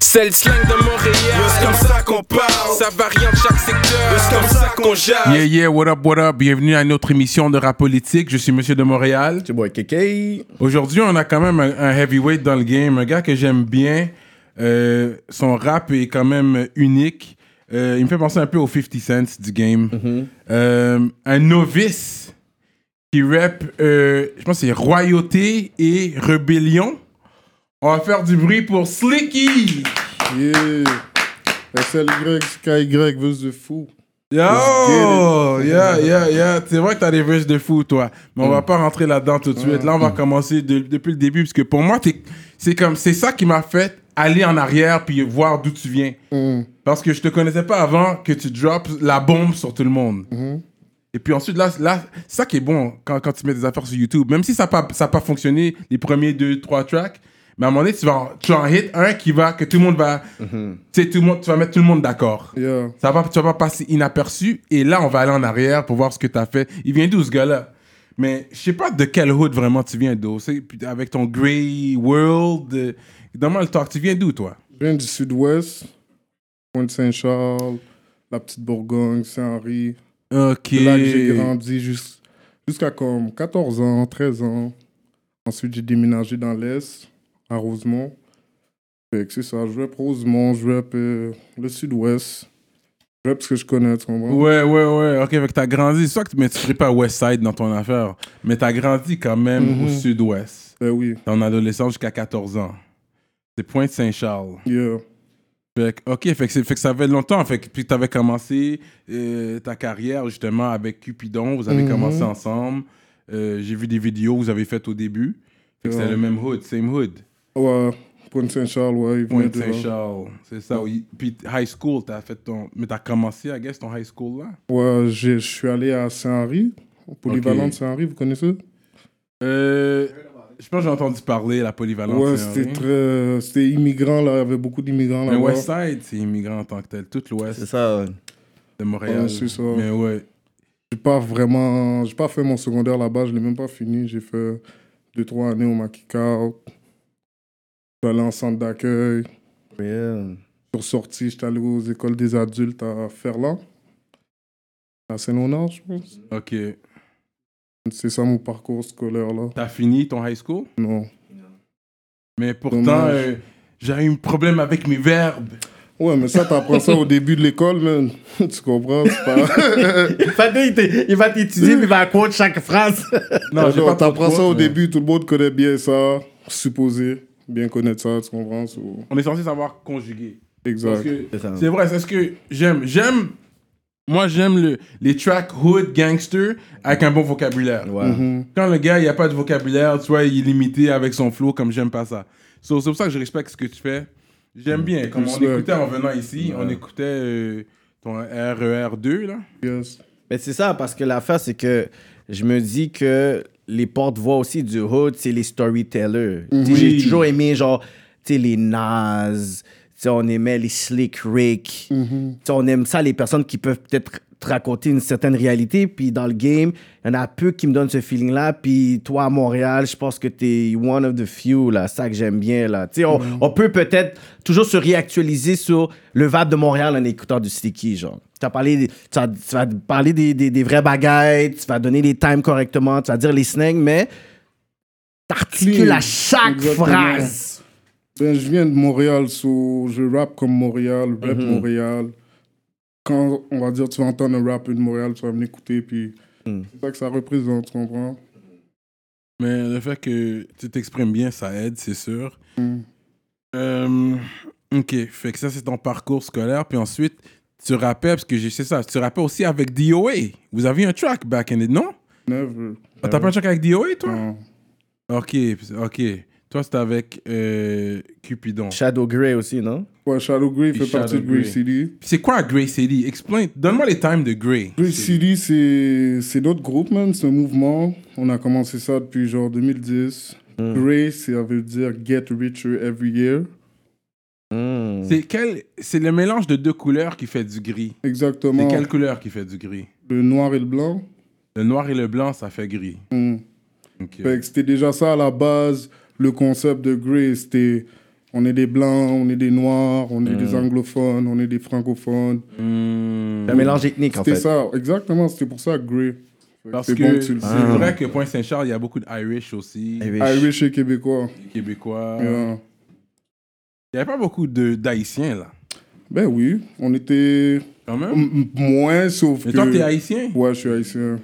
C'est le slang de Montréal. C'est comme ça qu'on parle. Ça varie en chaque secteur. C'est comme ça qu'on jase. Yeah, yeah, what up, what up? Bienvenue à notre émission de rap politique. Je suis Monsieur de Montréal. Tu bois Kéké. Aujourd'hui, on a quand même un, un heavyweight dans le game, un gars que j'aime bien. Euh, son rap est quand même unique. Euh, il me fait penser un peu au 50 Cent du game. Euh, un novice qui rap, euh, je pense que c'est Royauté et Rébellion. On va faire du bruit pour Slicky! Yeah. La seule grec, Sky Greg versus de fou. Yo! Let's get it. Yeah, yeah, yeah. C'est vrai que t'as des verses de fou, toi. Mais on va pas rentrer là-dedans tout de suite. Là, on va commencer de- depuis le début. Parce que pour moi, t'es- c'est comme, c'est ça qui m'a fait aller en arrière puis voir d'où tu viens. Parce que je te connaissais pas avant que tu drops la bombe sur tout le monde. Et puis ensuite, là, là c'est ça qui est bon quand, quand tu mets des affaires sur YouTube. Même si ça n'a pas, ça a pas fonctionné les premiers deux, trois tracks, mais à un moment donné, tu vas en, tu en hit un qui va, que tout le monde va. Tu sais, tout le monde, tu vas mettre tout le monde d'accord. Yeah. Ça va, tu vas pas passer inaperçu. Et là, on va aller en arrière pour voir ce que tu as fait. Il vient d'où ce gars-là? Mais je sais pas de quel hood vraiment tu viens d'où. c'est- puis Avec ton Grey World, euh, donne-moi le talk. Tu viens d'où, toi? Je viens du sud-ouest. Pointe-Saint-Charles, la petite Bourgogne, Saint-Henri. Ok. C'est là que j'ai grandi jus- jusqu'à comme 14 ans, 13 ans. Ensuite, j'ai déménagé dans l'Est, à Rosemont. Fait que c'est ça, je rep Rosemont, je rep euh, le Sud-Ouest. Je rep ce que je connais, tu comprends? Ouais, ouais, ouais. Ok, fait que t'as grandi. C'est sûr que tu- mais tu ferais pas West Side dans ton affaire, mais t'as grandi quand même au sud-ouest, Ben oui, ton adolescence jusqu'à 14 ans. C'est Pointe-Saint-Charles. yeah. Fait que, ok, fait que, c'est- fait que ça fait longtemps. Fait que puis t'avais commencé euh, ta carrière justement avec Cupidon. Vous avez Mhm. commencé ensemble. Euh, J'ai vu des vidéos que vous avez faites au début. Fait que c'est Ouais. le même hood, same hood. Ouais, Pointe-Saint-Charles, ouais, il venait de là. Pointe-Saint-Charles. C'est ça. oui. Puis high school, t'as fait ton. Mais t'as commencé, I guess, ton high school là? Ouais, j'ai- je suis allé à Saint-Henri, polyvalent Ok. de Saint-Henri, vous connaissez? Euh, je pense que j'ai entendu parler la polyvalence. ouais, c'est c'était rien. très. C'était immigrant, là, il y avait beaucoup d'immigrants Mais là-bas. Westside, c'est immigrant en tant que tel. Tout l'ouest C'est ça. ouais. de Montréal. Ouais, c'est ça. euh, Mais ouais. J'ai pas vraiment. J'ai pas fait mon secondaire là-bas, je l'ai même pas fini. J'ai fait deux, trois années au Makikao. J'étais allé en centre d'accueil. Yeah. Je suis ressorti, j'étais allé aux écoles des adultes à Ferland, à Saint-Léonard, je pense. Ok. C'est ça mon parcours scolaire là. T'as fini ton high school? Non. Mais pourtant, Dommage. euh, j'ai eu un problème avec mes verbes. Ouais, mais ça, t'apprends ça au début de l'école, man. tu comprends? C'est pas. Fabien, il, te- il va t'étudier, puis il va quote chaque phrase. Non, j'ai Genre, pas trop de t'apprends ça fautes, au mais début, tout le monde connaît bien ça, supposé bien connaître ça, tu comprends? so- On est censé savoir conjuguer. Parce Exact. que C'est ça. C'est vrai, c'est ce que j'aime. J'aime. Moi, j'aime le, les tracks hood gangster avec un bon vocabulaire. Ouais. Mhm, Quand le gars, il n'y a pas de vocabulaire, tu vois, il est limité avec son flow, comme j'aime pas ça. So, c'est pour ça que je respecte ce que tu fais. J'aime bien. Comme on Mm, Respect. écoutait en venant ici, on écoutait euh, ton RER2, là. Yes. Mais c'est ça, parce que l'affaire, c'est que je me dis que les porte-voix aussi du hood, c'est les storytellers. Tu sais, J'ai toujours aimé, genre, tu sais, les Nas, tu sais, on aimait les Slick Rick. Tu sais, On aime ça, les personnes qui peuvent peut-être te raconter une certaine réalité. Puis dans le game, il y en a peu qui me donnent ce feeling-là. Puis toi, à Montréal, je pense que t'es one of the few, là. Ça que j'aime bien, là. Tu sais, on, on peut peut-être toujours se réactualiser sur le vibe de Montréal en écoutant du sticky, genre. Tu, as parlé, des- tu, as- tu vas parler des, des, des vraies bagailles, tu vas donner les times correctement, tu vas dire les snags, mais t'articules à chaque Exactement. phrase. Ben, je viens de Montréal, so je rappe comme Montréal, rap Mhm. Montréal. Quand, on va dire, tu vas entendre un rap de Montréal, tu vas venir écouter, puis Hmm. c'est ça que ça représente, tu comprends? Mais le fait que tu t'exprimes bien, ça aide, c'est sûr. Hmm. Euh, ok, fait que ça, c'est ton parcours scolaire. Puis ensuite, tu rappais, parce que je sais ça, tu rappais aussi avec DOA. Vous aviez un track back in it, non? Never. Ah, T'as pas un track avec DOA, toi? Non. Ok, puis- ok. Toi, c'était avec euh, Cupidon. Shadow Grey aussi, non? Ouais, Shadow Grey fait Shadow partie de Grey Grey. City. Puis c'est quoi Grey City? Explain, donne-moi les times de Grey. Grey City, c'est c'est notre groupe, man. C'est un mouvement. On a commencé ça depuis genre 2010. Hmm. Grey, ça veut dire Get Richer Every Year. Hmm. C'est quel, c'est le mélange de deux couleurs qui fait du gris. C'est Exactement. quelle couleur qui fait du gris? Le noir et le blanc. Le noir et le blanc, ça fait gris. Mm. Ok. Fait que C'était déjà ça à la base. Le concept de Grey, c'était On est des blancs, on est des noirs, on est des Hmm. anglophones, on est des francophones. C'est un mélange ethnique, en C'était fait. ça, exactement. C'était pour ça, Grey. Parce C'est que bon que tu le c'est vrai que Point-Saint-Charles, il y a beaucoup d'Irish aussi, Irish. Irish et Québécois. Québécois. Yeah. Il n'y avait pas beaucoup de- d'Haïtiens, là. Ben oui, on était Quand m- même. m- moins, sauf Mais Mm. que... toi, t'es haïtien Ouais, je suis haïtien.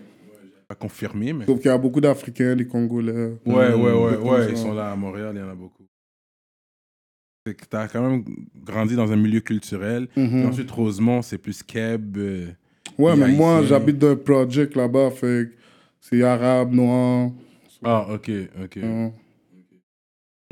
Pas confirmé, mais. Sauf qu'il y a beaucoup d'Africains, des Congolais. Ouais, ouais, ouais, beaucoup ouais. de Ils gens. sont là à Montréal, il y en a beaucoup. C'est que t'as quand même grandi dans un milieu culturel. Mhm. Et ensuite, Rosemont, c'est plus Keb. euh, Ouais, Il est mais moi, haïtien. j'habite dans un project là-bas, fait que c'est arabe, noir. Mm. Ah, ok, ok. hein.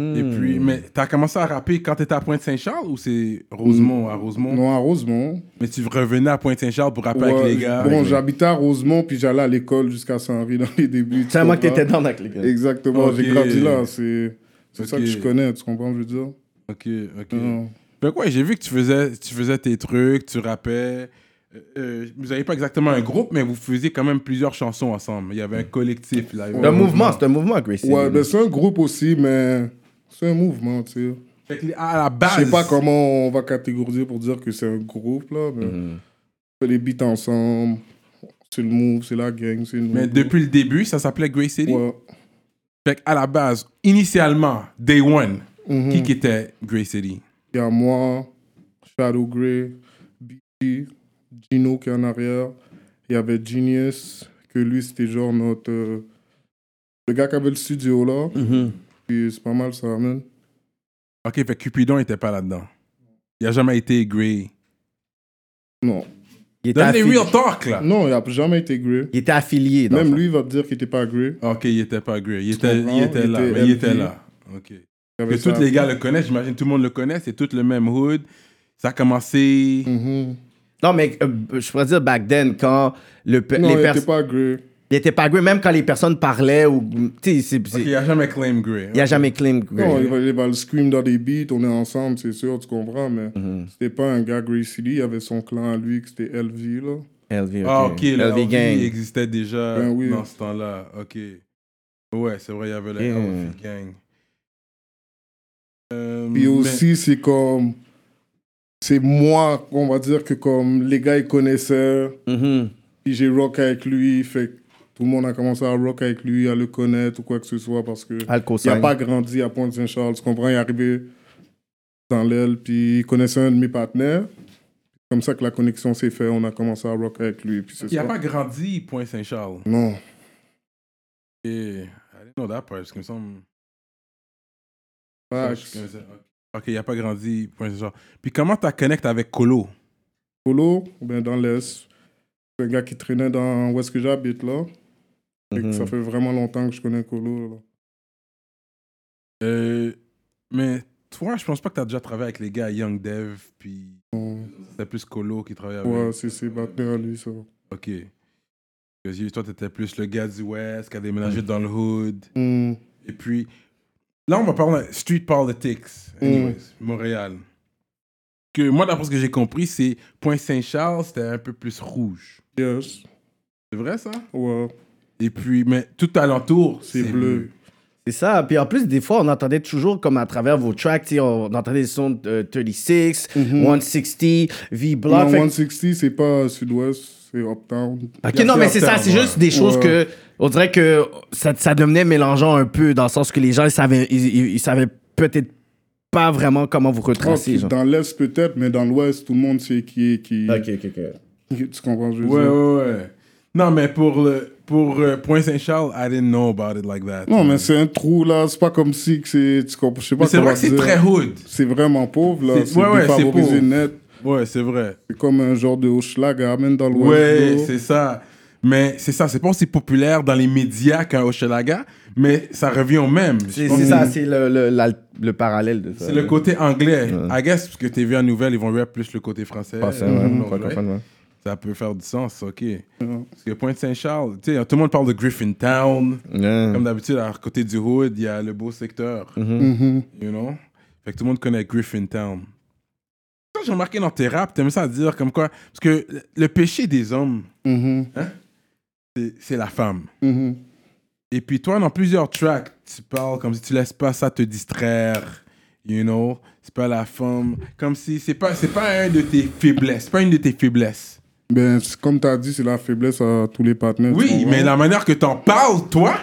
Hmm. Et puis, mais t'as commencé à rapper quand t'étais à Pointe-Saint-Charles ou c'est Rosemont à Rosemont Mm. Non, à euh, Rosemont. Mais tu revenais à Pointe-Saint-Charles pour rapper Ouais, avec les gars. Bon, Avec les- j'habitais à Rosemont, puis j'allais à l'école jusqu'à Saint-Henri dans les débuts. tu C'est un moment que comprends? t'étais dans la clique. Exactement, Ok. j'ai grandi là. C'est c'est ça Ok. que je connais, tu comprends, je veux dire. Ok, ok. Hein. Fait quoi, Ben j'ai vu que tu faisais, tu faisais tes trucs, tu rappais. Euh, euh, vous n'avez pas exactement un groupe, mais vous faisiez quand même plusieurs chansons ensemble. Il y avait un collectif là. C'est un mouvement, c'est un mouvement, Gracie. Ouais, mais c'est un groupe aussi, mais c'est un mouvement, tu sais. Fait que les- à la Je base. sais pas comment on va catégoriser pour dire que c'est un groupe, là, Mhm. mais Hmm. on fait des beats ensemble. C'est le move, c'est la gang, c'est nous. Mais depuis le début, ça s'appelait Grey City. Ouais. Fait qu'à la base, initialement, Day One, Mhm. qui qui était Grey City Il y a moi, Shadow Grey, BG, Gino qui est en arrière. Il y avait Genius, que lui, c'était genre notre. euh, le gars qui avait le studio là. Puis c'est pas mal ça, man. Ok, fait que Cupidon n'était pas là-dedans. Il n'a jamais été Grey. Non. Il était Donne les affilié. real talk là. Non, il a jamais été Grey. Il était affilié. dans Même ça. lui, il va te dire qu'il était pas Grey. Ok, il était pas Grey. Il était, comprends? il était Il là. était mais il LP. était là. Ok. Il avait Que ça. tous les gars le connaissent, j'imagine tout le monde le connaît, c'est tout le même hood. Ça a commencé. Mhm. Non, mais euh, je pourrais dire back then, quand le pe- Non, les il personnes. était pas Grey. Il était pas grey, même quand les personnes parlaient ou. Tu sais, c'est- c'est- Ok, il a jamais claim hein. Grey. il n'y a jamais claim grey. Non, il va, il va le scream dans des beats, on est ensemble, c'est sûr, tu comprends, mais Hmm. c'était pas un gars Grey City, il avait son clan à lui, que c'était LV, là. LV, Ah, ok, le LV gang. gang. existait déjà Ben oui. dans ce temps-là. Ok. Ouais, c'est vrai, il y avait le Yeah. LV gang. Euh, Puis mais- aussi, c'est comme. C'est moi, on va dire que comme les gars, ils connaissaient, Mhm. puis j'ai rock avec lui, fait que tout le monde a commencé à rock avec lui, à le connaître ou quoi que ce soit, parce que. Ah, Alco Il n'a 5. pas grandi à Pointe-Saint-Charles, tu comprends? Il est arrivé dans l'aile, puis il connaissait un de mes partenaires. Comme ça que la connexion s'est faite, on a commencé à rock avec lui, puis c'est Il n'a ça. pas grandi, Point Saint-Charles. Non. Et... I didn't know that part, parce que me semble- Ah, Fax. Ok, il n'a pas grandi, Point Saint-Charles. Puis comment tu connecté avec Colo Polo, ben dans l'Est. C'est un gars qui traînait dans où est-ce que j'habite là. Fait que Mhm. Ça fait vraiment longtemps que je connais Colo. là. Euh, mais toi, je pense pas que tu as déjà travaillé avec les gars Young Dev, puis Mm. c'était plus Colo qui travaillait avec. Ouais, c'est ses partenaires, lui, ça. Ok. Parce que toi, t'étais plus le gars du West qui a déménagé dans le hood. Mm. Et puis, là, on va parler de street politics, Mm. anyways, Montréal. Que moi, d'après ce que j'ai compris, c'est Point-Saint-Charles, c'était un peu plus rouge. Yes. C'est vrai, ça? Ouais, Et puis, mais tout alentour, c'est bleu. C'est ça. Puis en plus, des fois, on entendait toujours, comme à travers vos tracks, tu sais, on entendait des sons de euh, 36, 160, Mhm. Non, V-Block. Fait que- 160, c'est pas sud-ouest, c'est uptown. Bah, Ok, non, mais c'est ça, Uptown, c'est ouais. juste des choses Ouais. que. On dirait que ça, ça devenait mélangeant un peu, dans le sens que les gens, ils savaient, ils, ils- ils savaient peut-être pas vraiment comment vous Ah, retracer. genre. dans l'Est peut-être, mais dans l'Ouest, tout le monde sait qui est qui. Ok, ok, ok. Tu comprends, je veux Ouais, dire. ouais, ouais. Non, mais pour, le, pour euh, Point-Saint-Charles, I didn't know about it like that. Non, mais c'est un trou là, c'est pas comme si que c'est. Tu comprends, je sais pas Mais c'est comment vrai que c'est dire. très hood. C'est vraiment pauvre là, C'est- c'est ouais, ouais, c'est défavorisé pauvre. net. Ouais, c'est vrai. C'est comme un genre de Hochelaga, même dans l'Ouest. Ouais, là. c'est ça. Mais c'est ça, c'est pas aussi populaire dans les médias qu'un Hochelaga, mais ça revient au même. C'est c'est ça, c'est le, le, la- le parallèle de ça. C'est le côté anglais. I guess, parce que TV à Nouvelle, ils vont rap plus le côté français. Français, euh, ouais, non, francophone, ouais. Ça peut faire du sens, ok. Parce que Pointe-Saint-Charles, tu sais, tout le monde parle de Griffintown. Yeah. Comme d'habitude, à côté du hood, il y a le beau secteur. Mm-hmm. You know? Fait que tout le monde connaît Griffintown. Ça, j'ai remarqué dans tes raps, t'aimes ça dire comme quoi. Parce que le péché des hommes, Mhm, c'est- c'est la femme. mhm. Et puis toi, dans plusieurs tracks, tu parles comme si tu laisses pas ça te distraire. you know, c'est pas la femme. Comme si c'est pas, c'est pas un de tes faiblesses, c'est pas une de tes faiblesses. Ben, c'est- comme tu as dit, c'est la faiblesse à tous les partenaires. tu Oui, comprends? mais la manière que t'en parles, toi,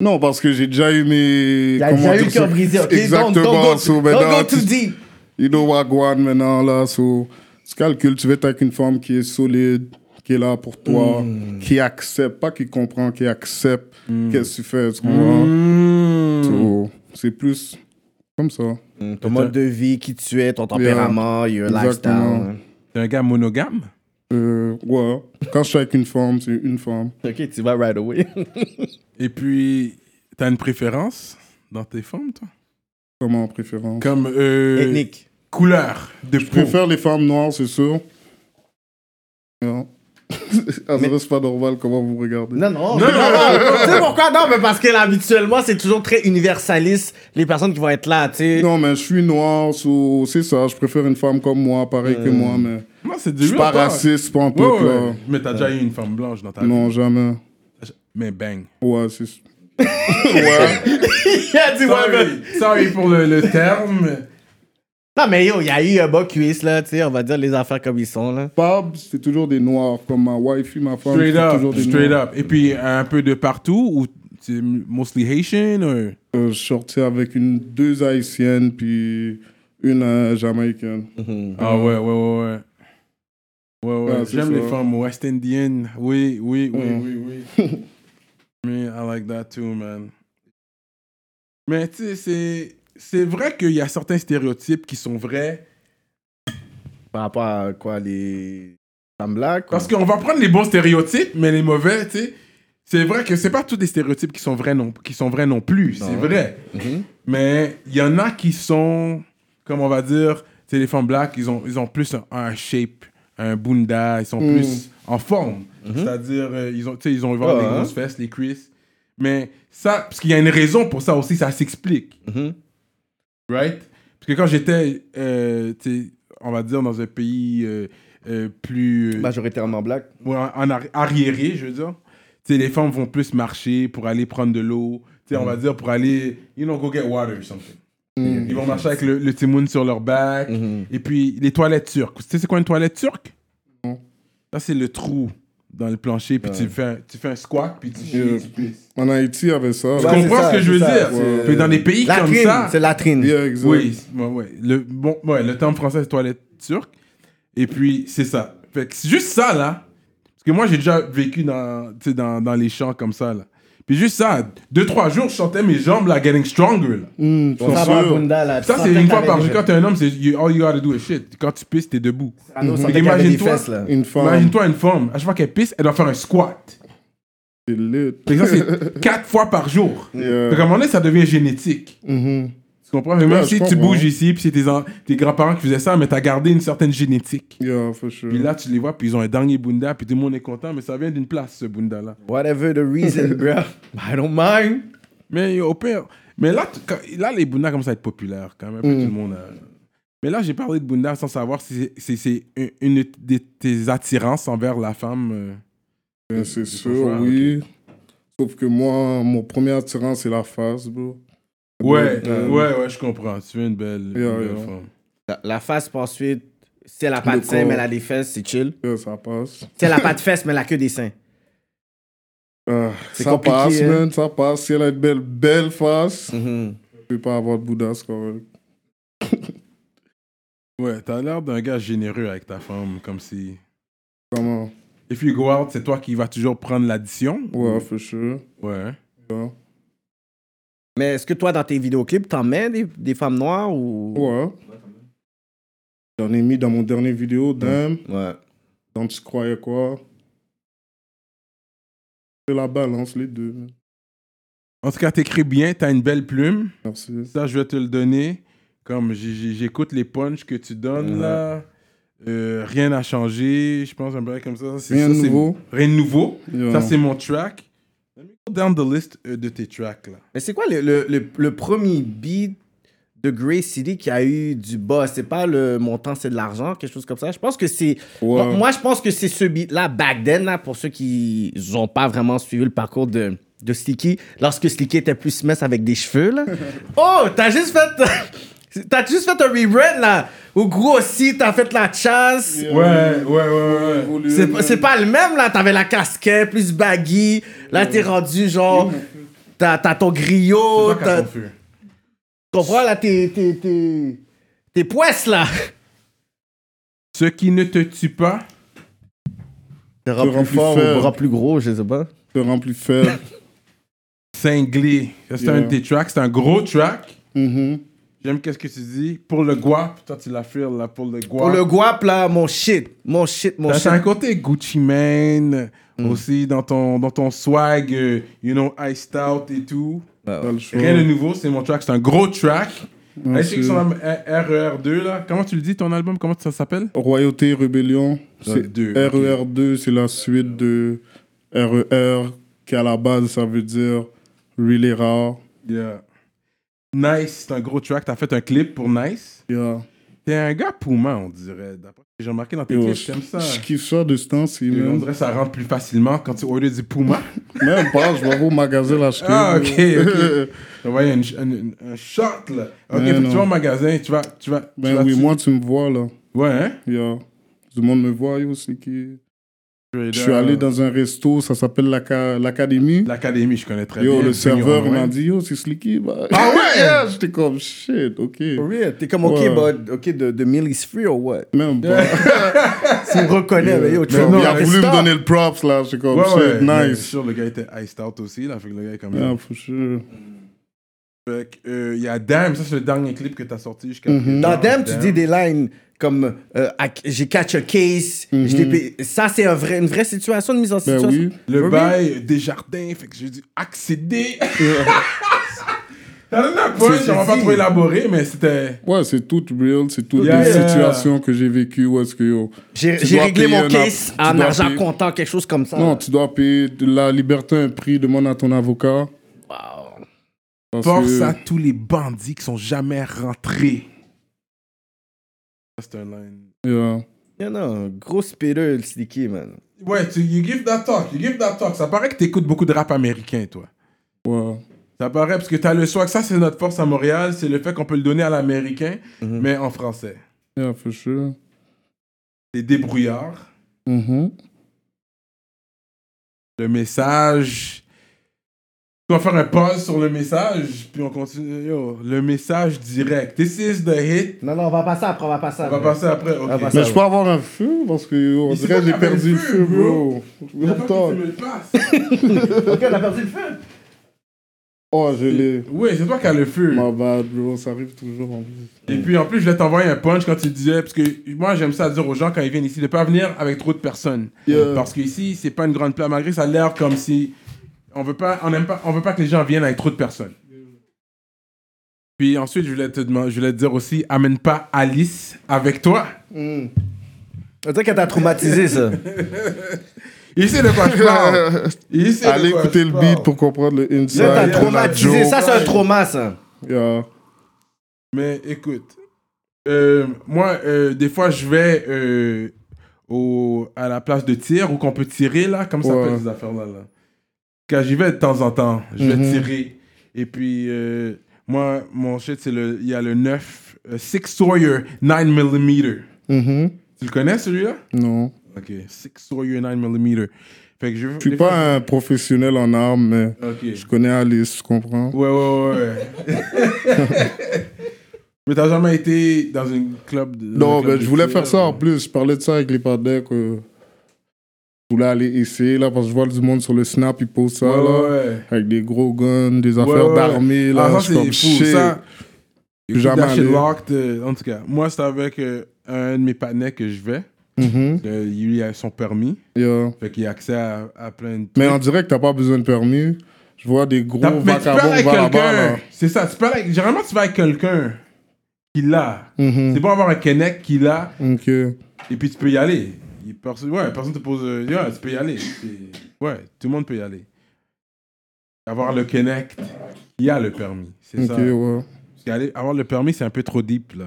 Non, parce que j'ai déjà eu mes. Il y a comment déjà eu dire le cœur ça? brisé, ok? Exactement. Don't, don't go, so, don't maintenant, go too tu- deep. You know Wagwan maintenant, là. So, tu calcules, tu vas être avec une femme qui est solide, qui est là pour toi, Hmm. qui accepte, pas qui comprend, qui accepte qu'est-ce que tu fais, tu comprends? Hmm. So, c'est plus comme ça. Ton mode de vie, qui tu es, ton tempérament, your Exactement. lifestyle. t'es un gars monogame. Euh, ouais. Quand je suis avec une femme, c'est une femme. Ok, tu vas right away. Et puis, t'as une préférence dans tes femmes, toi Comment en préférence? Comme euh, Ethnique. couleur de Je peau. préfère les femmes noires, c'est sûr. Non. Ah, ça reste pas normal comment vous regardez. Euh, Non, non, non, non, non. Tu sais pourquoi? Non, mais parce que là, habituellement, c'est toujours très universaliste, les personnes qui vont être là, tu sais. Non, mais je suis noir, so- c'est ça. Je préfère une femme comme moi, pareil Hmm. que moi, mais Non, c'est je du suis real pas talk. raciste, pas en tout, hein. Ouais, ouais, là. ouais. Mais t'as déjà eu une femme blanche dans ta vie. Non, jamais. Mais bang. Ouais, c'est... Il a dit, ouais, Sorry, mais- sorry pour le, le terme. Non, mais yo, il y a eu un bas cuisse, là, tu sais, on va dire les affaires comme ils sont, là. Pab, c'est toujours des noirs, comme ma wife, ma femme, Straight c'est up, toujours des straight noirs. up. Et puis un peu de partout, ou c'est mostly Haitian ou... Euh, je suis sorti avec une, deux haïtiennes, puis une euh, jamaïcaine. Mm-hmm. Ah ouais, ouais, ouais, ouais. Ouais, ouais, Ah, c'est j'aime les ça. femmes west indiennes. Oui, oui, oui, Mm. oui, oui. Mais I like that too, man. Mais tu sais, c'est- c'est vrai qu'il y a certains stéréotypes qui sont vrais. Par rapport à quoi, les femmes blagues, Parce qu'on va prendre les bons stéréotypes, mais les mauvais, tu sais. C'est vrai que c'est pas tous des stéréotypes qui sont vrais non, qui sont vrais non plus, c'est vrai. Mais il y en a qui sont, comme on va dire, tu sais, les femmes black, ils ont, ils ont plus un, un shape, un bunda, ils sont plus en forme. C'est-à-dire, euh, ils ont, tu sais, ils ont vraiment Ouais, les hein. grosses fesses, les cuisses. Mais ça, parce qu'il y a une raison pour ça aussi, ça s'explique. Mm-hmm. Right? Parce que quand j'étais, euh, tu sais, on va dire, dans un pays euh, euh, plus... euh, Bah, Majoritairement blagues. ou en, en arri- arriéré, je veux dire. Tu sais, les femmes vont plus marcher pour aller prendre de l'eau. Tu sais, Mm. on va dire pour aller, you know, go get water or something. Ils vont marcher avec le, le timoun sur leur back. Mm. Mm-hmm. Et puis, les toilettes turques. Tu sais, c'est quoi une toilette turque? Mm. Ça, c'est le trou dans le plancher. Puis tu, fais un, tu fais un squat, puis tu chies, Yeah. tu pisses. En Haïti, il y avait ça. Tu Ouais, comprends c'est ça, ce que je veux c'est ça, dire? c'est- Mais dans des pays comme Latrine, ça... c'est latrine. Yeah, exact. Oui, ouais, ouais. Le, bon, ouais, le terme français, c'est toilette turque. Et puis, c'est ça. Fait que c'est juste ça, là. Parce que moi, j'ai déjà vécu dans, tu sais, dans, dans les champs comme ça, là. Puis juste ça, deux, trois jours, je sentais mes jambes, là, getting stronger, là. Mm, Ça, c'est va, sûr. Bunda, là, tu Ça, c'est sentais une que fois t'avais par des jour. Quand fesses. t'es un homme, c'est you- all you gotta do is shit. Quand tu pisses, t'es debout. Ah non, sentais Mais qu'il y avait des imagine-toi- fesses, là. Une femme, Imagine-toi une femme, à chaque fois qu'elle pisse, elle doit faire un squat. c'est lit. Fait que ça, c'est quatre fois par jour. Yeah. Fait qu'à un moment donné, ça devient génétique. Mm-hmm. Mhm. Tu comprends? Mais même Ouais, je si tu comprends. bouges ici, puis c'est tes, en- tes grands-parents qui faisaient ça, mais t'as gardé une certaine génétique. Yeah, for sure. Puis là, tu les vois, puis ils ont un dernier bunda, puis tout le monde est content, mais ça vient d'une place, ce bunda-là. Whatever the reason, bro. I don't mind. Mais au pire, mais là, tu- quand- là les bundas commencent à être populaires quand même. puis Tout le monde a- Mais là, j'ai parlé de bunda sans savoir si c'est- si c'est une- une de tes attirances envers la femme. euh. Ben, c'est sûr, confort, oui. Sauf que moi, mon premier attirant, c'est la face, bro. Ouais, Euh, ouais, ouais, je comprends. Tu veux une belle, une Yeah, belle yeah. femme. La, la face, pour ensuite, si elle a pas Le de seins, corps. mais elle a des fesses, c'est chill. Yeah, Euh, ça passe. Si elle a pas de fesses, mais elle a que des seins. Ah, C'est ça compliqué, passe, hein. man, ça passe. Si elle a une belle, belle face, je Mhm. peux pas avoir de Bouddha, c'est correct. Ouais, t'as l'air d'un gars généreux avec ta femme, comme si. Comment If you go out, c'est toi qui vas toujours prendre l'addition. Mm. Ouais, for sure. Ouais. Yeah. Mais est-ce que toi, dans tes vidéoclips, t'en mets des, des femmes noires ou. Ouais. J'en ai mis dans mon dernier vidéo, Mm. Dame. Ouais. Dans Tu croyais quoi C'est la balance, les deux. man. En tout cas, t'écris bien, t'as une belle plume. Merci. Ça, je vais te le donner. Comme j'ai- j'ai- j'écoute les punchs que tu donnes Mhm. là, euh, rien n'a changé. Je pense un bail comme ça. c'est- Rien de ça, c'est- nouveau. Rien de nouveau. Yeah. Ça, c'est mon track. Let me go down the list euh, de tes tracks là. Mais c'est quoi le, le, le, le premier beat de Grey City qui a eu du boss? C'est pas le montant, c'est de l'argent, quelque chose comme ça. Je pense que c'est. Ouais. Moi, moi, je pense que c'est ce beat-là, back then, là, pour ceux qui n'ont pas vraiment suivi le parcours de, de Slicky, lorsque Slicky était plus mince avec des cheveux. Là. oh, t'as juste fait. T'as juste fait un rebrand, là. Au gros, si t'as fait la chasse. Ouais, ouais, ouais, ouais. C'est pas, c'est pas le même, là. T'avais la casquette plus baggy. Là, t'es rendu genre. T'as t'as ton griot. Oh, Toi, t'as- qu'à ton feu. Tu comprends, là? T'es. T'es. T'es. T'es poisse, là. Ce qui ne te tue pas, T'es plus fort ou bras plus gros, je sais pas. te rend plus faible. cinglé. Ça, C'est Yeah. un de tes tracks, c'est un gros track. Mhm. J'aime qu'est-ce que tu dis. Pour le guap, toi tu l'as fait là pour le guap. Pour le guap, là, mon shit. Mon shit, mon T'as- shit. T'as un côté Gucci Mane Mm. aussi dans ton, dans ton swag, euh, you know, iced out et tout. Ah. T'as le choix. Rien de nouveau, c'est mon track, c'est un gros track. Merci. Est-ce que son album euh, R- RER2 là, comment tu le dis ton album, comment ça s'appelle Royauté et Rébellion, c'est deux, RER2, c'est la suite de RER, qui à la base, ça veut dire Really Rare. Yeah. Nice, c'est un gros track, t'as fait un clip pour Nice. Yeah. T'es un gars poumon, on dirait. D'après ce que j'ai remarqué dans tes Yo, clips, je j'aime ça. je kiffe ça de ce temps-ci, Et On man. dirait que ça rentre plus facilement quand tu orders du Puma. Même pas, je vais au magasin l'acheter. Ah, ok, ok. Tu vois, il y a une- une- un shot là. Ok, Ben faut que non. tu vas au magasin, tu vas. Tu vas tu vas- ben oui, tu- moi, tu me vois, là. Ouais, hein? Yeah. Tout le monde me voit, yo, c'est qui Je suis Trader, allé dans un resto, ça s'appelle l'Aca- l'Académie. L'académie, je connais très Yo, bien. le Signe serveur il Romain. m'a dit, yo, c'est Slicky. bah. Ah ouais? J'étais comme, shit, ok. T'es comme, Ouais. bud, ok, the, the meal is free or what? Même pas. Tu me reconnais, mais yo, tu Comme, vois, il a mais voulu stop. me donner le props là, j'étais comme Ouais, ouais, shit, mais Je suis nice. sûr, le gars était iced out aussi, là. Fait que le gars est quand même. Yeah, for sure. Fait que, euh, il y a Damn, ça c'est le dernier clip que t'as sorti jusqu'à. Mhm. Dans Damn, tu dis des lines comme euh, I- j'ai catch a case. je l'ai payé. Ça, c'est un vrai, une vraie situation de mise en Mm-hmm. Ben situation. oui. Le Ruby. bail des jardins, fait que j'ai dû accéder. T'as donné un punch, C'est- on va c'est pas dit. trop élaborer, mais c'était. Ouais, c'est tout real, c'est toutes Yeah, des yeah. situations que j'ai vécues où est-ce que yo. J'ai tu j'ai dois réglé payer mon un case app- tu en dois argent payer- comptant, quelque chose comme ça. Non, tu dois payer de la liberté un prix, demande à ton avocat. Wow. parce Force que- à tous les bandits qui sont jamais rentrés. Ça, c'est un line. Yeah. Non, non, gros spirule, Slicky, man. Ouais, tu, you give that talk, you give that talk. Ça paraît que t'écoutes beaucoup de rap américain, toi. Ouais. Ça paraît parce que t'as le swag. Ça, c'est notre force à Montréal. C'est le fait qu'on peut le donner à l'américain, Mhm. mais en français. Yeah, for sure. T'es débrouillard. Mm-hmm. Mhm. Le message. On va faire un pause sur le message, puis on continue. Yo, le message direct. This is the hit. Non, non, on va passer après, on va passer On après. va passer après. ok. va passer. Mais Ça je va. peux avoir un feu parce que yo, on Il sait dirait pas que qu'il j'ai y avait perdu le le feu, feu, bro. Il y a pas que Attends. tu me le passes. Ok, on a perdu le feu. Oh, je l'ai. Oui, c'est toi qui as le feu. My bad, bro. Ça arrive toujours en plus. Et puis en plus, je voulais t'envoyer un punch quand tu disais, parce que moi j'aime ça dire aux gens quand ils viennent ici de pas venir avec trop de personnes. Yeah. Parce qu'ici, c'est pas une grande place, malgré ça a l'air comme si on veut pas, on aime pas, on veut pas que les gens viennent avec trop de personnes. Puis ensuite, je voulais te demander, je voulais te dire aussi, amène pas Alice avec toi. On dirait qu'elle t'a traumatisé, ça. Il sait de quoi je parle. Il sait de Allez quoi écouter je le parle. beat pour comprendre le inside. Ça t'a de la traumatisé. joke. Ça, c'est un trauma, ça. Yeah. Mais écoute, euh, moi, euh, des fois, je vais euh, au, à la place de tir où qu'on peut tirer, là. Comment ça Ouais. s'appelle ces affaires-là? Là? Quand j'y vais de temps en temps, je vais Mhm. tirer. Et puis, euh, moi, mon shit, c'est le. Il y a le 9, euh, Six Sawyer 9mm. Mhm. Tu le connais, celui-là? Non. Ok, Six Sawyer 9mm. Fait que je Je suis pas un professionnel en armes, mais Ok. je connais Alice, tu comprends? Ouais, ouais, ouais. Mais t'as jamais été dans un club de. dans un Non, club ben, de je voulais tir, faire ça euh. en plus. Je parlais de ça avec les padets que je voulais aller essayer là parce que je vois du monde sur le snap, ils posent ça Ouais, là. ouais, ouais. Avec des gros guns, des Ouais, affaires ouais, ouais. d'armée là. Ah, ça, je suis c'est comme, fou. shit. Ça, Plus jamais That shit allé. locked, euh, en tout cas, moi, c'est avec euh, un de mes panneaux que je vais. Mhm, Euh, lui a son permis. yeah. Fait qu'il a accès à, à plein de. Mais en direct, t'as pas besoin de permis. Je vois des gros T'as- mais tu parles vagabonds avec va là-bas quelqu'un. là. C'est ça. Tu parles avec... Généralement, tu vas avec quelqu'un qui l'a. Mhm, C'est bon avoir un Kennec qui l'a. Ok. Et puis tu peux y aller. Il- Personne, ouais, personne te pose. euh, Yeah, tu peux y aller. C'est- Ouais, tout le monde peut y aller. Avoir le Connect, il y a le permis. C'est Ok, ça. ouais. Parce qu'aller- avoir le permis, c'est un peu trop deep, là.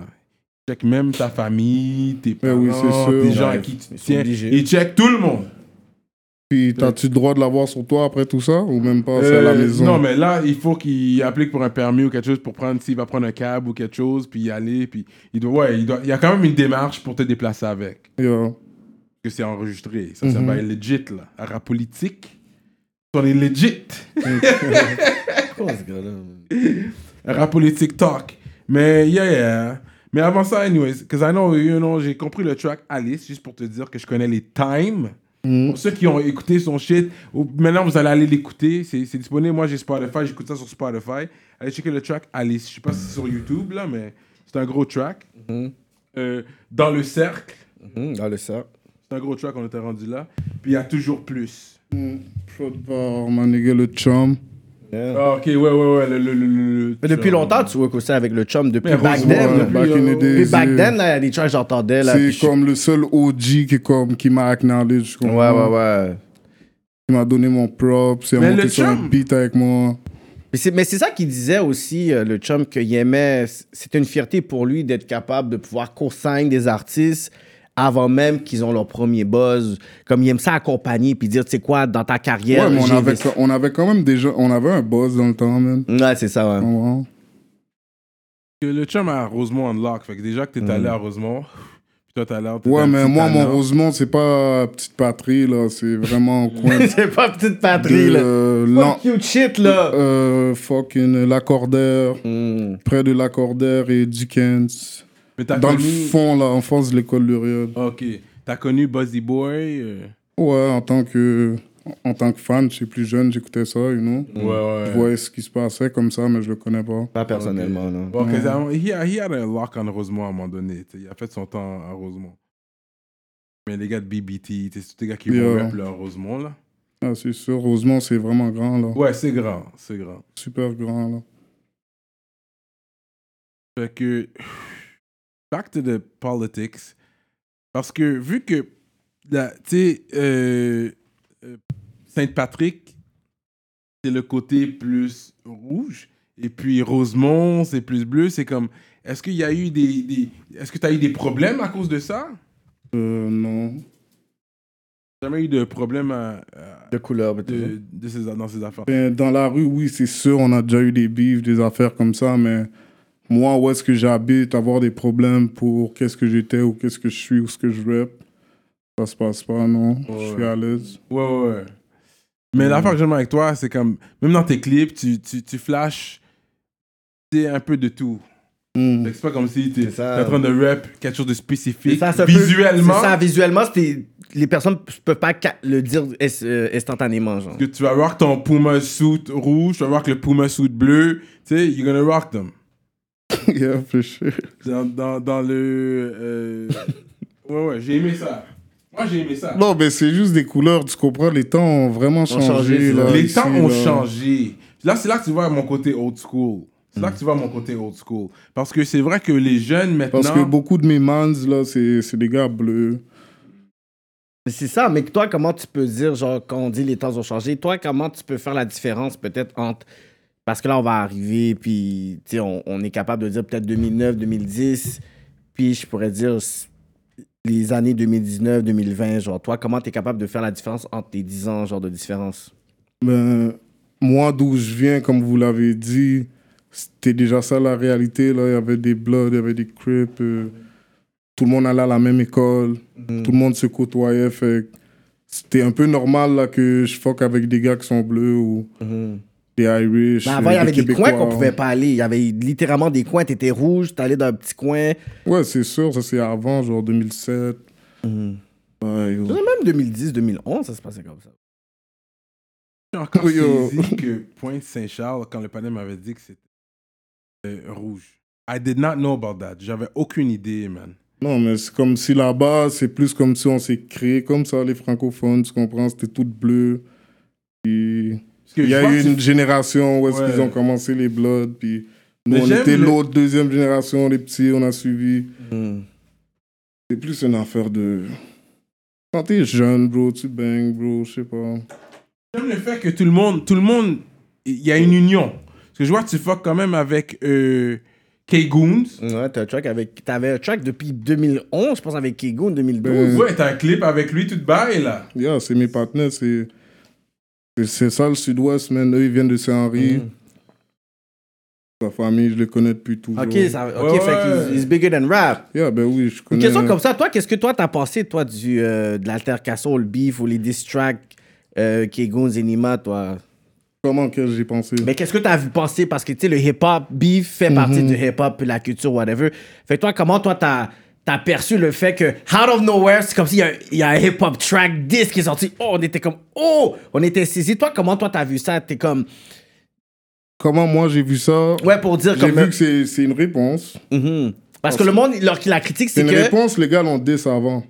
Il check même ta famille, tes Ben parents, oui, c'est sûr. tes gens à Ouais, qui tu ils sont tiens. obligés. Il check tout le monde. Puis, t'as-tu le droit de l'avoir sur toi après tout ça Ou même pas, c'est à la Euh, maison Non, mais là, il faut qu'il applique pour un permis ou quelque chose pour prendre, s'il va prendre un cab ou quelque chose, puis y aller, puis il doit, ouais, il, doit- il y a quand même une démarche pour te déplacer avec. Yeah. Que c'est enregistré. Ça, ça va être legit, là. Un rap politique, on est legit. Oh, Un rap politique talk. Mais yeah, yeah. Mais avant ça, anyways, because I know, you know, j'ai compris le track Alice, juste pour te dire que je connais les times. Pour ceux qui ont écouté son shit, ou- maintenant vous allez aller l'écouter. C'est c'est disponible. Moi j'ai Spotify, j'écoute ça sur Spotify. Allez checker le track Alice. Je sais pas si c'est sur YouTube là, mais c'est un gros track. Euh, dans le cercle, Hum, Mm, dans le sac. c'est un gros track, on était rendu là. Puis il y a toujours plus. Faut pas manier le chum. Yeah. Ah, ok, ouais, ouais, ouais. le- le- le- le- le- Mais depuis longtemps, tu work aussi avec le chum, depuis Mais back heureusement, then. ouais, là. back in the Depuis days, back euh, then, là, il y a des tracks que j'entendais. là, puis C'est je- comme le seul OG qui, est comme, qui m'a acknowledge. Ouais, ouais, ouais. Qui m'a donné mon prop. C'est Mais le monté sur un chum- beat avec moi. Mais c'est, mais c'est ça qu'il disait aussi, euh, le chum, qu'il aimait. C'était une fierté pour lui d'être capable de pouvoir consigner des artistes avant même qu'ils ont leur premier buzz. Comme il aime ça accompagner puis dire, tu sais quoi, dans ta carrière. Ouais, mais on j'ai avait, investi- on avait quand même déjà. On avait un boss dans le temps, man. Ouais, c'est ça, ouais. Ouais. Que Le chum à Rosemont Unlock. Fait que déjà que t'es Mm. allé à Rosemont, puis toi t'es allé en- t'étais Ouais, un mais petit moi, mon talent. Rosemont, c'est pas petite patrie, là. C'est vraiment au coin de. c'est pas petite patrie, là. euh, Pas Lan- de cute shit, là. euh, fucking Lacordaire, Hmm. Mm. près de Lacordaire et Dickens. Mais t'as Dans le connu- fond, là, en face de l'école Luriel. Ok. T'as connu Buzzy Boy euh, Ouais, en tant que, en tant que fan, j'étais plus jeune, j'écoutais ça, you know. Mm. Je Ouais, ouais. voyais ce qui se passait comme ça, mais je le connais pas. Pas personnellement, non. Bon, 'cause I- he, he had a lock on Rosemont à un moment donné. t'sais, Il a fait son temps à Rosemont. Mais les gars de BBT, t'sais, c'est tous les gars qui vont Yeah. rap là, à Rosemont, là. Ah, c'est sûr, Rosemont, c'est vraiment grand, là. Ouais, c'est grand, c'est grand. Super grand, là. Fait que, back to the politics. Parce que vu que, la- tu sais, euh, euh, Sainte-Patrick, c'est le côté plus rouge, et puis Rosemont, c'est plus bleu. C'est comme, est-ce qu'il y a eu des, des- est-ce que tu as eu des problèmes à cause de ça? Euh, non. Jamais eu de problème à- à- De couleur, mais tout ça. de, de ces- dans ces affaires. Ben, dans la rue, oui, c'est sûr, on a déjà eu des bifs, des affaires comme ça, mais moi, où est-ce que j'habite, avoir des problèmes pour qu'est-ce que j'étais ou qu'est-ce que je suis ou ce que je rap, ça se passe pas, non. Je suis à l'aise. Ouais, ouais, ouais. Mais l'affaire que j'aime avec toi, c'est comme, même dans tes clips, tu, tu, tu flashes tu sais, un peu de tout. Hmm. Fait que C'est pas comme si t'es C'est ça. t'es en train de rap quelque chose de spécifique Ça se peut- visuellement. c'est ça, visuellement, c'était- les personnes ne peuvent pas ca- le dire es- euh, instantanément, genre. que tu vas rock ton Puma suit rouge, tu vas rock le Puma suit bleu, tu sais, you're gonna rock them. yeah, for sure. Dans, dans, dans le. euh, Ouais, ouais, j'ai aimé ça. Moi, j'ai aimé ça. Non, mais c'est juste des couleurs, tu comprends, les temps ont vraiment changé. changé, c'est là, vrai. Les ici, temps ont là. changé. Là, c'est là que tu vois mon côté old school. C'est là que tu vois mon côté old school. Parce que c'est vrai que les jeunes maintenant. Parce que beaucoup de mes mans, là, c'est c'est des gars bleus. Mais C'est ça, mais toi, comment tu peux dire, genre, quand on dit les temps ont changé, toi, comment tu peux faire la différence peut-être entre. Parce que là, on va arriver, puis, tu sais, on, on est capable de dire peut-être 2009, 2010, puis je pourrais dire s- les années 2019, 2020, genre, toi, comment tu es capable de faire la différence entre tes 10 ans, genre, de différence? Ben, moi, d'où je viens, comme vous l'avez dit, c'était déjà ça la réalité. Là. Il y avait des Bloods, il y avait des Crips. euh, tout le monde allait à la même école. Mm. Tout le monde se côtoyait. Fait que c'était un peu normal là, que je fuck avec des gars qui sont bleus ou Hmm. des Irish. Ben, avant, il y euh, avait des coins Québécois. hein. qu'on pouvait pas aller. Il y avait littéralement des coins, t'étais rouge, t'allais dans un petit coin. Ouais, c'est sûr, ça c'est avant, genre 2007. Mm. Ouais, yo. Même 2010, 2011, ça se passait comme ça. J'ai encore Yo. saisi que Pointe-Saint-Charles, quand le panel m'avait dit que c'était euh, rouge. I did not know about that. J'avais aucune idée, man. Non, mais c'est comme si là-bas, c'est plus comme si on s'est créé comme ça, les francophones, tu comprends, c'était tout bleu. Puis. Parce que Il y je a pense eu que une génération où est-ce Ouais. qu'ils ont commencé les Bloods, puis nous, Mais on j'aime était le- l'autre, deuxième génération, les petits, on a suivi. Mm. C'est plus une affaire de... Quand t'es jeune, bro, tu bangs, bro, je sais pas. J'aime le fait que tout le monde, tout le monde, il y a une union. Parce que je vois que tu fuck quand même avec euh, K-Goons. Ouais, t'as un track avec. T'avais un track depuis 2011, je pense, avec Kegoon 2012. Ben Ouais, t'as un clip avec lui, tout bail, là. Yeah, c'est mes partenaires, c'est. c'est- C'est ça le sud-ouest, man. Eux, ils viennent de Mm. Saint-Henri. Mm. Sa famille, je les connais depuis toujours. Ok, ça, ok, Ouais, fait ouais. Mm. qu'il- it's bigger than rap. Yeah, ben oui, je Une connais. question comme ça, toi, qu'est-ce que toi t'as pensé, toi, du, euh, de l'altercation, le beef ou les diss tracks euh, Kegoon, Zenima, toi? Comment que j'ai pensé Mais qu'est-ce que t'as vu penser? Parce que, tu sais, le hip-hop, beef fait partie du Mhm. hip-hop, la culture, whatever. Fait que toi, comment, toi, t'as as perçu le fait que, out of nowhere, c'est comme s'il y, a- il y a un hip-hop track 10 qui est sorti. Oh, on était comme, oh, on était saisi. Toi, comment, toi, t'as vu ça? T'es comme, Comment moi j'ai vu ça ouais, pour dire J'ai comme... vu que c'est c'est une réponse. Mhm. Parce que le monde, leur, la critique, C'est c'est une que... réponse, les gars l'ont dit ça avant.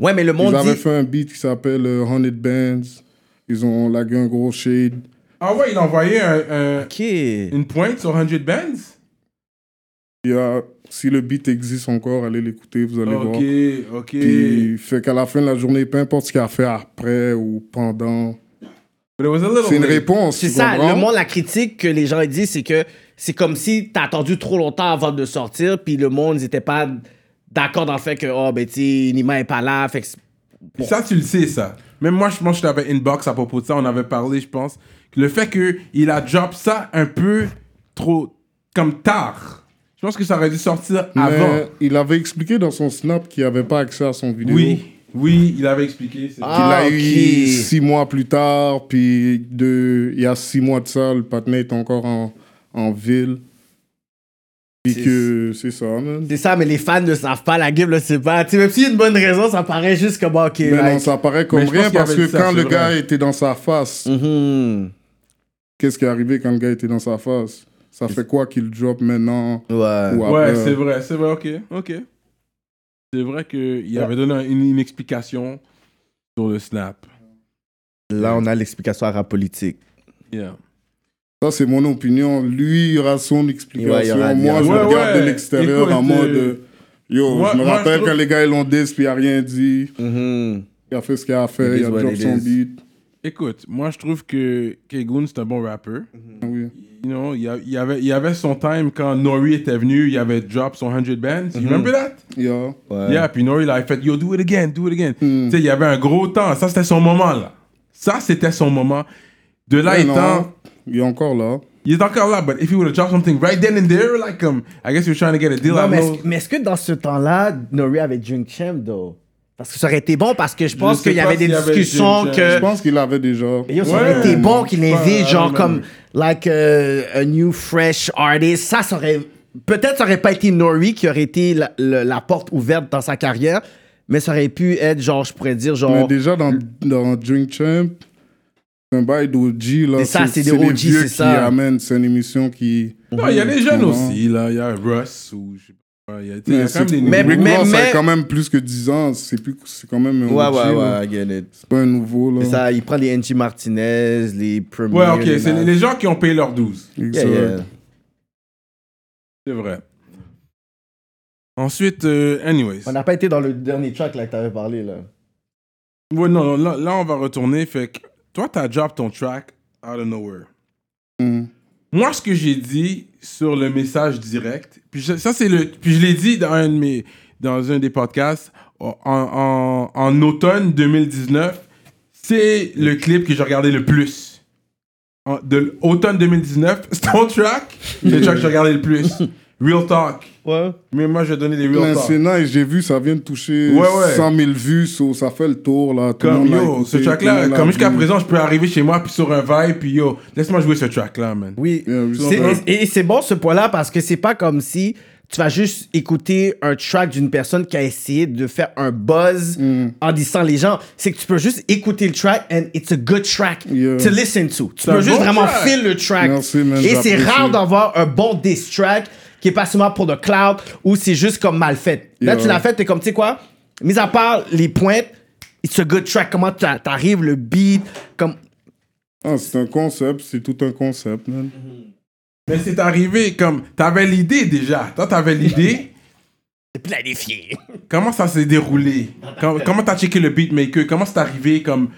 Ouais, mais le Ils monde avaient dit... fait un beat qui s'appelle euh, Haunted Bands. Ils ont lagué un gros shade. Ah ouais, il a envoyé un- un- Ok. une pointe sur 100 Bands. Il y a- si le beat existe encore, allez l'écouter, vous allez voir. Ok, ok. Puis, fait qu'à la fin de la journée, peu importe ce qu'il a fait après ou pendant, But it was a little c'est une late. réponse. C'est tu ça, comprends? le monde, la critique que les gens ils disent, c'est que c'est comme si t'as attendu trop longtemps avant de sortir, puis le monde n'était pas d'accord dans le fait que, oh, ben, tu sais, Nima est pas là, fait que c'est- Puis Ça, tu le sais, ça. Même moi, je pense que je t'avais inbox à propos de ça. On avait parlé, je pense. que Le fait qu'il a drop ça un peu trop. comme tard. Je pense que ça aurait dû sortir Mais avant. il avait expliqué dans son snap qu'il n'avait pas accès à son vidéo. Oui, oui, il avait expliqué. c'est Ah. Il l'a eu ok. six mois plus tard, puis de, il y a six mois de ça, le partenaire est encore en, en ville. Puis C'est- que c'est ça, man. c'est ça, mais les fans ne savent pas, la game, là, c'est pas. Tu sais, même s'il y a une bonne raison, ça paraît juste comme, ok, Mais non, like- ça paraît comme Mais je pense rien qu'il y parce avait que ça, quand c'est le vrai. gars était dans sa face, Mhm. qu'est-ce qui est arrivé quand le gars était dans sa face Ça fait quoi qu'il drop maintenant Ouais. ou Ouais, après c'est vrai, c'est vrai, ok, ok. C'est vrai qu'il avait donné un- une, une explication sur le snap. Là, on a l'explication à rap politique. Yeah. Ça, c'est mon opinion. Lui, il aura son explication. Ouais, il y aura- il y moi, aura- je Ouais, regarde ouais. de l'extérieur Écoute, en mode. euh, euh, Yo, moi- je me moi, je rappelle trouve- quand les gars ils l'ont dit, puis il a rien dit. Mm-hmm. Il a fait ce qu'il a à faire, It il is a what drop it son is. beat. Écoute, moi je trouve que Kegoon c'est un bon rappeur. Oui. You know, il, y a- il y avait, il y avait son time quand Nori était venu, il avait drop son 100 bands. You remember that? Yeah. Yeah, puis Nori, il avait fait Yo, do it again, do it again. Hmm. Tu sais, il y avait un gros temps. Ça, c'était son moment, là. Ça, c'était son moment. De là Mais étant. non, il est encore là. Il est encore là, but if he would have dropped something right then and there, like, um, I guess you're trying to get a deal Non, out mais of est-ce, mais est-ce que dans ce temps-là, Nori avait Junk Champ, though? Parce que ça aurait été bon, parce que je pense sais qu'il y pas avait des s'il y avait discussions Junk Champ. que. Je pense qu'il avait déjà. Yo, ça Ouais, aurait été bon qu'il ouais, invite, ouais, genre, ouais, comme, like, euh, a new fresh artist. Ça, ça aurait. Peut-être ça aurait pas été Nori qui aurait été la, le- la porte ouverte dans sa carrière, mais ça aurait pu être, genre, je pourrais dire, Mais genre. déjà dans, dans Drink Champ, c'est un bail d'OG. là. C'est ça, c'est des les OG, vieux c'est ça. qui amènent. C'est une émission qui. Non, il y a des jeunes Non. aussi, là. Il y a Russ ou je sais pas. Il y a, tu sais, il y a Mais quand même c'est- des Mais- nouveaux. Rick mais- Ross mais- a quand même plus que 10 ans. C'est plus- c'est quand même un OG. là. I get it. C'est pas un nouveau. là. Mais ça, il prend les NG Martinez, les premiers. Ouais, ok, c'est les, les gens qui ont payé leurs 12. Yeah, Exact. yeah. C'est vrai. Ensuite, euh, anyways. On n'a pas été dans le dernier track, là, que t'avais parlé, là. Ouais, non, non, là, là, on va retourner. Fait que toi, t'as drop ton track out of nowhere. Mm. Moi, ce que j'ai dit sur le message direct, puis je- ça, c'est le. Puis je l'ai dit dans un, de mes, dans un des podcasts, en, en- en automne 2019, c'est le clip que j'ai regardé le plus. En- de l'automne 2019, c'est ton track, c'est le track que j'ai regardé le plus. Real Talk. Ouais. Mais moi, je donnais des Real Talk. L'incénat, j'ai vu, ça vient de toucher Ouais, ouais. 100 000 vues, so ça fait le tour là. Tout le Comme monde l'a yo, écouté, ce tout le track-là, monde l'a comme jusqu'à vu. présent, je peux arriver chez moi, puis sur un vibe, puis yo, laisse-moi jouer ce track-là, man. Oui. Yeah, euh, oui, C'est- ça ben- va. et et c'est bon ce point-là parce que c'est pas comme si tu vas juste écouter un track d'une personne qui a essayé de faire un buzz Mm. en disant les gens. C'est que tu peux juste écouter le track and it's a good track Yeah. to listen to. Tu un peux juste bon vraiment track. feel le track. Merci, man, et c'est j'apprécie. rare d'avoir un bon diss track qui est pas seulement pour le cloud ou c'est juste comme mal fait. Là, Yeah. tu l'as fait, t'es comme, tu sais quoi, mis à part les pointes, it's a good track. Comment t'a- t'arrives, le beat, comme. Ah, c'est un concept, c'est tout un concept, man. Mais c'est arrivé comme. T'avais l'idée déjà. Toi, t'avais l'idée. Planifié. Comment ça s'est déroulé Com- Comment t'as checké le beatmaker Comment c'est arrivé comme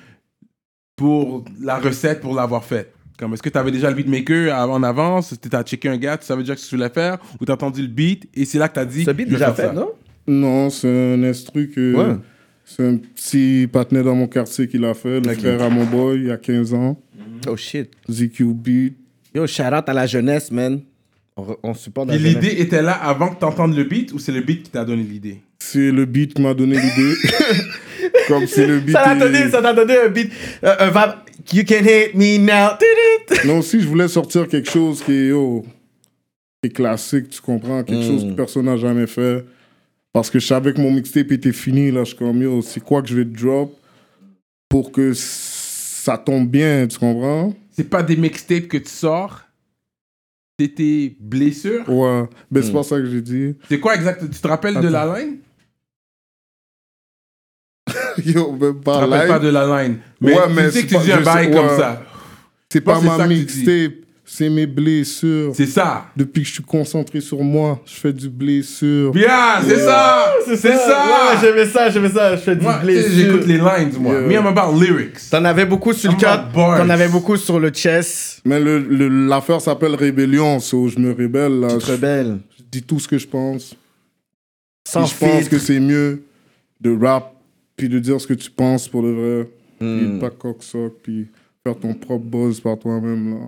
pour la recette, pour l'avoir faite Comme est-ce que tu avais déjà le beatmaker av- en avance, tu as checké un gars, tu savais déjà que tu voulais faire, ou tu as entendu le beat et c'est là que tu as dit. Ce beat je vais déjà faire fait, ça. non? Non, c'est un instru que. Ouais. C'est un petit partenaire dans mon quartier qui l'a fait, le frère à mon boy, il y a 15 ans. Oh shit. ZQ Beat. Yo, shout out à la jeunesse, man. On, re- on supporte la Et jeunesse. l'idée était là avant que tu entendes le beat ou c'est le beat qui t'a donné l'idée C'est le beat qui m'a donné l'idée. Comme si le beat. Ça t'a est- donné, ça t'a donné un beat, euh, un vibe. You can hate me now. Non, aussi, je voulais sortir quelque chose qui est, oh, qui est classique, tu comprends, quelque chose Hmm. que personne n'a jamais fait. Parce que je savais que mon mixtape était fini, là, je suis comme, yo, c'est quoi que je vais drop pour que ça tombe bien, tu comprends? C'est pas des mixtapes que tu sors, c'est tes blessures. Ouais, ben Hmm. c'est pas ça que j'ai dit. C'est quoi exact Tu te rappelles de la line Yo, ben Je me pas rappelle live, pas de la line. Mais Ouais, tu mais sais que c'est tu pas- dis un je bail sais- comme ouais. ça. c'est pas c'est ça ma que tu dis. mixtape, c'est mes blessures. C'est ça. Depuis que je suis concentré sur moi, je fais du blessure. Bien, c'est ça. C'est ça. Ouais, j'aimais ça, j'aimais ça. Je fais du Moi, tu sais, blessure. j'écoute les lines, moi. Yeah. Me, I'm about lyrics. T'en avais beaucoup sur I'm le cœur, about bars. t'en avais beaucoup sur le chest. Mais le- le- l'affaire s'appelle rébellion, so je me rébelle, là. Tu te Je- rebelles. je dis tout ce que je pense. Sans Puis je pense filtre. que c'est mieux de rap puis de dire ce que tu penses pour le vrai, puis Hmm. de pas cocksock, puis faire ton propre buzz par toi-même. là.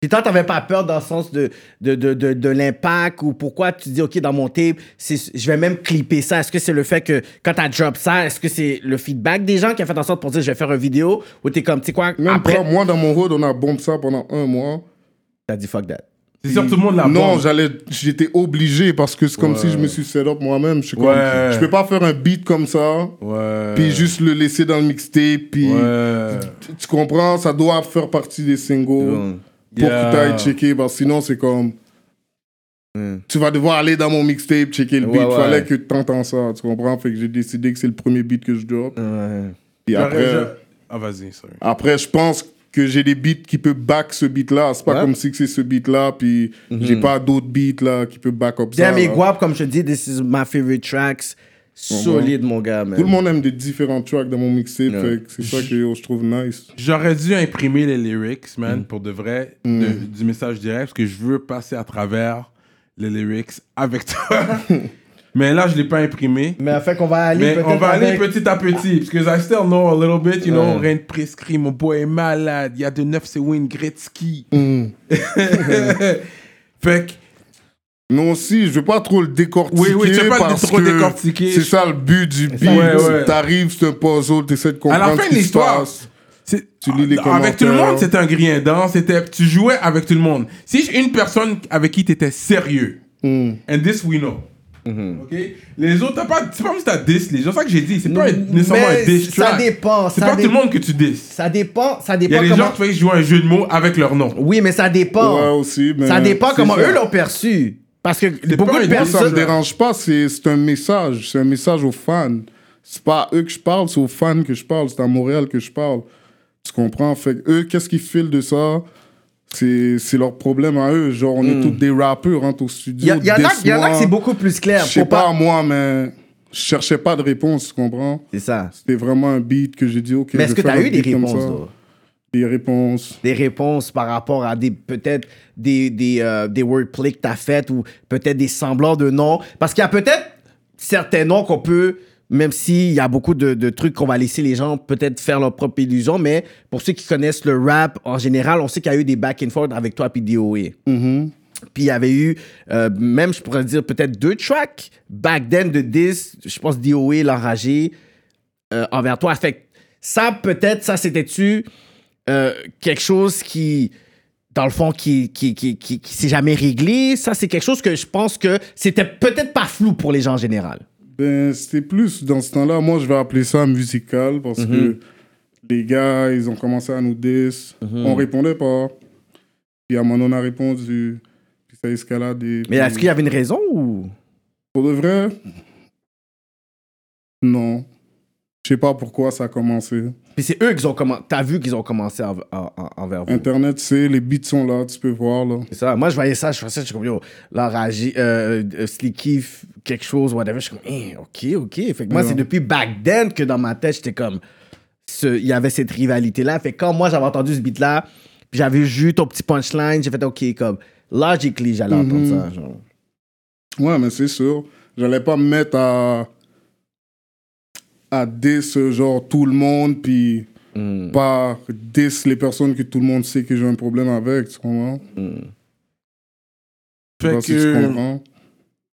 Puis toi, t'avais pas peur dans le sens de, de, de, de, de l'impact ou pourquoi tu dis, OK, dans mon tape, c'est- je vais même clipper ça. Est-ce que c'est le fait que quand t'as drop ça, est-ce que c'est le feedback des gens qui a fait en sorte pour dire, je vais faire une vidéo ou t'es comme, tu sais quoi, Même après, pas, moi, dans mon road, on a bombé ça pendant un mois. t'as dit fuck that. C'est sûr, tout le monde l'a Non, bombe. j'allais, j'étais obligé parce que c'est comme si je me suis set up moi-même. Je, suis comme, Ouais. je peux pas faire un beat comme ça, Ouais. puis juste le laisser dans le mixtape, puis Ouais. tu- tu comprends, ça doit faire partie des singles. pour Yeah. que tu ailles checker, parce que sinon, c'est comme. Tu vas devoir aller dans mon mixtape, checker le Mm. Ouais, beat. ouais. Fallait que tu entends ça, tu comprends? Fait que j'ai décidé que c'est le premier beat que je drop. Mm. Ouais. Et après, J'aurais- Ah, vas-y, sorry. après, je pense que j'ai des beats qui peuvent back ce beat-là. C'est pas Ouais. Mm-hmm. comme si que c'est ce beat-là, puis j'ai pas d'autres beats là qui peuvent back up ça. Damn, et là. Guap, comme je te dis, this is my favorite tracks. Solide, mon gars, man. Tout le monde aime des différents tracks dans mon mixtape. Ouais. fait que C'est ça que yo, je trouve nice. J'aurais dû imprimer les lyrics, man, pour de vrai, de- du message direct, parce que je veux passer à travers les lyrics avec toi. Mais là, je l'ai pas imprimé. Mais fait qu'on va aller Mais peut-être on va aller avec- petit à petit, parce que I still know a little bit, you know, Ouais. rien de prescrit, mon boy est malade, il y a de neuf, c'est Wayne Gretzky. Mm. fait que, Non, si, je veux pas trop le décortiquer. Oui, oui, tu veux pas le parce trop que décortiquer. C'est ça le but du beat. Ouais, ouais. T'arrives, c'est un puzzle, t'essaies de à comprendre. la fin de ce qui se l'histoire, passe. c'est- Tu lis les avec tout le commentaires. monde, c'était un grien dent, c'était, tu jouais avec tout le monde. Si j'ai une personne avec qui t'étais sérieux, Mm. and this we know. Mm-hmm. OK? Les autres, t'as pas, c'est pas comme si t'as diss les gens. C'est ça que j'ai dit. C'est pas Mais nécessairement un diss ça track. dépend, C'est ça pas tout le dépend. monde que tu diss. Ça dépend, ça Il y a dépend des comment... gens, tu vois, qui jouent un jeu de mots avec leur nom. Oui, mais ça Oh. dépend. Ouais, aussi, mais ça dépend c'est comment ça. eux l'ont perçu. Parce que C'est beaucoup pas de une Moi, ça me personnes... dérange pas, c'est c'est un message. C'est un message aux fans. C'est pas à eux que je parle, c'est aux fans que je parle. C'est à Montréal que je parle. Tu comprends? Fait que eux, qu'est-ce qu'ils filent de ça? C'est c'est leur problème à eux. Genre, on Hmm. est tous des rappeurs, rentre au Il y, studio. a- y en a- y en a déce-moi. que c'est beaucoup plus clair. Je sais Faut pas, moi, mais je cherchais pas de réponse, tu comprends? C'est ça. C'était vraiment un beat que j'ai dit, OK. Mais est-ce je vais que tu as faire eu un des beat comme réponses, ça. là? Des réponses. Des réponses par rapport à des peut-être des, des, euh, des wordplay que tu as faites ou peut-être des semblants de noms. Parce qu'il y a peut-être certains noms qu'on peut, même s'il y a beaucoup de, de trucs qu'on va laisser les gens peut-être faire leur propre illusion, mais pour ceux qui connaissent le rap en général, on sait qu'il y a eu des back and forth avec toi puis DOE. Puis il y avait eu, euh, même je pourrais dire peut-être deux tracks back then de 10, je pense DOE, l'enragé, euh, envers toi. Fait que ça, peut-être, ça c'était-tu euh, quelque chose qui, dans le fond, qui, qui, qui, qui, qui s'est jamais réglé. Ça, c'est quelque chose que je pense que c'était peut-être pas flou pour les gens en général. Ben, c'était plus dans ce temps-là. Moi, je vais appeler ça musical Mhm. parce que les gars, ils ont commencé à nous diss. Mhm. On répondait pas. Puis à un moment, on a répondu. Puis ça escalade. et- Mais est-ce qu'il y avait une raison ou. Pour de vrai, non. Je sais pas pourquoi ça a commencé. Puis c'est eux qui ont commencé. T'as vu qu'ils ont commencé en- en- en- envers vous. Internet, c'est les beats sont là, tu peux voir là. C'est ça. Moi, je voyais ça, je pensais, je suis comme, yo, l'enragé, euh, euh, Slicky, f- quelque chose, whatever. Je suis comme, eh, ok, ok. Fait que moi, Ouais. c'est depuis back then que dans ma tête, j'étais comme, ce- il y avait cette rivalité-là. Fait que quand moi, j'avais entendu ce beat-là, Puis j'avais vu ton petit punchline, j'ai fait OK, comme logically, j'allais Mhm. entendre ça. Genre. Ouais, mais c'est sûr. J'allais pas me mettre à. à diss euh, genre tout le monde, puis Mm. pas diss les personnes que tout le monde sait que j'ai un problème avec, tu comprends? Je sais Fait pas si tu que comprends.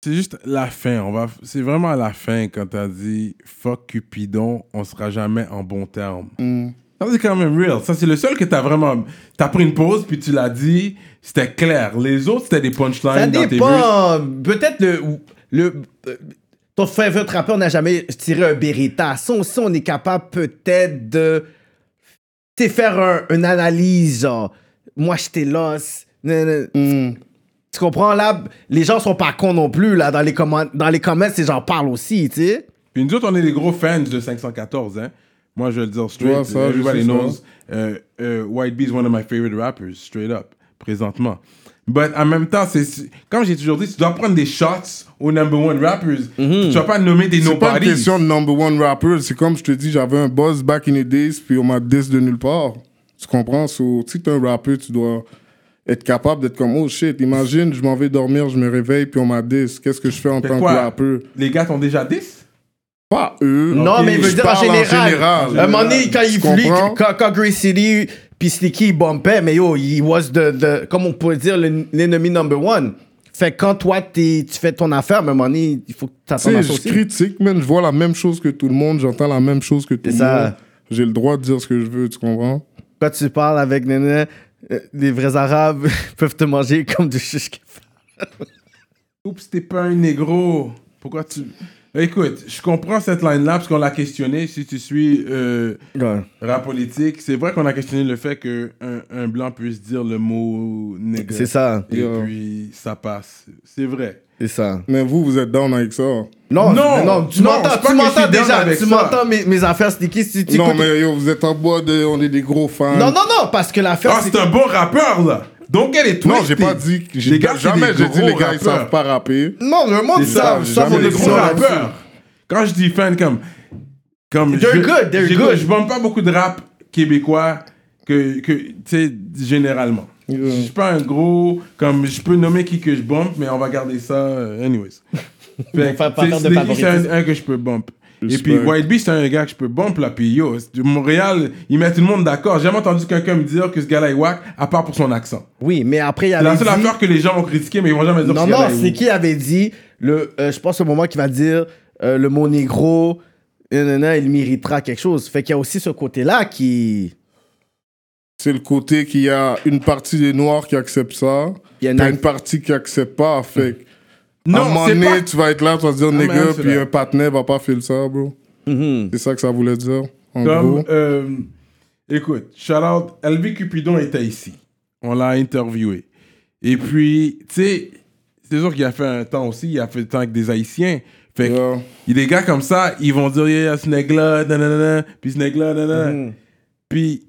c'est juste la fin. On va, c'est vraiment la fin quand t'as dit fuck Cupidon, on sera jamais en bon terme. Mm. Ça c'est quand même real. Ça c'est le seul que t'as vraiment, t'as pris une pause puis tu l'as dit, c'était clair. Les autres c'était des punchlines Ça dans tes verses. dépend. Peut-être le. le euh, ton favorite rappeur n'a jamais tiré un Beretta. Ça aussi, on est capable peut-être de. Tu sais, faire un- une analyse. genre, Moi, j'étais lost. Nan, nan. Hmm. Mm. Tu comprends? Là, les gens sont pas cons non plus. Là, dans les, comment- dans les comments, ces gens parlent aussi, tu sais. Puis nous autres on est des gros fans de 514 hein. Moi je vais le dire straight. Ouais, ça, je everybody sais ça. knows. euh, euh, White Bee is one of my favorite rappers straight up présentement. But en même temps c'est, comme j'ai toujours dit, tu dois prendre des shots aux number one rappers. Tu vas pas nommer des Mm-hmm. C'est pas une nobodies. question de number one rapper, c'est comme je te dis, j'avais un buzz back in the days, puis on m'a diss de nulle part. Tu comprends? So, si t'es un rappeur, tu dois être capable d'être comme, oh shit, imagine, je m'en vais dormir, je me réveille, puis on m'a diss. Qu'est-ce que je fais en Fait tant quoi? que rappeur? Les gars t'ont déjà 10 Pas eux. Non, mais il veut je dire en parle général. général. euh, À un moment donné, quand il Tu flic, comprends? quand, quand Grey City puis Slicky ils bumpaient, mais yo, il was the, the- comme on pourrait dire, le- l'ennemi number one. Fait que quand toi, t'es- tu fais ton affaire, mais à un moment donné, il faut que tu Tu Ah, t'attendes sais, à ça je aussi. critique, man. Je vois la même chose que tout le monde. J'entends la même chose que tout le C'est ça. monde. J'ai le droit de dire ce que je veux, tu comprends? Quand tu parles avec Nene, euh, les vrais Arabes peuvent te manger comme du shish kebab. Oups, t'es pas un négro. Pourquoi tu. Écoute, je comprends cette line-là parce qu'on l'a questionné. Si tu suis euh, rap politique, c'est vrai qu'on a questionné le fait qu'un un blanc puisse dire le mot nègre. C'est ça, Et Yeah. puis ça passe. C'est vrai. c'est ça. Mais vous, vous êtes down avec ça. Non, Non, non, non tu non, m'entends, c'est pas tu que je m'entends suis down déjà, avec tu ça. m'entends mes, mes affaires Slicky, si tu non, écoutes- mais euh, yo, vous êtes en bois de. On est des gros fans. Non, non, non, parce que l'affaire, Ah, c'est c'est un bon rappeur, là. Donc elle est Non, twisted. j'ai pas dit. que- j'ai- Les gars, c'est jamais des j'ai dit gros les gars, ils rappeurs. savent pas rapper. Non, le monde C'est ça, savent, j'ai savent jamais C'est des dit gros ça. rappeurs. Quand je dis fan, comme. comme They're je, good, they're j'ai- good. Je vends pas beaucoup de rap québécois que, que tu sais, généralement. Je suis pas un gros. Comme je peux nommer qui que je bump, mais on va garder ça. euh, anyways. Fait Faut pas que, tu sais, faire de Sneaky, c'est favoritisme. un, un que je peux bump. Et Respect. puis White Bee, c'est un gars que je peux bump là. Puis yo, c'est- Montréal, ils mettent tout le monde d'accord. J'ai jamais entendu quelqu'un me dire que ce gars-là est whack, à part pour son accent. Oui, mais après, il y C'est avait la seule dit... affaire que les gens vont critiquer, mais ils vont jamais dire Non, ce non, gars-là est c'est whack. qui avait dit, le, euh, je pense au moment qu'il va dire euh, le mot négro, nanana, il méritera quelque chose. Fait qu'il y a aussi ce côté-là qui... C'est le côté qu'il y a une partie des noirs qui acceptent ça. Il y en T'as a- une partie qui accepte pas. Fait que, à un Mm. Non, moment c'est donné, pas tu vas être là, tu vas dire mais nigga, c'est puis là. un partenaire va pas faire ça, bro. Mhm. C'est ça que ça voulait dire. En Comme, gros. euh, écoute, shout-out, LV Cupidon était ici. On l'a interviewé. Et puis, tu sais, c'est sûr qu'il a fait un temps aussi, il a fait le temps avec des Haïtiens. Fait que, Yeah. il y a des gars comme ça, ils vont dire, yeah, ce nègre-là, nanana, puis ce nègre-là, nanana. Mm. Puis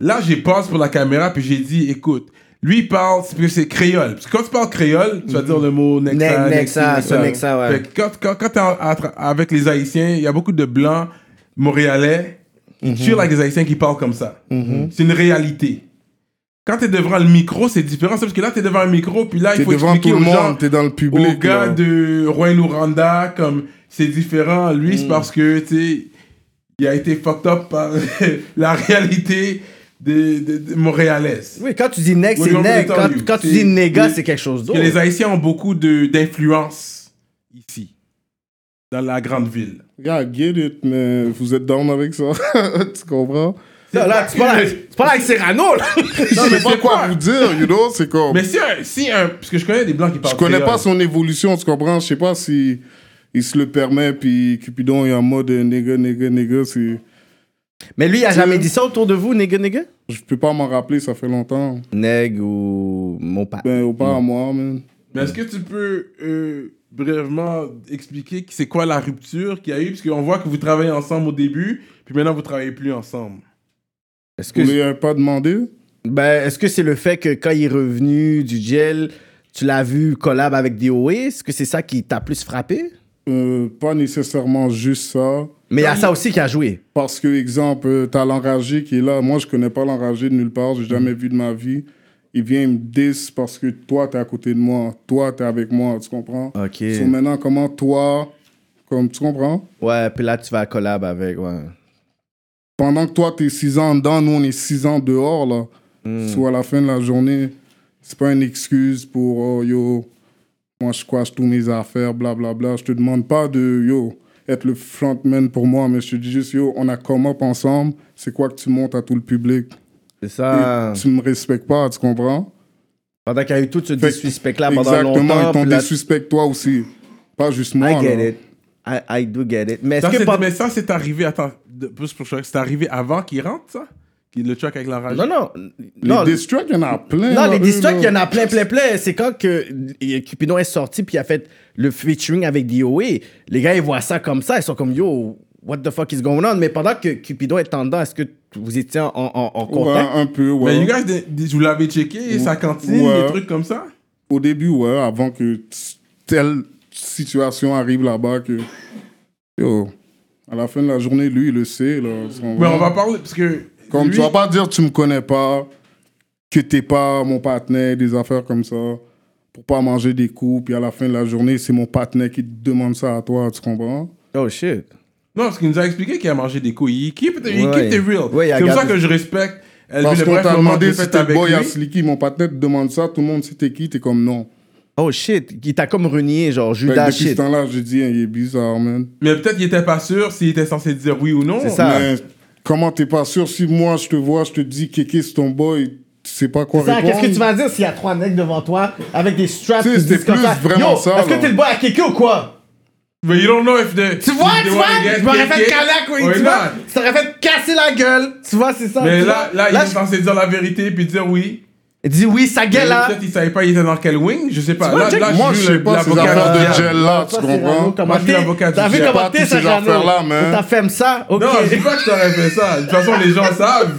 là, j'ai passe pour la caméra, puis j'ai dit, écoute, lui, il parle, parce que c'est créole. Parce que quand tu parles créole, tu vas dire le mot nexa, Neg- nexa, nexa, ce nexa, ouais. Fait que quand, quand, quand t'es en- à tra- avec les Haïtiens, il y a beaucoup de blancs montréalais Mhm. qui tuent avec les Haïtiens qui parlent comme ça. C'est une réalité. Quand t'es devant le micro, c'est différent. C'est parce que là, t'es devant un micro, puis là, il T'es faut devant expliquer tout le aux gens monde, t'es dans le public. au gars là. de Roy Louranda, comme c'est différent. Lui, Mm. c'est parce que, tu sais, il a été fucked up par la réalité de, de, de montréalaise. Oui, quand tu dis nègre, Oui, c'est on nègre. prétend, Quand, you. quand tu C'est- dis néga, les- c'est quelque chose Que d'autre. Oh. les Haïtiens ont beaucoup de- d'influence ici, dans la grande ville. Yeah, I get it, mais vous êtes down avec ça. tu comprends? Là, là, tu parles avec- tu parles avec Cyrano, là. Non, mais je sais pas c'est quoi quoi? vous dire, you know? C'est comme. Mais si un, si un. Parce que je connais des Blancs qui parlent. je connais créole. pas son évolution, tu comprends? Je sais pas si il se le permet, puis Cupidon est en mode euh, nigga, nigga, nigga. c'est- Mais lui, il a jamais dit ça autour de vous, néga, néga? Je peux pas m'en rappeler, ça fait longtemps. Nègre ou mon père. Ben, au pas à moi, man. Mais est-ce que tu peux euh, brièvement expliquer c'est quoi la rupture qu'il y a eu Parce qu'on voit que vous travaillez ensemble au début, puis maintenant vous travaillez plus ensemble. Est-ce Vous que l'avez pas demandé? Ben, est-ce que c'est le fait que quand il est revenu du gel, tu l'as vu collab avec DOA? Est-ce que c'est ça qui t'a plus frappé? Euh, pas nécessairement juste ça. Mais il y a ça aussi qui a joué. Parce que, exemple, euh, t'as l'enragé qui est là. Moi, je connais pas l'enragé de nulle part. J'ai jamais vu de ma vie. Il vient, il me diss parce que toi, t'es à côté de moi. Toi, t'es avec moi. Tu comprends? Ok. So, maintenant, comment toi, comme tu comprends? Ouais, puis là, tu vas collab avec, ouais. Pendant que toi, t'es 6 ans dedans, nous, on est 6 ans dehors, là. Mm. Hmm, Soit à la fin de la journée, c'est pas une excuse pour, oh, yo, moi, je crois, je tous mes affaires, blablabla. Je te demande pas de, yo, être le frontman pour moi, mais je te dis juste, yo, on a come up ensemble, c'est quoi que tu montes à tout le public? C'est Et ça. Tu me respectes pas, tu comprends? Pendant qu'il y a eu tout ce disrespect-là pendant Exactement, longtemps. ils t'ont puis là- désuspect toi aussi. Pas juste moi, I get là. it. I, I do get it. Mais est-ce Ça, que... c'est- pas- Mais ça, c'est arrivé. Attends, de- plus pour c'est arrivé avant qu'il rentre, ça Qu'il- Le track avec la rage Non, non. Les non, diss tracks, il y en a plein. Non, là, les eux, là. distracts, il y en a plein, plein, plein. C'est quand que euh, Cupidon est sorti puis il a fait le featuring avec DOA, les gars, ils voient ça comme ça. Ils sont comme, yo, what the fuck is going on? Mais pendant que Cupidon est en dedans, est-ce que t- vous étiez en, en- en- en Ouais, contact? un peu, ouais. Mais you guys, des- des- vous l'avez checké, sa cantine, Ouais. des trucs comme ça Au début, ouais, avant que t- telle situation arrive là-bas, que. Yo, à la fin de la journée, lui, il le sait, là. son- Mais on va parler, parce que. Comme lui- tu vas pas dire tu me connais pas, que t'es pas mon partenaire, des affaires comme ça, pour pas manger des coups, puis à la fin de la journée, c'est mon partenaire qui te demande ça à toi, tu comprends? Oh shit. Non, parce qu'il nous a expliqué qu'il a mangé des couilles. Il keep, it- he Ouais. keep it real. Ouais, il a c'est comme ça gardé- que je respecte. Elle Parce veut le qu'on bref t'a moment demandé de si fête t'es avec boy lui. à Slicky, mon partenaire te demande ça, tout le monde sait t'es qui, t'es comme non. Oh shit. Il t'a comme renié, genre, Fait que Judas Ben, depuis ce shit. temps-là, j'ai dit, il est bizarre, man. Mais peut-être qu'il était pas sûr s'il était censé dire oui ou non. C'est ça. Ah. Mais comment t'es pas sûr si moi je te vois, je te dis Kéké c'est ton boy, tu sais pas quoi Ça, répondre Qu'est-ce que tu vas dire s'il y a trois necks devant toi avec des straps Tu sais, qui disent c'était comme plus ça, vraiment Yo, ça, Est-ce que là. t'es le boy à Kéké ou quoi? Mais you don't know if the. Tu vois, if tu they vois, wanna get je m'aurais fait kicked. calac, oui, Or tu vois, not. ça aurait fait casser la gueule, tu vois, c'est ça. Mais tu là, vois. là, il est je- censé dire la vérité puis dire oui. Dis oui, sa Mais gueule, hein. là. Peut-être qu'il savait pas il était dans quel wing, je sais pas. Tu vois, là, Jack- là, Moi, joue je sais le- pas ces l'avocat affaires du de diable. gel là, tu Toi, c'est Rano, comprends comment Moi, je suis t'es- l'avocat du T'as vu diable. comment Pas t'es, tous ces Serrano? affaires-là, man. T'as fait ça? Ok. Non, je dis pas que t'aurais fait ça. De toute façon, les gens savent.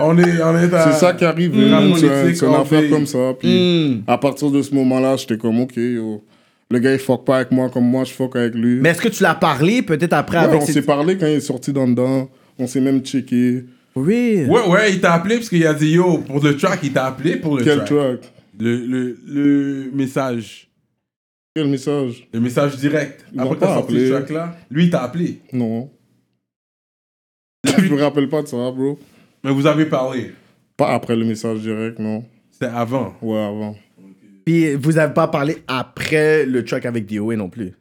On est, on est à... C'est ça qui arrive, la hein, Mm. c'est un- politique, c'est une on affaire fait- Mm. comme ça. Puis à partir de ce moment-là, j'étais comme ok, yo, le gars il fuck pas avec moi comme moi je fuck avec lui. Mais est-ce que tu l'as parlé peut-être après Ouais, avec on s'est parlé quand il est sorti dans dedans, on s'est même checké. Oui. Ouais, ouais, il t'a appelé parce qu'il a dit yo, pour le track, il t'a appelé pour le Quel track. track Le, le, le message. Quel message Le message direct. Ils Après l'ont que t'as pas sorti appelé. ce track-là, lui, il t'a appelé. Non. je me rappelle pas de ça, bro. Mais vous avez parlé. Pas après le message direct, non. C'était avant. Ouais, avant. Puis vous avez pas parlé après le track avec DOA non plus.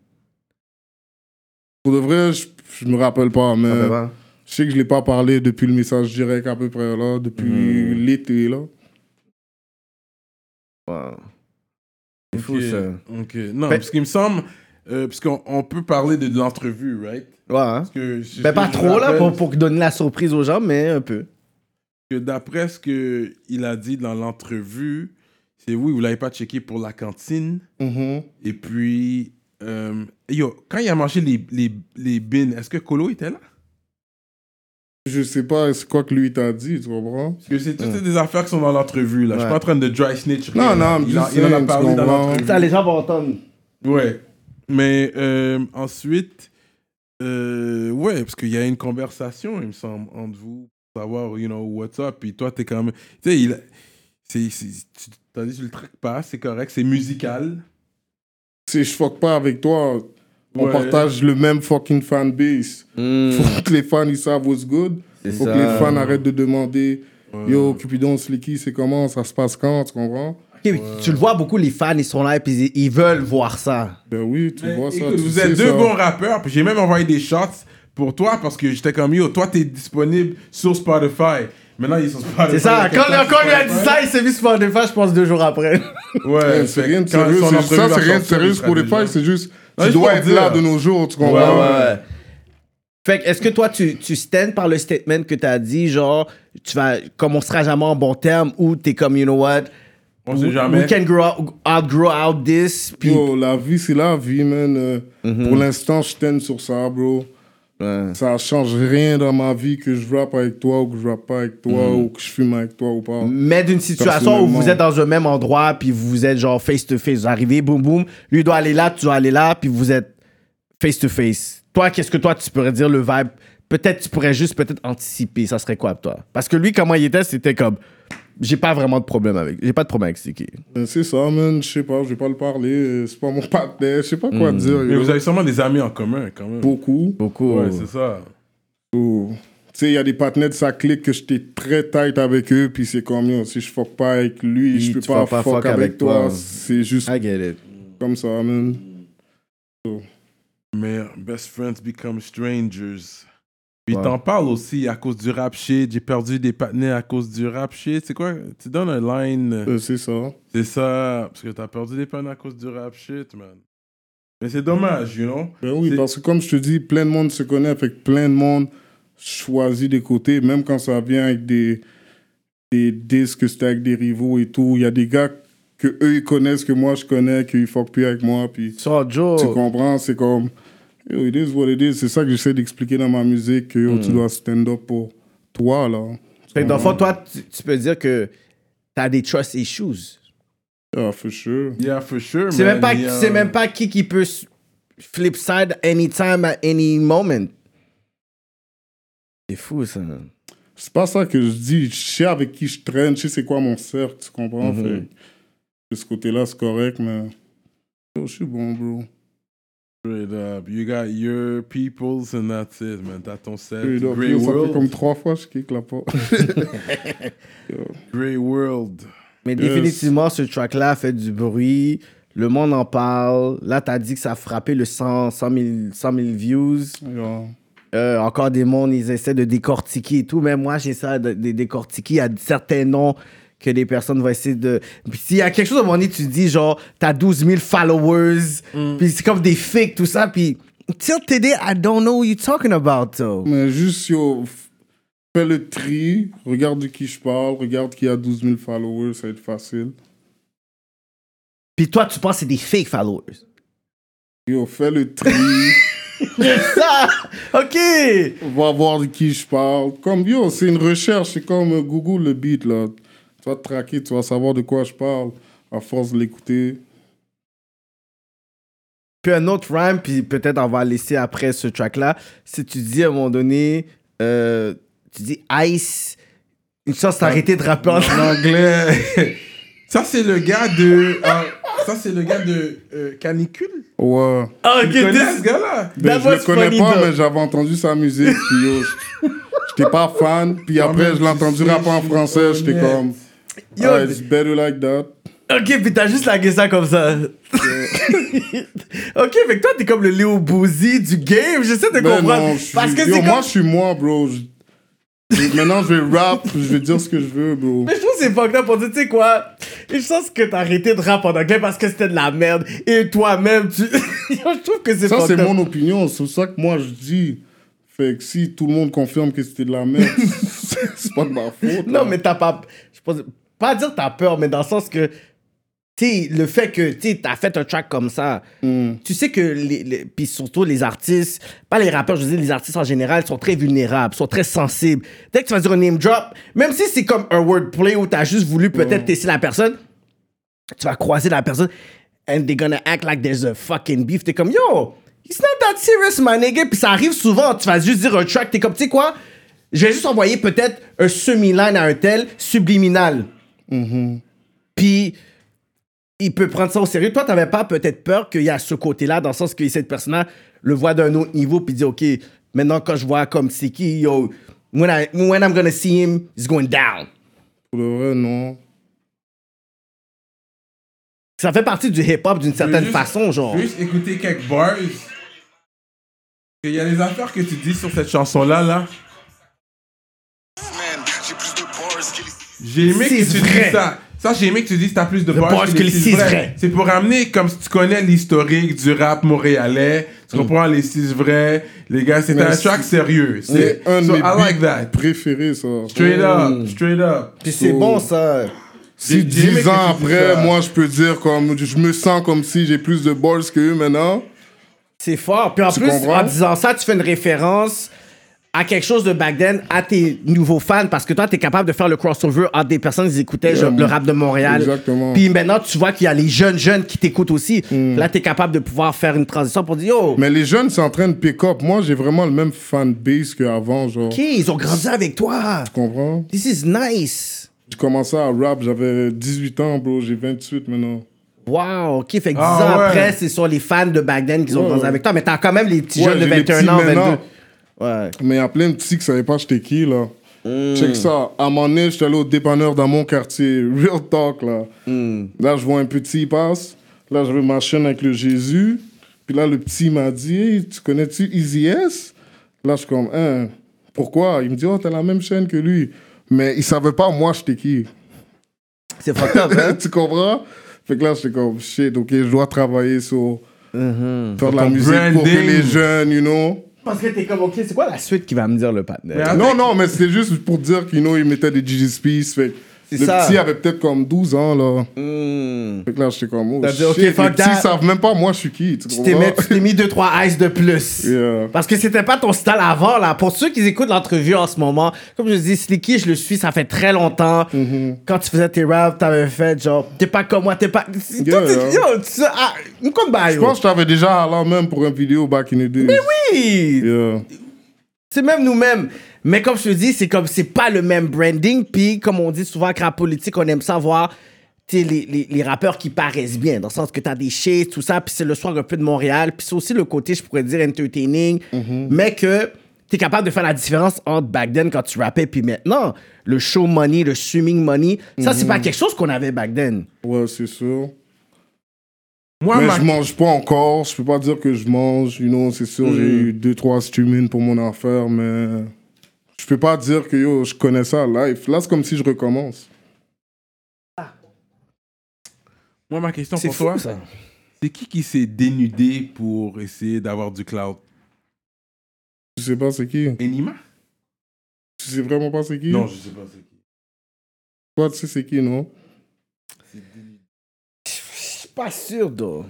Pour de vrai, je, je me rappelle pas, mais Euh. Vraiment. je sais que je l'ai pas parlé depuis le message direct à peu près là, depuis Hmm. l'été là. Wow. C'est fou ça. Ok. Non, Fait- parce qu'il me semble. euh, parce qu'on on peut parler de, de l'entrevue, right? Ouais. hein. Parce que je- Ben pas je trop là rappelle pour, pour donner la surprise aux gens, mais un peu. que D'après ce qu'il a dit dans l'entrevue, c'est oui, vous l'avez pas checké pour la cantine. Mhm. Et puis, euh, yo, quand il a mangé les, les, les bins, est-ce que Colo était là? Je sais pas, c'est quoi que lui t'a dit, tu comprends Parce que c'est toutes des affaires qui sont dans l'entrevue, là. Je suis Ouais. pas en train de dry snitch. Non, rien, là. non, mais il, a- je il en a sais, parlé tu dans comprends. l'entrevue. Ça, les gens vont entendre. Ouais. Mais euh, ensuite, euh, ouais, parce qu'il y a une conversation, il me semble, entre vous, pour savoir, you know, what's up. Puis toi, t'es quand même. Tu sais, il. c'est- c'est- tu- Tandis que le track passe, c'est correct, c'est musical. C'est je fuck pas avec toi. On Ouais. partage le même fucking fanbase. Mm. Faut que les fans ils savent what's good. Hmm. C'est Faut ça. que les fans arrêtent de demander Ouais. Yo, Cupidon, Slicky, c'est comment Ça se passe quand Tu comprends Ok, Tu le vois beaucoup, les fans ils sont là et puis ils- ils veulent voir ça. Ben oui, tu Mais vois ça. écoute, tu vous sais êtes deux ça. bons rappeurs, puis j'ai même envoyé des shots pour toi parce que j'étais comme yo, toi t'es disponible sur Spotify. Maintenant il est sur Spotify. C'est ça, Quelqu'un quand, sur quand on lui a dit Spotify. ça, il s'est mis sur Spotify, je pense, deux jours après. ouais, Ouais, C'est fait rien de que quand sérieux. son c'est- entrevue Ça, va c'est rien de sortir, il sérieux sera pour les déjà- fans. C'est juste, Non, tu juste pour dois être dire. là de nos jours, tu Ouais, ouais, comprends ouais. Fait que, est-ce que toi, tu, tu stands par le statement que t'as dit, genre, tu vas, comme on sera jamais en bon terme, ou t'es comme, you know what, On sait we- jamais. we can grow out, outgrow out this, puis. Yo, la vie, c'est la vie, man. Euh, Pour l'instant, je t'aime sur ça, bro. Ouais. Ça change rien dans ma vie que je rappe avec toi ou que je rappe pas avec toi ou que je fume avec toi ou pas. Mais d'une situation où Personnellement. vous êtes dans un même endroit, puis vous êtes genre face to face, vous arrivez, boum boum, lui doit aller là, tu dois aller là, puis vous êtes face to face. toi, qu'est-ce que toi, tu pourrais dire le vibe Peut-être tu pourrais juste peut-être anticiper, ça serait quoi, toi Parce que lui, comment il était, c'était comme. J'ai pas vraiment de problème avec. J'ai pas de problème avec Sticky. Euh, C'est ça, man. Je sais pas, je vais pas le parler. euh, C'est pas mon partenaire. Je sais pas quoi dire. Mais yo. vous avez sûrement des amis en commun, quand même. beaucoup. Beaucoup. Ouais, c'est ça. Tu sais, il y a des partenaires de sa clique que j'étais très tight avec eux. Puis c'est comme, yo, si je fuck pas avec lui, Oui, je peux tu pas, fuck pas fuck, fuck avec, avec toi. toi. C'est juste I get it. comme ça, man. Mais best friends become strangers. Puis Ouais. t'en parles aussi à cause du rap shit. J'ai perdu des partenaires à cause du rap shit. C'est quoi Tu donnes un line. euh, Euh, c'est ça. C'est ça. Parce que t'as perdu des partenaires à cause du rap shit, man. Mais c'est dommage, you know Ben oui, C'est- parce que comme je te dis, plein de monde se connaît avec plein de monde choisit des côtés, même quand ça vient avec des, des disques, c'était avec des rivaux et tout. Il y a des gars que eux ils connaissent, que moi je connais, qu'ils fuck plus avec moi. Puis So, tu Joe. comprends, c'est comme. Yo, it is what it is. C'est ça que j'essaie d'expliquer dans ma musique, que yo, tu dois stand up pour toi, là. Tu Fait que dans le comprends? fond, toi, tu, tu peux dire que t'as des trust issues. Ah, for sure. Yeah, for sure, C'est man. même, pas- Et, euh, c'est même pas qui qui peut s- flip side anytime at any moment. C'est fou ça. C'est pas ça que je dis. Je sais avec qui je traîne, je sais c'est quoi mon cercle, tu comprends? Mhm. Fait que de ce côté-là, c'est correct, mais. Yo, je suis bon, bro. Straight up. You got your peoples and that's it, man. T'as ton set. Yo, donc, Great yo, ça fait comme world. trois fois que je kick la porte. Great world. Mais définitivement, ce track-là a fait du bruit. Le monde en parle. Là, t'as dit que ça a frappé le 100, 100 000, 100 000 views. Yo. Euh, encore des mondes, ils essaient de décortiquer et tout. Même moi, j'essaie de, de décortiquer. Il y a certains noms que des personnes vont essayer de. Puis s'il y a quelque chose à un moment donné, tu dis genre, t'as 12 000 followers, Mm. puis c'est comme des fakes, tout ça. Puis, till today, I don't know what you're talking about, though. Mais juste, yo, f- fais le tri, regarde de qui je parle, regarde qui a 12 000 followers, ça va être facile. Puis toi, tu penses que c'est des fake followers. Yo, fais le tri. ça! Ah! OK! va voir de qui je parle. Comme yo, c'est une recherche, c'est comme euh, Google le beat là. Tu vas te traquer, tu vas savoir de quoi je parle à force de l'écouter. Puis un autre rhyme, puis peut-être on va laisser après ce track-là. Si tu dis à un moment donné, euh, tu dis Ice, une chance d'arrêter de rapper en Ah. En anglais. Ça, c'est le gars de. ah, ça, c'est le gars de euh, Canicule. Ouais. Ah, Tu connais ce gars-là Ben, That je le was connais funny, pas, though. mais j'avais entendu sa musique, puis yo, je- j'étais pas fan. Puis après, mais je l'ai tu entendu sais, rapper en je suis français, j'étais honnête. comme. Yo, ah, it's better like that. Ok, puis t'as juste lagué ça comme ça. ok, fait que toi, t'es comme le Léo Bouzy du game, j'essaie de Ben comprendre. non, je suis- Parce que c'est yo, comme... moi, je suis moi, bro. Je- je- Maintenant, je vais rap, je vais dire ce que je veux, bro. Mais je trouve que c'est fucked up pour dire, tu sais quoi, une chance que t'as arrêté de rap en anglais parce que c'était de la merde, et toi-même, tu... Yo, je trouve que c'est Ça, fucked c'est up. mon opinion. C'est ça que moi, je dis. Fait que si tout le monde confirme que c'était de la merde, c'est c'est pas de ma faute. hein. là. Non, mais t'as pas... Je pense... Pas dire t'as peur, mais dans le sens que... Tu sais, le fait que tu sais, t'as fait un track comme ça, tu sais que, les, les- puis surtout les artistes, pas les rappeurs, je veux dire, les artistes en général sont très vulnérables, sont très sensibles. Dès que tu vas dire un name drop, même si c'est comme un wordplay où t'as juste voulu peut-être tester la personne, tu vas croiser la personne and they're gonna act like there's a fucking beef. T'es comme yo, it's not that serious, my nigga. Puis ça arrive souvent, tu vas juste dire un track, t'es comme, tu sais quoi, je vais juste envoyer peut-être un semi-line à un tel subliminal. Mm-hmm. Puis il peut prendre ça au sérieux. Toi, t'avais pas peut-être peur qu'il y a ce côté-là, dans le sens que cette personne-là le voit d'un autre niveau, puis dit, OK, maintenant, quand je vois comme c'est qui, yo, when, I, when I'm gonna see him, it's going down. Pour le vrai, non. Ça fait partie du hip-hop Je d'une veux certaine juste- façon, genre. je veux Juste écouter quelques bars. Il y a des affaires que tu dis sur cette chanson-là, là. J'ai aimé que Six tu vrais. dises ça. Ça, j'ai aimé que tu dises t'as plus de bars, bars que, que les les six six vrais. vrais. C'est pour amener, comme si tu connais l'historique du rap montréalais, tu comprends les six vrais. Les gars, c'est Mm. Mais un c'est- track sérieux. C'est un de so mes I beats like that. préférés, ça. Straight up, straight up. Puis c'est bon, ça. Si J'ai- j'ai aimé que 10 ans tu euh, dises ça. après, moi, je peux dire comme... Je me sens comme si j'ai plus de balls que eux maintenant. C'est fort. Puis en Tu plus, comprends? en disant ça, tu fais une référence à quelque chose de back then à tes nouveaux fans parce que toi, t'es capable de faire le crossover à des personnes qui écoutaient genre, le rap de Montréal. Exactement. Mm. Puis maintenant, tu vois qu'il y a les jeunes jeunes qui t'écoutent aussi. Là, t'es capable de pouvoir faire une transition pour dire oh, Yo, Mais les jeunes sont en train de pick up. Moi, j'ai vraiment le même fan base qu'avant, genre. OK, ils ont grandi avec toi. Tu comprends? This is nice. J'ai commencé à rap, j'avais 18 ans, bro. J'ai 28 maintenant. Wow, OK. Fait que 10 Ah, ans ouais. après, c'est sur les fans de back then qui ont Ouais, grandi ouais. avec toi. Mais t'as quand même les petits Ouais, jeunes de j'ai les 21 petits ans, maintenant. 22. Ouais. Mais il y a plein de petits qui savaient pas j'étais qui, là. Hmm. Check ça. À un moment donné, j'étais allé au dépanneur dans mon quartier. Real talk, là. Hmm. Là, je vois un petit, il passe. Là, j'avais ma chaîne avec le Jésus. Puis là, le petit m'a dit Hey, Tu connais-tu Easy S Là, je suis comme Hein, Pourquoi Il me dit Oh, t'as la même chaîne que lui. Mais il savait pas, moi, j'étais qui. C'est fucked Ah up, hein? tu comprends Fait que là, j'étais comme Shit, ok, je dois travailler sur. Faire de Mm-hmm. la Ton musique pour que branding. les jeunes, you know. Parce que t'es comme, OK, c'est quoi la suite qui va me dire le Mais partner? attends, Non, non, mais c'est juste pour dire qu'il il mettait des GGSP. Fait que C'est le ça. petit avait peut-être comme 12 ans, là. Hmm. Fait que là, j'étais comme, oh, T'as dit, shit, OK, les fuck that. petits savent même pas moi je suis qui. Tu Tu t'es comprends? mis- tu t'es mis 2-3 ice de plus. Yeah. Parce que c'était pas ton style avant, là. Pour ceux qui écoutent l'entrevue en ce moment, comme je dis, Slicky, je le suis, ça fait très longtemps. Mm-hmm. Quand tu faisais tes raps, t'avais fait genre, t'es pas comme moi, t'es pas. Tout Yeah, est- yeah. Yo, tu ah, une combat, Je yo. pense que je t'avais déjà là même pour une vidéo back in the days. Mais oui! Oui. C'est même nous-mêmes. Mais comme je te dis, c'est comme c'est pas le même branding. Puis comme on dit souvent, en politique, on aime savoir les, les, les rappeurs qui paraissent bien, dans le sens que t'as des shades, tout ça, puis c'est le soir un peu de Montréal. Puis c'est aussi le côté, je pourrais dire, entertaining, mais que t'es capable de faire la différence entre back then quand tu rappais, puis maintenant. Le show money, le streaming money, ça, c'est pas quelque chose qu'on avait back then. Ouais, c'est sûr. Moi, mais ma- je mange pas encore. Je peux pas dire que je mange. You know, c'est sûr, j'ai Hmm. eu 2-3 streamings pour mon affaire, mais je peux pas dire que yo, je connais ça live. Là, c'est comme si je recommence. moi, ma question C'est pour fou, toi, ça. c'est qui qui s'est dénudé pour essayer d'avoir du cloud Tu sais pas c'est qui. Enima Mm. Tu sais vraiment pas c'est qui. Non, je sais pas c'est qui. Toi, tu sais c'est qui, non? Je suis pas sûr, d'où.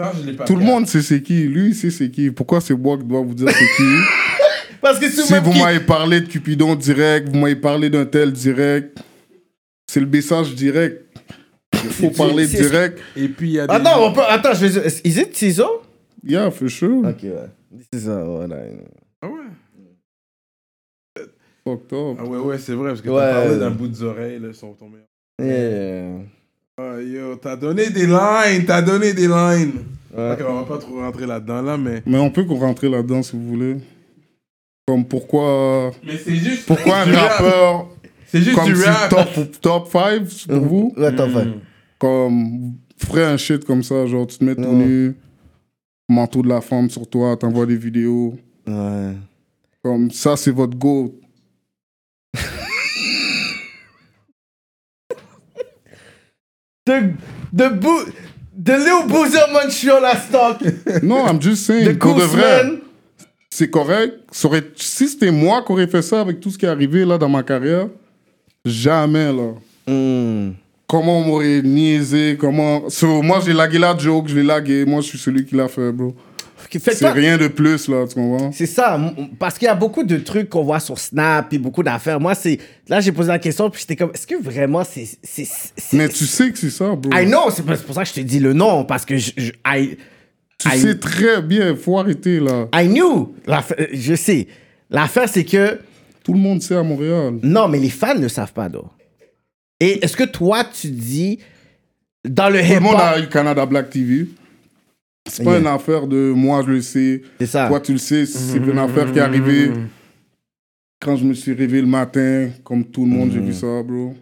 Ça, je l'ai pas Tout le monde sait c'est qui. Lui, il sait c'est qui. Pourquoi c'est moi qui dois vous dire c'est qui? Parce que Si vous qui- m'avez parlé de Cupidon direct, vous m'avez parlé d'un tel direct, c'est le message direct. Il faut C'est- parler c'est- direct. Et puis, il y a des... Attends, Ah on peut... Attends, je vais... Is it Tizo? Yeah, for sure. Ok, ouais. C'est ça, voilà. Ah ouais Fucked up. Ah ouais, ouais, c'est vrai, parce que Ouais. t'as parlé d'un bout d'oreille, là, ils sont tombés. Yeah. Ah, yo, t'as donné des lines, t'as donné des lines. Ouais. Ok, on va pas trop rentrer là-dedans, là, mais... Mais on peut qu'on rentre là-dedans si vous voulez. Comme pourquoi, Mais c'est juste... pourquoi un rappeur C'est juste comme du si rap. Mm. top, top 5 pour vous, Ouais, t'en fais. comme ferait un shit comme ça, genre tu te mets tout Mm. Ouais. nu, manteau de la femme sur toi, t'envoies des vidéos. Ouais. Comme ça, c'est votre go. De, de, Bou- de Léo Boozer Montreal à stock. Non, I'm just De saying, pour de vrai. Kousman. c'est correct. Ça aurait- si c'était moi qui aurais fait ça avec tout ce qui est arrivé là dans ma carrière, jamais là. Hmm. Comment on m'aurait niaisé, comment... So, moi, j'ai lagué la joke, je l'ai lagué. Moi, je suis celui qui l'a fait, bro. Ok, faites C'est pas- rien de plus, là, tu comprends? C'est ça, m- m- parce qu'il y a beaucoup de trucs qu'on voit sur Snap et beaucoup d'affaires. Moi, c'est. Là, j'ai posé la question, puis j'étais comme, est-ce que vraiment c'est. c'est- c'est- Mais tu sais que c'est ça, bro. I know, c'est pas- c'est pour ça que je te dis le nom, parce que je. je- I, Tu I- sais très bien, faut arrêter, là. I knew. L'affaire- Je sais. L'affaire, c'est que. Tout le monde sait à Montréal. Non, mais les fans ne savent pas, donc. Et est-ce que toi, tu dis, dans le Tout le monde a hip-hop... eu Canada Black TV. C'est pas Yeah. une affaire de moi, je le sais. C'est ça. Toi, tu le sais, c'est Mhm, une affaire qui est arrivée quand je me suis réveillé le matin. Comme tout le monde, j'ai vu Mhm. ça, bro.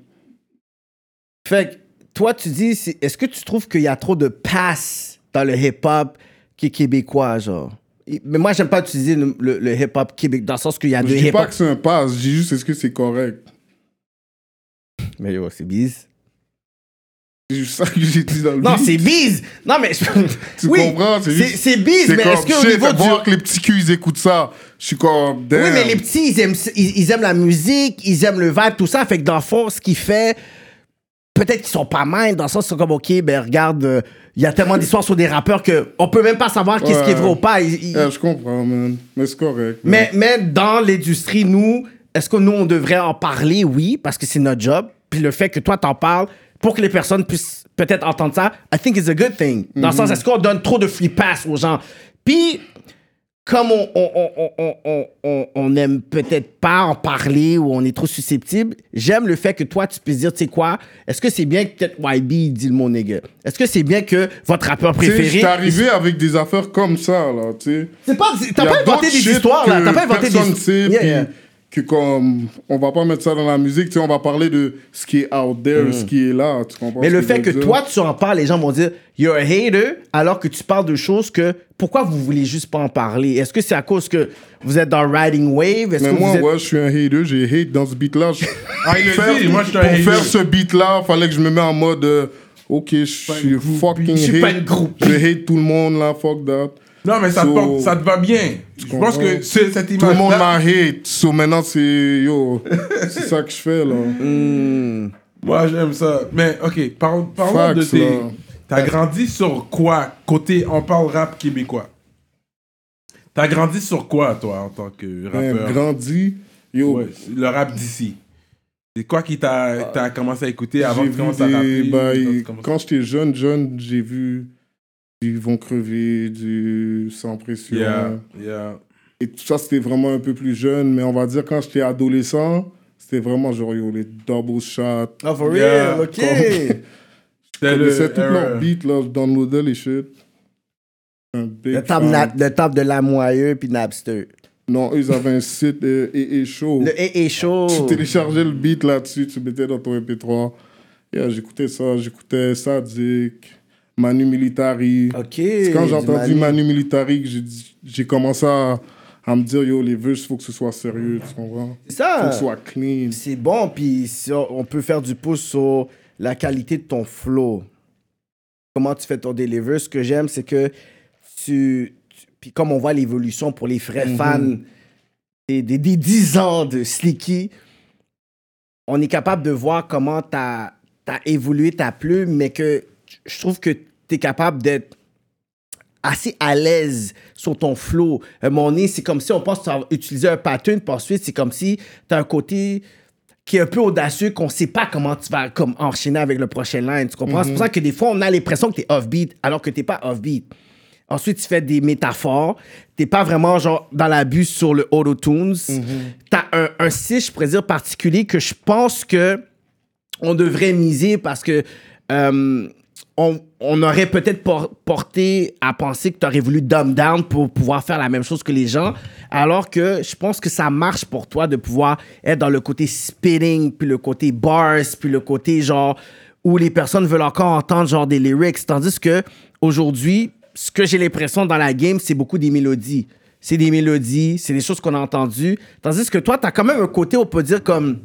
Fait que, toi, tu dis, c'est- est-ce que tu trouves qu'il y a trop de passes dans le hip-hop qui est québécois, genre? Il- Mais moi, j'aime pas utiliser le, le- le hip-hop québécois, dans le sens qu'il y a Je deux dis pas hip-hop... que c'est un pass, je dis juste est-ce que c'est correct. Mais yo, c'est bise. C'est juste ça que j'ai dit dans le Non, beat. c'est bise! Non, mais... Tu oui, comprends? C'est C'est juste- c'est bise, C'est mais comme, est-ce que au shit, niveau fais du... voir que les petits culs, ils écoutent ça. Je suis comme, damn. Oui, mais les petits, ils aiment, ils, ils aiment la musique, ils aiment le vibe, tout ça. Fait que dans le fond, ce qui fait, peut-être qu'ils sont pas mal, dans le sens, ils sont comme, OK, ben regarde, euh, Il y a tellement d'histoires sur des rappeurs que on peut même pas savoir qu'est-ce qui est vrai ou pas. Il- il- Ouais, Eh, je comprends, man. Mais c'est correct. man. mais, mais dans l'industrie, nous, est-ce que nous, on devrait en parler? Oui, parce que c'est notre job. Puis le fait que toi, t'en parles pour que les personnes puissent peut-être entendre ça, I think it's a good thing. Dans le sens, Mhm. est-ce qu'on donne trop de free pass aux gens? Puis, comme on, on, on, on, on, on, on aime peut-être pas en parler ou on est trop susceptible, j'aime le fait que toi, tu puisses dire, tu sais quoi, est-ce que c'est bien que peut-être YB il dit le mot nigga? Est-ce que c'est bien que votre rappeur Tu sais, je préféré... suis arrivé avec des affaires comme ça, là, tu sais. C'est pas, t'as Y a pas inventé d'autres des shit histoires, là. que T'as pas inventé des... personne sait, Yeah, puis yeah. que comme on va pas mettre ça dans la musique, tu sais, on va parler de ce qui est out there, ce qui est là, tu comprends Mm. Mais ce le je fait veux que dire? toi, tu en parles, les gens vont dire You're a hater, alors que tu parles de choses que. Pourquoi vous voulez juste pas en parler Est-ce que c'est à cause que vous êtes dans Riding Wave Est-ce mais que moi, vous êtes- ouais, je suis un hater, j'ai hate dans ce beat-là. Je- Ah, il le Faire- dit, moi, je suis un Pour hater. faire ce beat-là, fallait que je me mets en mode, euh, ok, je suis fucking Je suis pas hate. une groupie. Je hate tout le monde, là, fuck that. Non, mais ça, te So- porte- ça te va bien. Je pense comprends. que ce- cette Tout le image. monde m'a hate, so maintenant c'est yo, c'est ça que je fais là. Moi, j'aime ça. Mais, ok, parlons parlons Facts, de tes. là. T'as grandi sur quoi Côté, on parle rap québécois. T'as grandi sur quoi, toi, en tant que Hein, rappeur grandi, yo, Ouais, Le rap d'ici. C'est quoi qui t'a t'as commencé à écouter avant Ah. j'ai de vu commencer à rapper des bails- quand tu commences- Quand j'étais jeune, jeune, j'ai vu du Vont Crever, du Sans Pression. Yeah, yeah. Et tout ça, c'était vraiment un peu plus jeune, mais on va dire quand j'étais adolescent, c'était vraiment genre yo, les double shots. Ah, for Yeah. real, ok. C'était Je connaissais le tout leur era. beat, là, je downloadais les shit. Un big le, temple fan. na- le temple de la moyeu puis Napster. Non, eux, ils avaient un site euh, et, et show. Le Oh. et show. Tu téléchargeais le beat là-dessus, tu mettais dans ton MP3. Yeah, j'écoutais ça, j'écoutais Sadik, Manu Militari. Ok. C'est quand j'ai du entendu Manu. Manu Militari que j'ai dit- j'ai commencé à, à me dire, yo, les vœux, il faut que ce soit sérieux, tu comprends? C'est ça. faut que ce soit clean. C'est bon, puis si on on peut faire du pouce sur la qualité de ton flow. Comment tu fais ton deliver. Ce que j'aime, c'est que tu. tu- Puis comme on voit l'évolution pour les vrais fans des, des, des 10 ans de Slicky, on est capable de voir comment t'as as évolué ta plume, mais que je trouve que t'es capable d'être assez à l'aise sur ton flow. À un moment donné, c'est comme si on pense que tu vas utiliser un pattern, puis ensuite, c'est comme si tu as un côté qui est un peu audacieux, qu'on sait pas comment tu vas comme, enchaîner avec le prochain line. Tu comprends? C'est pour ça que des fois, on a l'impression que tu es off-beat, alors que tu pas off-beat. Ensuite, tu fais des métaphores. T'es pas vraiment genre dans l'abus sur le auto-tunes. T'as un, un style, je pourrais dire, particulier que je pense que on devrait miser parce que euh, on, on aurait peut-être por- porté à penser que tu aurais voulu dumb down pour pouvoir faire la même chose que les gens, alors que je pense que ça marche pour toi de pouvoir être dans le côté spitting, puis le côté bars, puis le côté genre où les personnes veulent encore entendre genre des lyrics, tandis que aujourd'hui, ce que j'ai l'impression dans la game, c'est beaucoup des mélodies. C'est des mélodies, c'est des choses qu'on a entendues. Tandis que toi, tu as quand même un côté, on peut dire, comme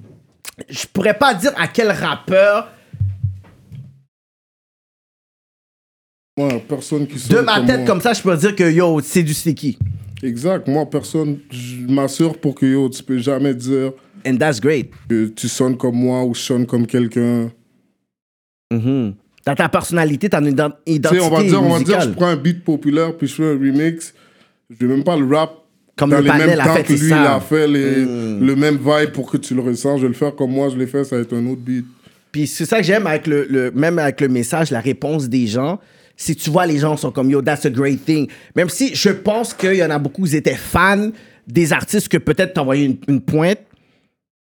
je pourrais pas dire à quel rappeur Moi, personne qui de sonne ma tête moi. comme ça je peux dire que yo c'est du sticky Exact. Moi, personne, je m'assure pour que yo, tu peux jamais dire and that's great que tu sonnes comme moi ou je sonne comme quelqu'un. t'as ta personnalité t'as une ident- Mm-hmm. Tu sais, identité on va dire, on va dire, musicale je prends un beat populaire puis je fais un remix. Je vais même pas le rap Comme dans le les panel mêmes a temps fait, que c'est lui, il ça. Hmm. a fait les- le même vibe pour que tu le ressens. Je vais le faire comme moi, je l'ai fait, ça va être un autre beat. puis c'est ça que j'aime avec le, le- même avec le message la réponse des gens si tu vois les gens sont comme yo that's a great thing même si je pense qu'il y en a beaucoup qui étaient fans des artistes que peut-être t'envoyaient une, une pointe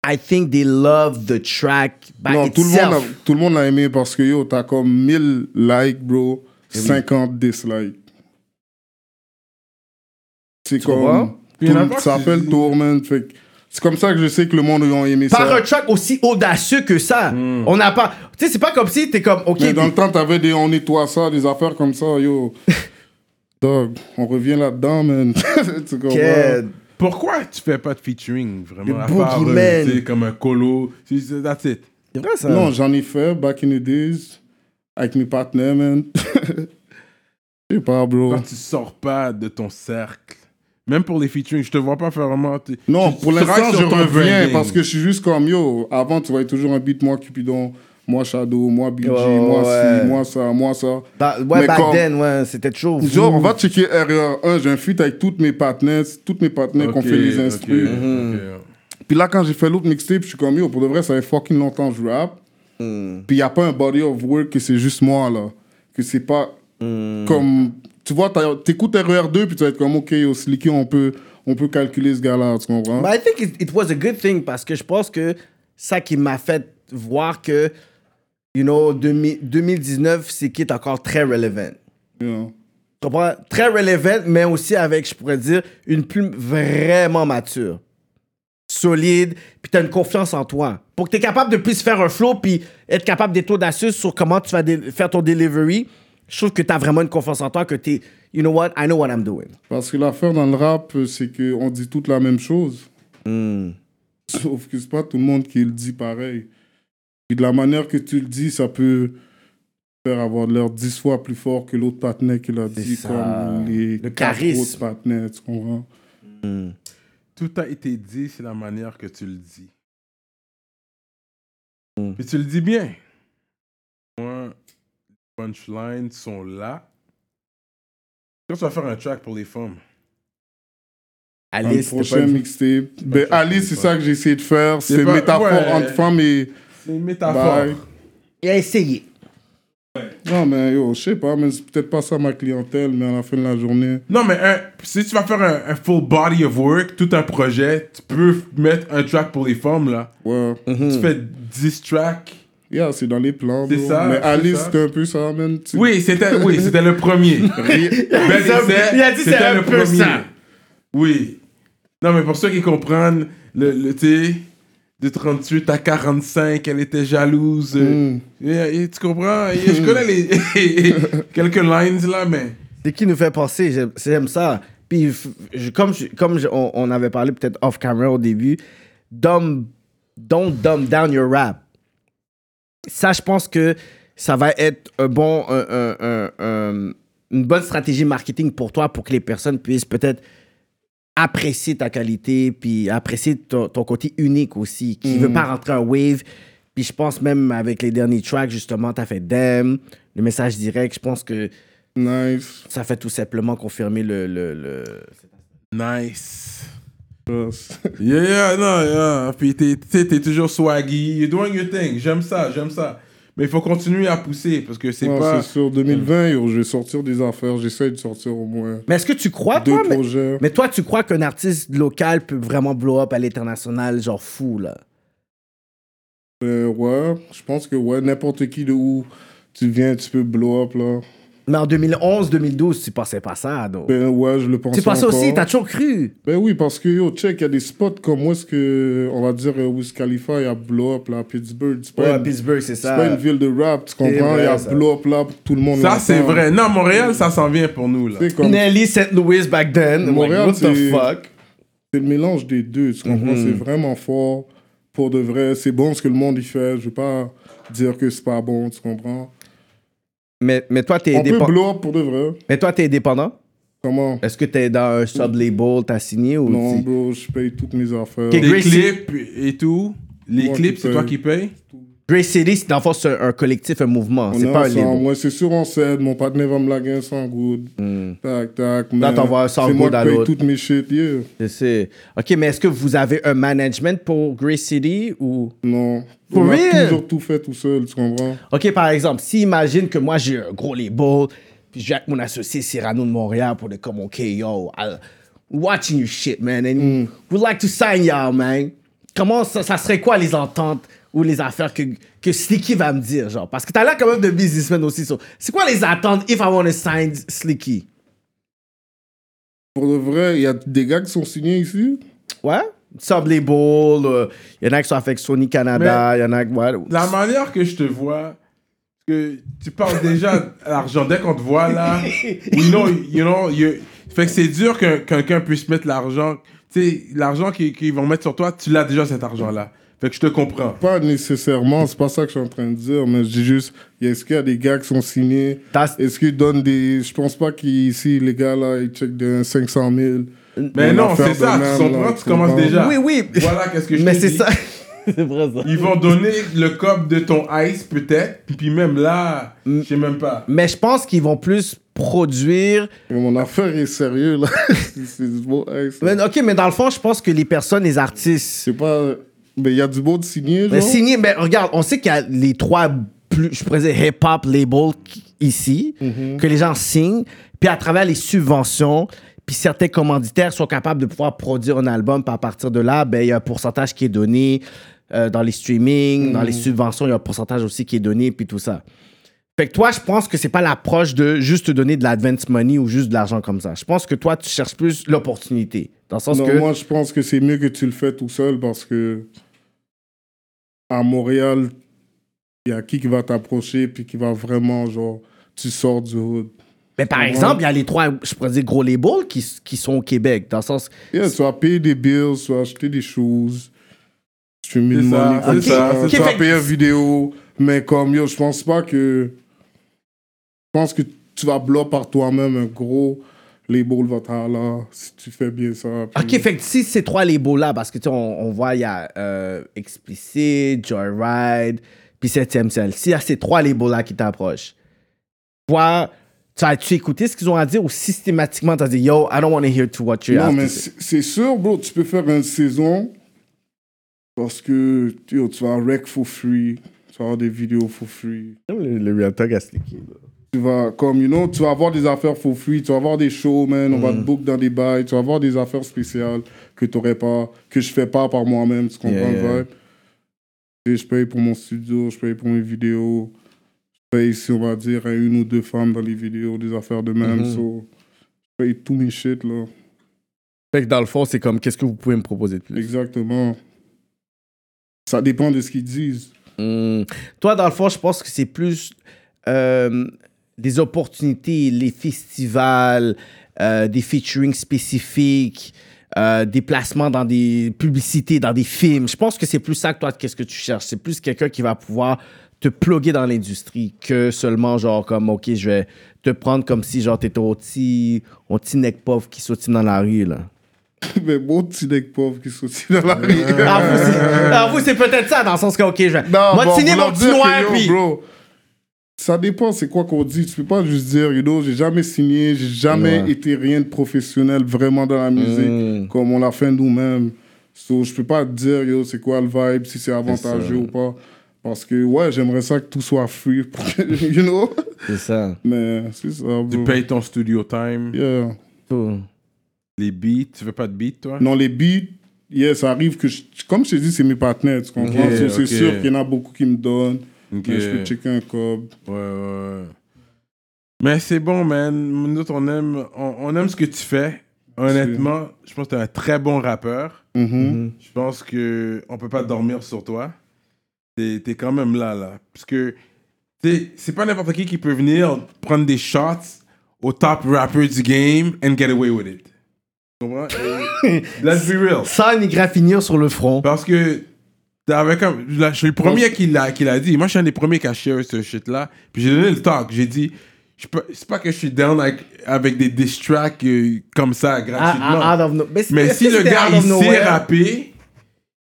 I think they love the track by non, tout le, itself. monde a, tout le monde l'a aimé parce que yo, t'as comme 1000 likes, bro, Eh 50 dislikes. C'est vois? comme. Puis il y en a tout- pas ça qui- s'appelle tour, man. Fait que C'est comme ça que je sais que le monde a aimé par ça. Hmm. un track aussi audacieux que ça. On n'a pas. Tu sais, c'est pas comme si t'es comme, ok, Mais dans le temps, t'avais des on nettoie ça, des affaires comme ça, yo. Dog, on revient là-dedans, man. tu comprends? que- Pourquoi tu fais pas de featuring vraiment Le à part, euh, boogeyman. tu sais, comme un colo C'est- c'est- That's it. C'est vrai ça. Non, j'en ai fait back in the days avec mes partenaires, man. Je sais pas, bro. Bah. Quand tu sors pas de ton cercle, même pour les featuring, je te vois pas faire vraiment. tu- Non, tu- pour tu l'instant, travailles je sur ton reviens branding. parce que je suis juste comme yo. Avant, tu voyais toujours un beat, moi, Cupidon. moi Shadow, moi BG, Ouais, moi ouais. ci, moi ça, moi ça. Bah, ouais, Mais back quand- then, ouais, c'était toujours. Genre, vous. on va checker RR1, j'ai un feat avec toutes mes partenaires, toutes mes partenaires qu'on fait les instrus. Mhm. Mm-hmm. Puis là, quand j'ai fait l'autre mixtape, je suis comme, yo, pour de vrai, ça fait fucking longtemps que je rap. Hmm. Puis il n'y a pas un body of work que c'est juste moi, là. Que c'est pas Hmm. comme... Tu vois, t'as- t'écoutes RER2, puis tu vas être comme, OK, au Slicky, on peut, on peut calculer ce gars-là, tu comprends? But I think it, it was a good thing parce que je pense que ça qui m'a fait voir que, you know, 2000 2019, c'est qui est encore très relevant. Yeah. Tu comprends? Très relevant, mais aussi avec, je pourrais dire, une plume vraiment mature, solide, puis t'as une confiance en toi. Pour que t'es capable de plus faire un flow, puis être capable d'être audacieux sur comment tu vas dé- faire ton delivery, je trouve que t'as vraiment une confiance en toi, que t'es, you know what, I know what I'm doing. Parce que l'affaire dans le rap, euh, c'est qu'on dit toute la même chose. Sauf que c'est pas tout le monde qui le dit pareil. Puis de la manière que tu le dis, ça peut faire avoir l'air dix fois plus fort que l'autre partenaire qui l'a dit, ça. comme les Le quatre charisme. autres partenaires, tu comprends? Tout a été dit, c'est la manière que tu le dis. Mais tu le dis bien. Moi, les punchlines sont là. Quand tu vas faire un track pour les femmes, Dans le Alice, c'était pas prochain une- mixtape. Ben, ça, Alice, c'est c'est pas- ça que j'ai essayé de faire. C'est C'est pas- métaphore ouais. entre femmes et. c'est une métaphore. Bye. il a essayé. Non, mais yo, je sais pas, mais c'est peut-être pas ça ma clientèle, mais à la fin de la journée. Non, mais un- si tu vas faire un, un full body of work, tout un projet, tu peux mettre un track pour les femmes, là. Ouais. Tu fais 10 tracks. Yeah, c'est dans les plans. Mhm. C'est bro. ça, Mais c'est Alice, ça. c'était un peu ça, man. Tu- Oui, c'était oui, c'était le premier. Ben, Ça, c'est- il a dit, c'était c'est un le peu premier. ça. Oui. Non, mais pour ceux qui comprennent, le, le tu sais, de 38 à 45, elle était jalouse. Mm. euh, et- et tu comprends? Et Je connais les quelques lines là, mais C'est qui nous fait penser, j'aime- j'aime ça. Puis, f- je- comme, je- comme je- on, on avait parlé peut-être off-camera au début, dumb, don't dumb down your rap. Ça, je pense que ça va être un bon, un- un- un- un- une bonne stratégie marketing pour toi pour que les personnes puissent peut-être apprécier ta qualité, puis apprécier ton, ton côté unique aussi, qui veut pas rentrer en wave. Puis je pense même avec les derniers tracks, justement, t'as fait Damn, le message direct, je pense que Nice. ça fait tout simplement confirmer le. le, le... nice. Yes. Yeah, yeah, non, yeah. Puis t'es, tu sais, t'es toujours swaggy. You're doing your thing. J'aime ça, j'aime ça. Mais il faut continuer à pousser parce que c'est Non, pas. C'est sûr, 2020, yo, je vais sortir des affaires. J'essaie de sortir au moins Mais est-ce que tu crois, deux toi mais... projets. mais toi, tu crois qu'un artiste local peut vraiment blow up à l'international, genre fou, là Euh, ouais, je pense que ouais, n'importe qui de où tu viens, tu peux blow up, là. Mais en 2011-2012, tu pensais pas ça, donc. Ben ouais, je le pense tu pensais encore. aussi, t'as toujours cru. Ben oui, parce que yo, check, il y a des spots comme où est-ce que, on va dire, euh, Wiz Khalifa, il y a blow up, là, à Pittsburgh. C'est pas, une- Pittsburgh, c'est c'est pas une ville de rap, tu comprends? vrai, Il y a ça. blow up, là, tout le monde. Ça, l'entend. c'est vrai. Non, Montréal, ça s'en vient pour nous, là. Tu sais, comme- Nelly, St. Louis back then. I'm Montréal, like, what the c'est- fuck? c'est le mélange des deux, tu Mhm. comprends? C'est vraiment fort. Pour de vrai, c'est bon ce que le monde y fait. Je veux pas dire que c'est pas bon, tu comprends? Mais, mais toi, t'es On peut indépendant. blow up pour de vrai. Mais toi, t'es indépendant? Comment? Est-ce que t'es dans un sub-label, t'as signé ou. Non, tu- bro, je paye toutes mes affaires. Quel- Les Gracie- clips et tout. Les Moi clips, qui c'est paye. toi qui payes. Grey City, c'est dans le fond, c'est un, un collectif, un mouvement. On C'est est pas un ensemble. label. Ouais, c'est sûr, on s'aide. Mon partenaire va me laguer un 100 good. Tac, tac. mais Hmm. t'envoies un 100 C'est moi good à qui paye l'autre. toutes mes shit, yeah. Je sais. OK, mais est-ce que vous avez un management pour Grey City ou... Non. For on real? a toujours tout fait tout seul, tu comprends? OK, par exemple, si imagine que moi, j'ai un gros label, puis j'ai avec mon associé Cyrano de Montréal pour le comme, OK, yo, I- watching your shit, man, and we'd like to sign y'all, man. Comment ça, ça serait quoi les ententes ou les affaires que, que Slicky va me dire, genre? Parce que t'as l'air quand même de businessman aussi, so. c'est quoi les attentes if I want to sign Slicky? Pour de vrai, il y a des gars qui sont signés ici. Ouais? Sub-label, euh, il y en a qui sont avec Sony Canada, il y en a qui... ouais. La manière que je te vois, que tu parles déjà d'argent. Dès qu'on te voit là, you know, you know, you- fait que c'est dur que quelqu'un puisse mettre l'argent. Tu sais, l'argent qu'ils qu'ils vont mettre sur toi, tu l'as déjà cet argent-là. Fait que je te comprends. Pas nécessairement, c'est pas ça que je suis en train de dire, mais je dis juste, est-ce qu'il y a des gars qui sont signés? T'as- Est-ce qu'ils donnent des. Je pense pas qu'ici, les gars, là, ils checkent de 500 000. Mais Une non, affaire c'est de ça, même, tu comprends, là, tu commences comprends. déjà. Oui, oui. Voilà, qu'est-ce que je Mais te c'est dis. ça. C'est vrai ça. Ils vont donner le cop de ton ice, peut-être. Puis même là, Mm. je sais même pas. Mais je pense qu'ils vont plus produire. Mais mon affaire est sérieux, là. c'est c'est du beau ice. là. Mais, ok, mais dans le fond, je pense que les personnes, les artistes. C'est pas. Mais il y a du monde signé, genre. Mais signé, mais regarde, on sait qu'il y a les trois plus, je pourrais dire, hip-hop labels qui- ici, Mhm. que les gens signent, puis à travers les subventions, puis certains commanditaires sont capables de pouvoir produire un album, puis à partir de là, ben, il y a un pourcentage qui est donné euh, dans les streamings, dans Mhm. les subventions, il y a un pourcentage aussi qui est donné, puis tout ça. Fait que toi, je pense que c'est pas l'approche de juste te donner de l'advance money ou juste de l'argent comme ça. Je pense que toi, tu cherches plus l'opportunité. Dans le sens Non, que. moi, je pense que c'est mieux que tu le fais tout seul parce que à Montréal, il y a qui qui va t'approcher puis qui va vraiment, genre, tu sors du hood. Mais par exemple, il y a les trois, je pourrais dire, gros labels qui, qui sont au Québec. Dans le sens. Yeah, tu vas payer des bills, tu vas acheter des choses, tu mets C'est ça, money, c'est comme ça, ça, c'est tu ça. vas payer une vidéo, mais comme yo, je pense pas que. Je pense que tu vas bloquer par toi-même un gros label va t'en là si tu fais bien ça. puis- Ok, fait que si ces trois labels-là, parce que tu sais, on, on voit, il y a euh, Explicit, Joyride, puis 7ème Ciel. S'il y a ces trois labels-là qui t'approchent, toi, tu as-tu écouté ce qu'ils ont à dire ou systématiquement t'as dit Yo, I don't want to hear to what you Non, have mais to say. c'est c'est sûr, bro, tu peux faire une saison parce que yo, tu vas rec for free, tu vas avoir des vidéos for free. Le, le Real Talk a slické. là. Tu vas, comme, you know, tu vas avoir des affaires for free, tu vas avoir des shows, man, on va Mm. te book dans des bails, tu vas avoir des affaires spéciales que tu n'aurais pas, que je fais pas par moi-même, tu comprends Yeah, yeah. le vibe? Et je paye pour mon studio, je paye pour mes vidéos, je paye, si on va dire, à une ou deux femmes dans les vidéos, des affaires de même, Mm-hmm. so, je paye tous mes shit, là. Fait que dans le fond, c'est comme, qu'est-ce que vous pouvez me proposer de plus? Exactement. Ça dépend de ce qu'ils disent. Hmm. Toi, dans le fond, je pense que c'est plus euh, des opportunités, les festivals, euh, des featuring spécifiques, euh, des placements dans des publicités, dans des films. Je pense que c'est plus ça que toi, qu'est-ce que tu cherches. C'est plus quelqu'un qui va pouvoir te plugger dans l'industrie que seulement genre comme ok je vais te prendre comme si genre t'étais au petit au petit neck puff qui sautine dans la rue là. Mais bon, petit nec pauvre qui sortit dans la rue. Alors vous, c'est- alors, vous, c'est peut-être ça dans le sens que ok je vais Euh. Non, moi bon, signer vouloir mon petit dire que, noir yo, puis bro, ça dépend, c'est quoi qu'on dit. Tu peux pas juste dire, you know, j'ai jamais signé, j'ai jamais été rien de professionnel vraiment dans la Hmm. musique, comme on l'a fait nous-mêmes. So, je peux pas te dire, yo, c'est quoi le vibe, si c'est avantageux ou pas. Parce que, ouais, j'aimerais ça que tout soit free, pour que- you know. c'est ça. Mais c'est ça, bro. Tu payes ton studio time, Yeah. les beats. Tu veux pas de beats, toi Non, les beats, yeah, ça arrive que, je- comme je t'ai dit, c'est mes partenaires, tu comprends? Ok, So, c'est ok. sûr qu'il y en a beaucoup qui me donnent. Ok. mais je peux checker un cob. Ouais, ouais, ouais. Mais c'est bon, man. Nous, autres, on aime, on, on aime ce que tu fais. Honnêtement, je pense que tu es un très bon rappeur. Mhm. Je pense que on peut pas dormir sur toi. T'es es quand même là, là. Parce que t'es- c'est pas n'importe qui qui peut venir prendre des shots au top rapper du game and get away with it. Tu comprends? Et- Let's be real. Sans une finir sur le front. Parce que t'avais comme. là, Je suis le premier qui l'a, qui l'a dit. Moi, je suis un des premiers qui a share ce shit-là. Puis j'ai donné le talk. J'ai dit. je peux- C'est pas que je suis down avec, avec des diss tracks euh, comme ça Ah, gratuitement. ah, out of no- c'est- Mais est-ce si que le c'était gars out il of sait nowhere? rapper,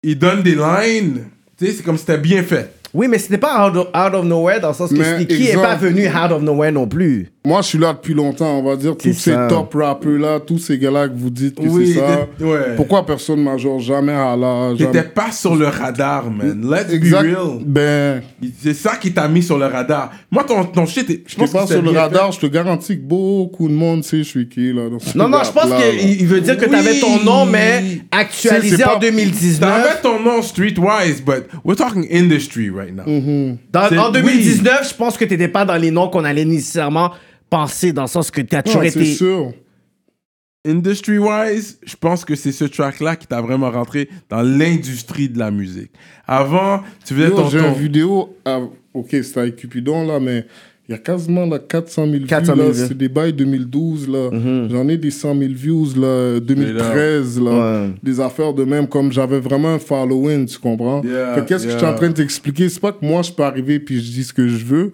il donne des lines. Tu sais, c'est comme si c'était bien fait. Oui, mais c'était pas out of, out of nowhere dans le sens que Mais Sticky est exemple- pas venu out of nowhere non plus. Moi, je suis là depuis longtemps, on va dire. Tous ces ça. top rappers-là, tous ces gars-là que vous dites que Oui, c'est ça. de- ouais. Pourquoi personne m'a genre jamais à la. T'étais jamais- pas sur le radar, man. Let's Exact. be real. Ben, C'est ça qui t'a mis sur le radar. Moi, ton, ton shit, est- je je pense que pas c'était sur le bien radar, je te garantis que beaucoup de monde sait je suis qui, là. dans ce Non, non, je pense rap-là, là. qu'il il veut dire que Oui. t'avais ton nom, mais C'est- actualisé c'est en pas- fait. T'avais 2019. ton nom streetwise, but we're talking industry right Mm. now. Dans- c'est- en 2019, je pense que t'étais pas dans les noms qu'on allait nécessairement penser dans le sens que t'as Non, toujours c'est été. sûr. Industry wise, je pense que c'est ce track là qui t'a vraiment rentré dans l'industrie de la musique. Avant, tu faisais Yo, ton, J'ai une ton- vidéo, à- ok, c'était avec Cupidon là, mais il y a quasiment là, 400 000 400 vues. 000 là. vues. Mhm. C'est des bails 2012 là. J'en ai des 100 000 views là, 2013 là. Ouais. Des affaires de même, comme j'avais vraiment un following, tu comprends? Yeah, Fait que Qu'est-ce que je suis en yeah. train de t'expliquer? C'est pas que moi je peux arriver puis je dis ce que je veux.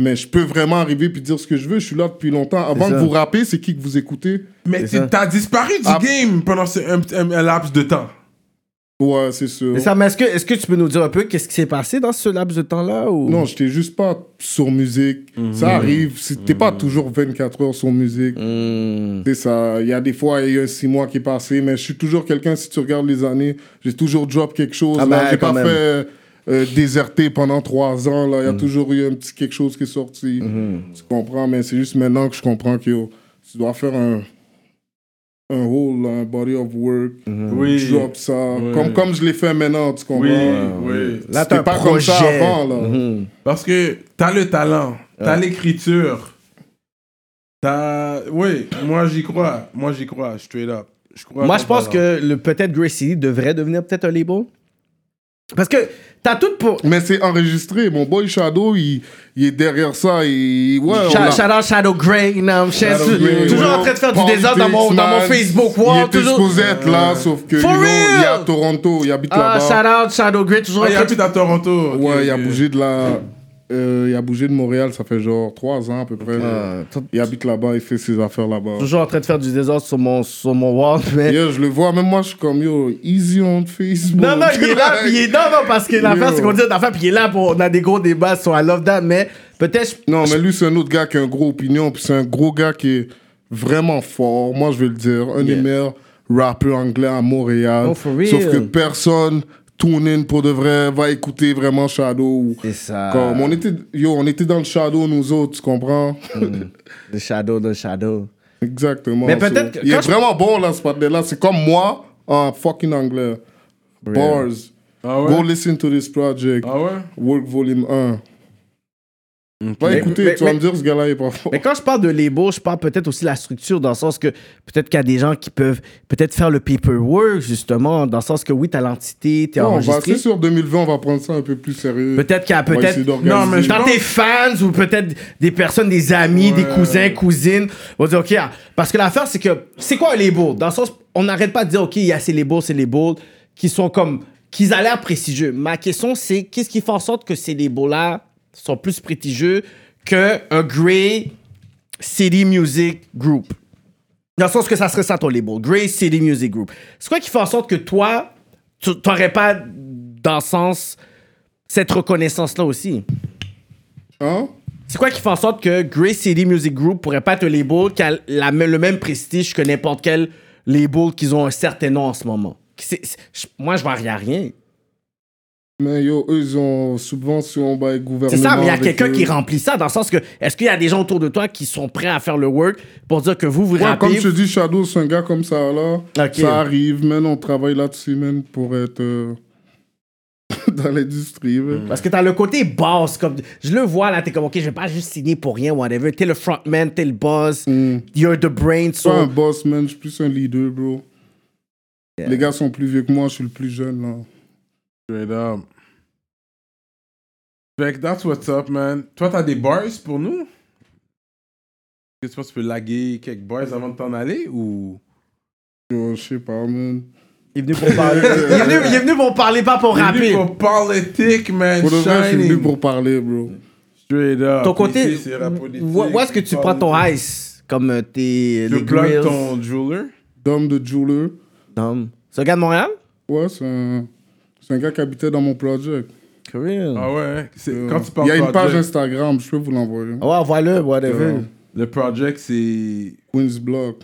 Mais je peux vraiment arriver puis dire ce que je veux. Je suis là depuis longtemps. Avant que vous rappez, c'est qui que vous écoutez mais tu- t'as disparu du Ah. game pendant ce- un, un- un laps de temps. Ouais, c'est sûr. Mais ça, mais est-ce que, est-ce que tu peux nous dire un peu qu'est-ce qui s'est passé dans ce laps de temps-là ou... Mhm. Non, j'étais juste pas sur musique. Ça arrive. si- T'es pas toujours 24 heures sur musique. Hmm. C'est ça. Il y a des fois, il y a six mois qui est passé, mais je suis toujours quelqu'un, si tu regardes les années, j'ai toujours drop quelque chose. Ah là. ben, j'ai quand pas même. Mhm. fait euh, déserter pendant trois ans. Là. Il y a toujours eu un petit quelque chose qui est sorti. Tu comprends, mais c'est juste maintenant que je comprends que yo, tu dois faire un, un whole, là, un body of work. Oui. Drop ça. Comme, comme je l'ai fait maintenant, tu comprends. Oui, oui. C'était Là, t'as un pas comme ça projet. avant, là. Mhm. Parce que t'as le talent, t'as l'écriture, t'as. Oui, moi j'y crois, moi j'y crois, straight up. Je crois Moi, dans je pense le talent. que le, peut-être Gracie devrait devenir peut-être un label. Parce que t'as tout pour. Mais c'est enregistré. Mon boy Shadow, il, il est derrière ça. Et, ouais, on Sha- l'a- Shout out Shadow Grey, you know what I'm saying? Shadow Grey, Toujours ouais. en train de faire du Politics, désordre dans mon, dans mon man. Facebook Il wall. était Toujours. supposé être là, sauf que you For know, il est à real? Toronto, il habite Ah, là-bas. shout out Shadow Grey, toujours Ah, il en train de habite à Toronto. ok, Ouais, il a ok. bougé de la... euh, il a bougé de Montréal, ça fait genre trois ans à peu près. Ah, t- Il habite là-bas, il fait ses affaires là-bas. toujours en train de faire du désordre sur mon, sur mon wall. Mais... Yo, je le vois, même moi, je suis comme, yo, easy on Facebook. Non, non, il est là, puis il est non, non, parce que l'affaire, Yo. c'est qu'on dit l'affaire, puis il est là, pour, on a des gros débats sur I Love That, mais peut-être. Non, mais lui, c'est un autre gars qui a un gros opinion, puis c'est un gros gars qui est vraiment fort. Moi, je vais le dire, un des Yeah. meilleurs rappeurs anglais à Montréal. Oh, for real? Sauf que personne, tune in pour de vrai, va écouter vraiment Shadow. ou- C'est ça. Comme on était, yo, on était dans le Shadow, nous autres, tu comprends? Le Shadow, le Shadow. Exactement. Mm. Mais peut-être que- Il quand est je- vraiment bon, là, ce là C'est comme moi en fucking anglais. Bars. Ah Go ouais? listen to this project. Ah ouais? Work Volume 1. Va Mais- écouter, mais- tu vas mais- me dire, ce gars-là, il est pas fort. Mais quand je parle de label, je parle peut-être aussi de la structure, dans le sens que peut-être qu'il y a des gens qui peuvent peut-être faire le paperwork, justement, dans le sens que oui, t'as l'entité, t'es Non, on va enregistré. c'est sûr 2020, on va prendre ça un peu plus sérieux. Peut-être qu'il y a Euh, On va peut-être. essayer d'organiser. Non, mais je dans pense- tes fans ou peut-être des personnes, des amis, des cousins, cousines, on va dire, OK, ah, parce que l'affaire, c'est que c'est quoi un label? Dans le sens, on n'arrête pas de dire, OK, il y a ces labels, ces labels qui sont comme. qu'ils ont l'air prestigieux. Ma question, c'est qu'est-ce qui fait en sorte que ces labels-là sont plus prestigieux qu'un Grey City Music Group? Dans le sens que ça serait ça ton label, Grey City Music Group. C'est quoi qui fait en sorte que toi, tu t'aurais pas, dans le sens, cette reconnaissance-là aussi? Hein? C'est quoi qui fait en sorte que Grey City Music Group pourrait pas être un label qui a la- le même prestige que n'importe quel label qu'ils ont un certain nom en ce moment? C'est- c'est- je- moi, je varie à rien. Mais yo, eux, ils ont subvention, bah, gouvernement. C'est ça, mais il y a avec quelqu'un eux. qui remplit ça dans le sens que est-ce qu'il y a des gens autour de toi qui sont prêts à faire le work pour dire que vous, vous Ouais, comme rappez? je te dis, Shadow, c'est un gars comme ça, là. Ok. Ça arrive, man, on travaille là-dessus, man, pour être euh, dans l'industrie, man. Parce que t'as le côté boss, comme je le vois là, t'es comme ok, je vais pas juste signer pour rien, whatever. T'es le frontman, t'es le boss, you're the brain, Je suis pas Mm. un Mm. so boss, man, je suis plus un leader, bro. Les gars sont plus vieux que moi, je suis le plus jeune, là. Straight up. Fait que that's what's up, man. Toi, t'as des bars pour nous? Est-ce que tu penses que tu peux laguer quelques bars avant de t'en aller ou. Yo, je sais pas, man. il est venu pour parler. il, est venu, il est venu pour parler, pas pour T'es venu rapper. pour politique, man. Pour le vrai, je suis venu Shining. pour parler, bro. Straight up. Ton côté, Ici, c'est rap politique, où, où est-ce que tu prends ton politique. ice comme euh, tes Tu les bloques grills? ton jeweler? Dom de Jeweler. Non. C'est un gars de Montréal? Ouais, c'est un... c'est un gars qui habitait dans mon project. Korean. Ah ouais, c'est Euh, quand tu parles Il y a une project, page Instagram, je peux vous l'envoyer. Ouais, voilà, whatever. Euh, le project c'est Queen's Block,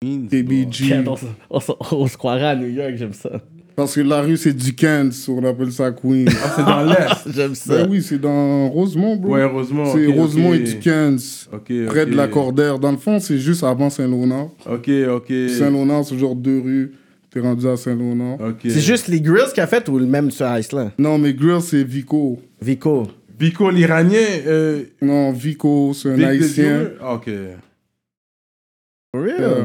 Queens, KBG. on, se- on se- on se croirait à New York, j'aime ça. Parce que la rue, c'est du Kens, on appelle ça Queens. bro. Ah, c'est dans l'est. J'aime ça. ben oui, c'est dans Rosemont, bro. Ouais, Rosemont. c'est ok, Rosemont ok. et du Kens, Ok, près ok. de la Cordaire. Dans le fond, c'est juste avant Saint-Laurent. Ok, ok. Saint-Laurent, c'est genre deux rues. T'es rendu à Saint-Laurent. Ok. C'est juste les grills qu'il a fait ou même ce ice-là? Non, mais Grill, c'est Vico. Vico. Vico l'Iranien. Euh, Non, Vico, c'est un Vic de haïtien. Dieu. Ah, Ok. For real? Euh,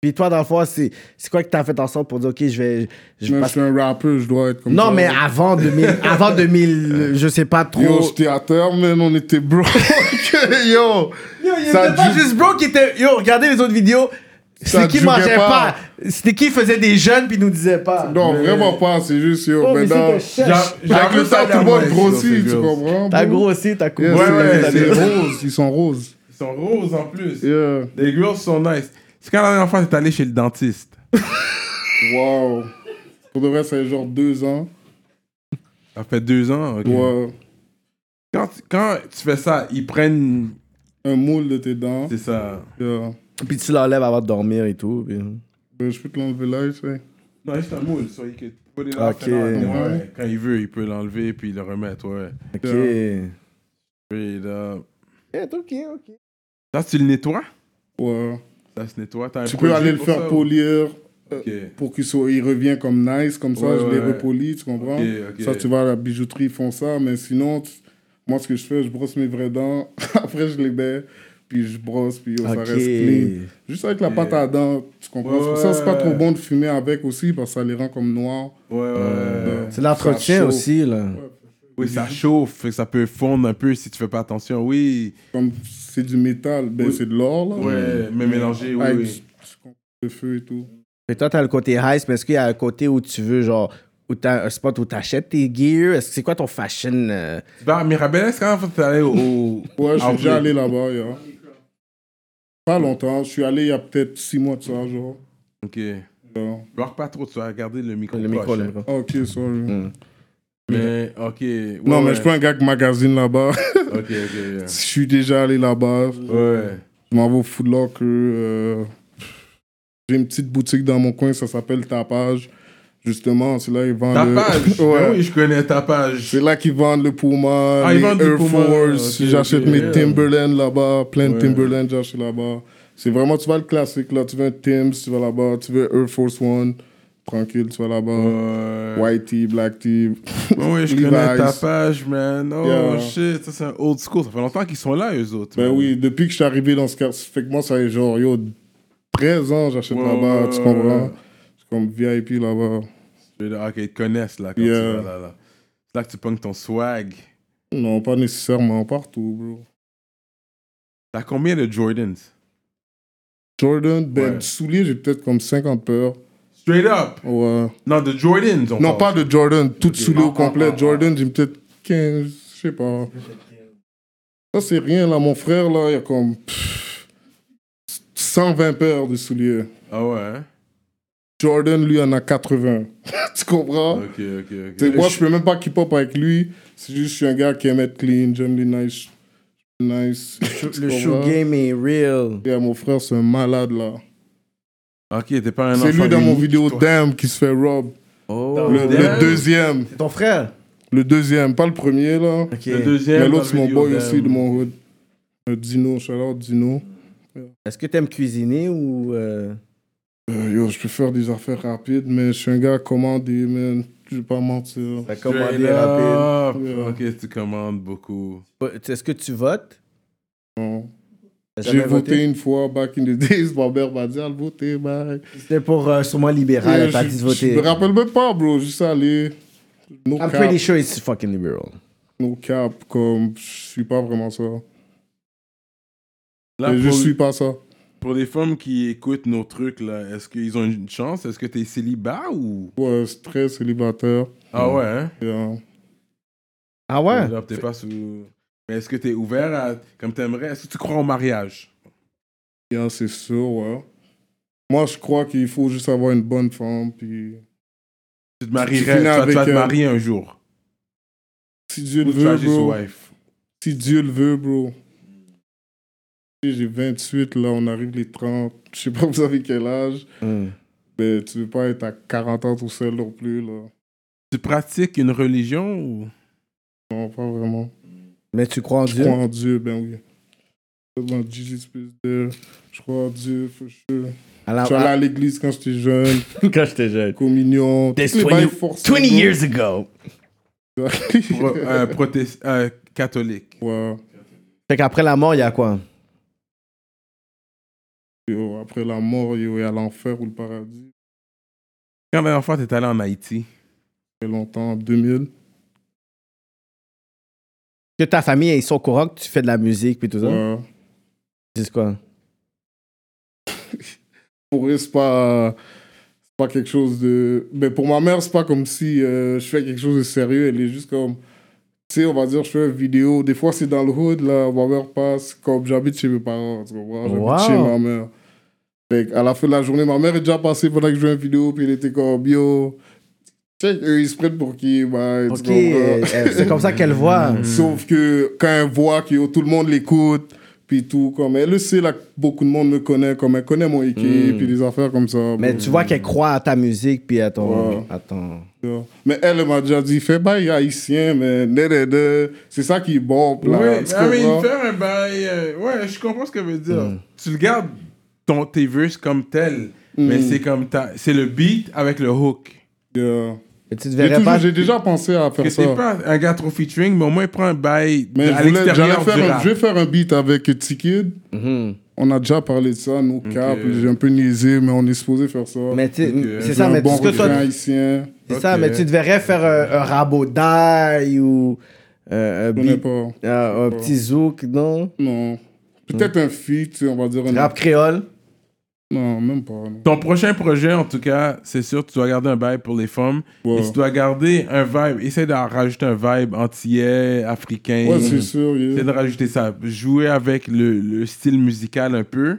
Puis toi, dans le fond, c'est c'est quoi que t'as fait ensemble pour dire, OK, je vais... je mais je passe- suis un rappeur, je dois être comme ça. Non, mais avant 2000, avant 2000, euh, je sais pas trop... Yo, j'étais à terre, man, on était broke. yo, Yo, il Ça était pas ju- juste bro qui était. Yo, regardez les autres vidéos. Ça C'était qui juguait mangeait pas. pas. C'était qui faisait des jeunes puis nous disait pas. Non, vraiment pas, c'est juste, yo, Oh, mais maintenant. c'était J'a- chèche. Jacques Avec le temps, Leclerc, ouais, tout le monde c'est grossit, tu gros. comprends? T'as bro? grossi, t'as coupé. Yeah, Ouais, c'est- ouais, c'est c'est- rose, ils sont roses. Ils sont roses en plus. Yeah. Les girls sont nice. C'est quand la dernière fois que t'es allé chez le dentiste. Wow. Pour de vrai, ça fait genre deux ans. Ça fait deux ans. ok. Ouais, Quand, quand tu fais ça, ils prennent. un moule de tes dents. C'est ça. Yeah. Puis tu l'enlèves avant de dormir et tout. puis- Ben, je peux te l'enlever là, tu sais. Non, juste un moule, soyez que. Ok. Ouais, quand il veut, il peut l'enlever puis le remettre, ouais. Ok. Straight up. ok, ok. Ça, tu le nettoies Ouais. Ça se nettoie. T'as un Tu peux aller le produit faire pour. polir ça, ou- Ok. pour qu'il soit, il revient comme nice, comme ça, Ouais, je ouais, les ouais. repolis, tu comprends? Ok, ok. Ça, tu vas à la bijouterie, ils font ça, mais sinon, tu- moi, ce que je fais, je brosse mes vraies dents, après, je les mets, puis je brosse, puis oh, ça reste clean. Ok. Juste avec la pâte à dents, tu comprends? C'est pour ça, c'est pas Ouais. trop bon de fumer avec aussi, parce que ça les rend comme noirs. Ouais, ouais, ouais. Euh, C'est l'entretien Ça chauffe. aussi, là. Oui, ça chauffe, fait que ça peut fondre un peu si tu fais pas attention, oui. Comme c'est du métal, ben, Oui. c'est de l'or, là. Ouais, mais mélangé, oui, Avec oui. du- du- le feu et tout. Fait que toi, t'as le côté high, mais est-ce qu'il y a un côté où tu veux, genre, où t'as un spot où t'achètes tes gears? Est-ce que c'est quoi ton fashion? euh? Bah, Mirabel, est-ce quand t'es allé au. au- Ouais, je Ah, suis déjà oui. allé là-bas, yeah. Pas longtemps, je suis allé il y a peut-être six mois de ça, genre. Ok. Yeah. Bloque pas trop, tu vas garder le micro. Le micro, proche, le hein. micro. Ah, Ok, sorry. Mais, ok. ouais, non, ouais. mais je suis pas un gars qui magasine là-bas. Ok, ok. yeah. je suis déjà allé là-bas. Ouais. Je m'en vais au Food Locker. euh, J'ai une petite boutique dans mon coin, ça s'appelle Tapage. Justement, c'est là qu'ils vendent le... Tapage. Euh, Ouais. Ah Oui, je connais tapage. C'est là qu'ils vendent le Puma, Ah, ils les vendent du Air Puma, Force. ok, J'achète ok, mes yeah. Timberland là-bas, plein Ouais. de Timberland j'achète là-bas. C'est vraiment, tu vas le classique là. Tu veux un Timbs, tu vas là-bas. Tu veux Air Force One, tranquille, tu vas là-bas. Ouais. Ben White Tee, Black Tee. Oui, je Levi's. connais tapage, man. Oh Yeah. shit, ça c'est un old school. Ça fait longtemps qu'ils sont là, eux autres. Ben man. oui, depuis que je suis arrivé dans ce quartier, fait que moi, ça est genre, yo, 13 ans, j'achète Ouais, là-bas, ouais, tu ouais, ouais. comprends? C'est comme VIP là-bas. Je veux dire, Ok, ils te connaissent là quand Yeah. tu vas là. là. C'est là que tu pognes ton swag. Non, pas nécessairement partout, bro. T'as combien de Jordans Jordan, ben, Ouais. de souliers, j'ai peut-être comme 50 paires. Straight up. Ouais. Non, de Jordans. on Non, parle. pas de Jordan, tout souliers Ah, au ah, complet. ah, ah. Jordan, j'ai peut-être 15, je sais pas. Ça, c'est rien, là, mon frère, là, il y a comme pff, 120 paires de souliers. Ah ouais. hein? Jordan, lui, en a 80. tu comprends? Ok, ok, ok. T'sais, moi, je peux même pas keep-up avec lui. C'est juste, je suis un gars qui aime être clean, j'aime les nice. nice. Le shoe game est real. Et mon frère, c'est un malade là. Ok, t'es pas un enfant. C'est lui dans mon unique, vidéo toi. Damn qui se fait rob. Oh. Le, le Damn. deuxième. C'est ton frère? Le deuxième, pas le premier là. Ok. Le Mais deuxième. l'autre, c'est dans la mon vidéo boy Damn. aussi de mon hood. Euh, Dino, shout out Dino. Est-ce que t'aimes cuisiner ou. euh, Euh, yo, je peux faire des affaires rapides, mais je suis un gars commandé, man. Je vais pas mentir. t'as Straight commandé rapide? up. Ok, tu commandes beaucoup. Est-ce que tu votes? Non. T'as J'ai jamais voté une fois, back in the days. Ma mère m'a dit, ah, le voter, bye. C'était pour euh, sûrement libéral, Ouais, elle t'a je- dit de Je voter. me rappelle même pas, bro. Juste aller. No I'm cap, pretty sure it's fucking liberal. no cap, comme je suis pas vraiment ça. Là, Et je pour, suis pas ça. pour les femmes qui écoutent nos trucs, là, est-ce qu'ils ont une chance Est-ce que t'es célibat ou. Ouais, c'est très célibataire. Ah ouais, hein Et, euh, Ah ouais? Genre, t'es pas sous. Mais est-ce que t'es ouvert à. Comme t'aimerais, est-ce que tu crois au mariage yeah, euh, c'est sûr, ouais. Moi, je crois qu'il faut juste avoir une bonne femme. Puis Tu te finis marierais, tu vas, tu avec vas te elle. marier un jour. si Dieu Ou le tu vas veut, juste bro. wife. Si Dieu le veut, bro. J'ai 28, là, on arrive les 30. Je sais pas, vous avez quel âge. Hmm. Mais tu veux pas être à 40 ans tout seul non plus, là. Tu pratiques une religion ou. Non, pas vraiment. Mais tu crois en Je Dieu? crois en Dieu, ben oui. Je crois en Jesus Christ, euh, Je crois en Dieu, for sure. À la- Je suis allé à l'église quand j'étais jeune, Quand j'étais jeune. communion. There's tous les 20 bails forcés, 20 bro. years ago. Pro- euh, protes- euh, catholique. Ouais. Fait qu'après la mort, il y a quoi? Yo, après la mort, yo, il y a l'enfer ou le paradis. Quand la dernière fois t'es allé en Haïti Ça fait longtemps, en 2000. Que ta famille, ils sont au courant que tu fais de la musique puis tout ça? Ouais. Ils disent quoi? Pour eux, c'est pas, c'est pas quelque chose de. Mais pour ma mère, c'est pas comme si euh, je fais quelque chose de sérieux. Elle est juste comme. Tu sais, on va dire, je fais une vidéo. Des fois, c'est dans le hood, là. Ma mère passe comme j'habite chez mes parents. Tu comprends? J'habite Wow. chez ma mère. Fait à la fin de la journée, ma mère est déjà passée pendant que je fais une vidéo. Puis elle était comme, yo, Tu sais, eux, ils se prêtent pour qui bah, tu Ok, euh, comprends. c'est comme ça qu'elle voit. Mm. Sauf que quand elle voit que yo, tout le monde l'écoute, puis tout, comme elle le sait, là, que beaucoup de monde me connaît, comme elle connaît mon équipe, puis des affaires comme ça. Mm. Mais bon, tu vois qu'elle croit à ta musique puis à ton. Ouais. à ton- là. Mais elle elle m'a déjà dit, fais bail haïtien, mais nénéné. c'est ça qui est bon. Là, Ouais, tu ah, mais comprends? Mm. faire un bail. euh, ouais, je comprends ce que veut dire. Tu le gardes ton, tes verses comme tel, Mm. mais c'est comme ta- c'est le beat avec le hook. Yeah. Mais tu te J'ai verrais toujours- pas. J'ai déjà pensé à Que faire t'es ça. pas un gars trop featuring, mais au moins il prend un bail de- Mais à je voulais- j'allais l'extérieur du faire, un- rap. je vais faire un beat avec T-Kid. Mhm. On a déjà parlé de ça, nos caps. J'ai un peu niaisé, mais on est supposé faire ça. Mais tu- Ok. c'est J'ai ça, un mais bon tu- ce que toi- refrain haïtien. c'est ça, Ok. mais tu devrais faire un, un rabodaille ou euh, un, Je connais beat- pas. un- un petit zouk, non? Non. Peut-être un feat, on va dire. un- Rap créole. Non, même pas. non. Ton prochain projet, en tout cas, c'est sûr, tu dois garder un vibe pour les femmes. Ouais. Et tu dois garder un vibe. Essaye d'en rajouter un vibe antillais, africain. Ouais, c'est sûr. yeah. Essaye de rajouter ça. Jouer avec le, le style musical un peu.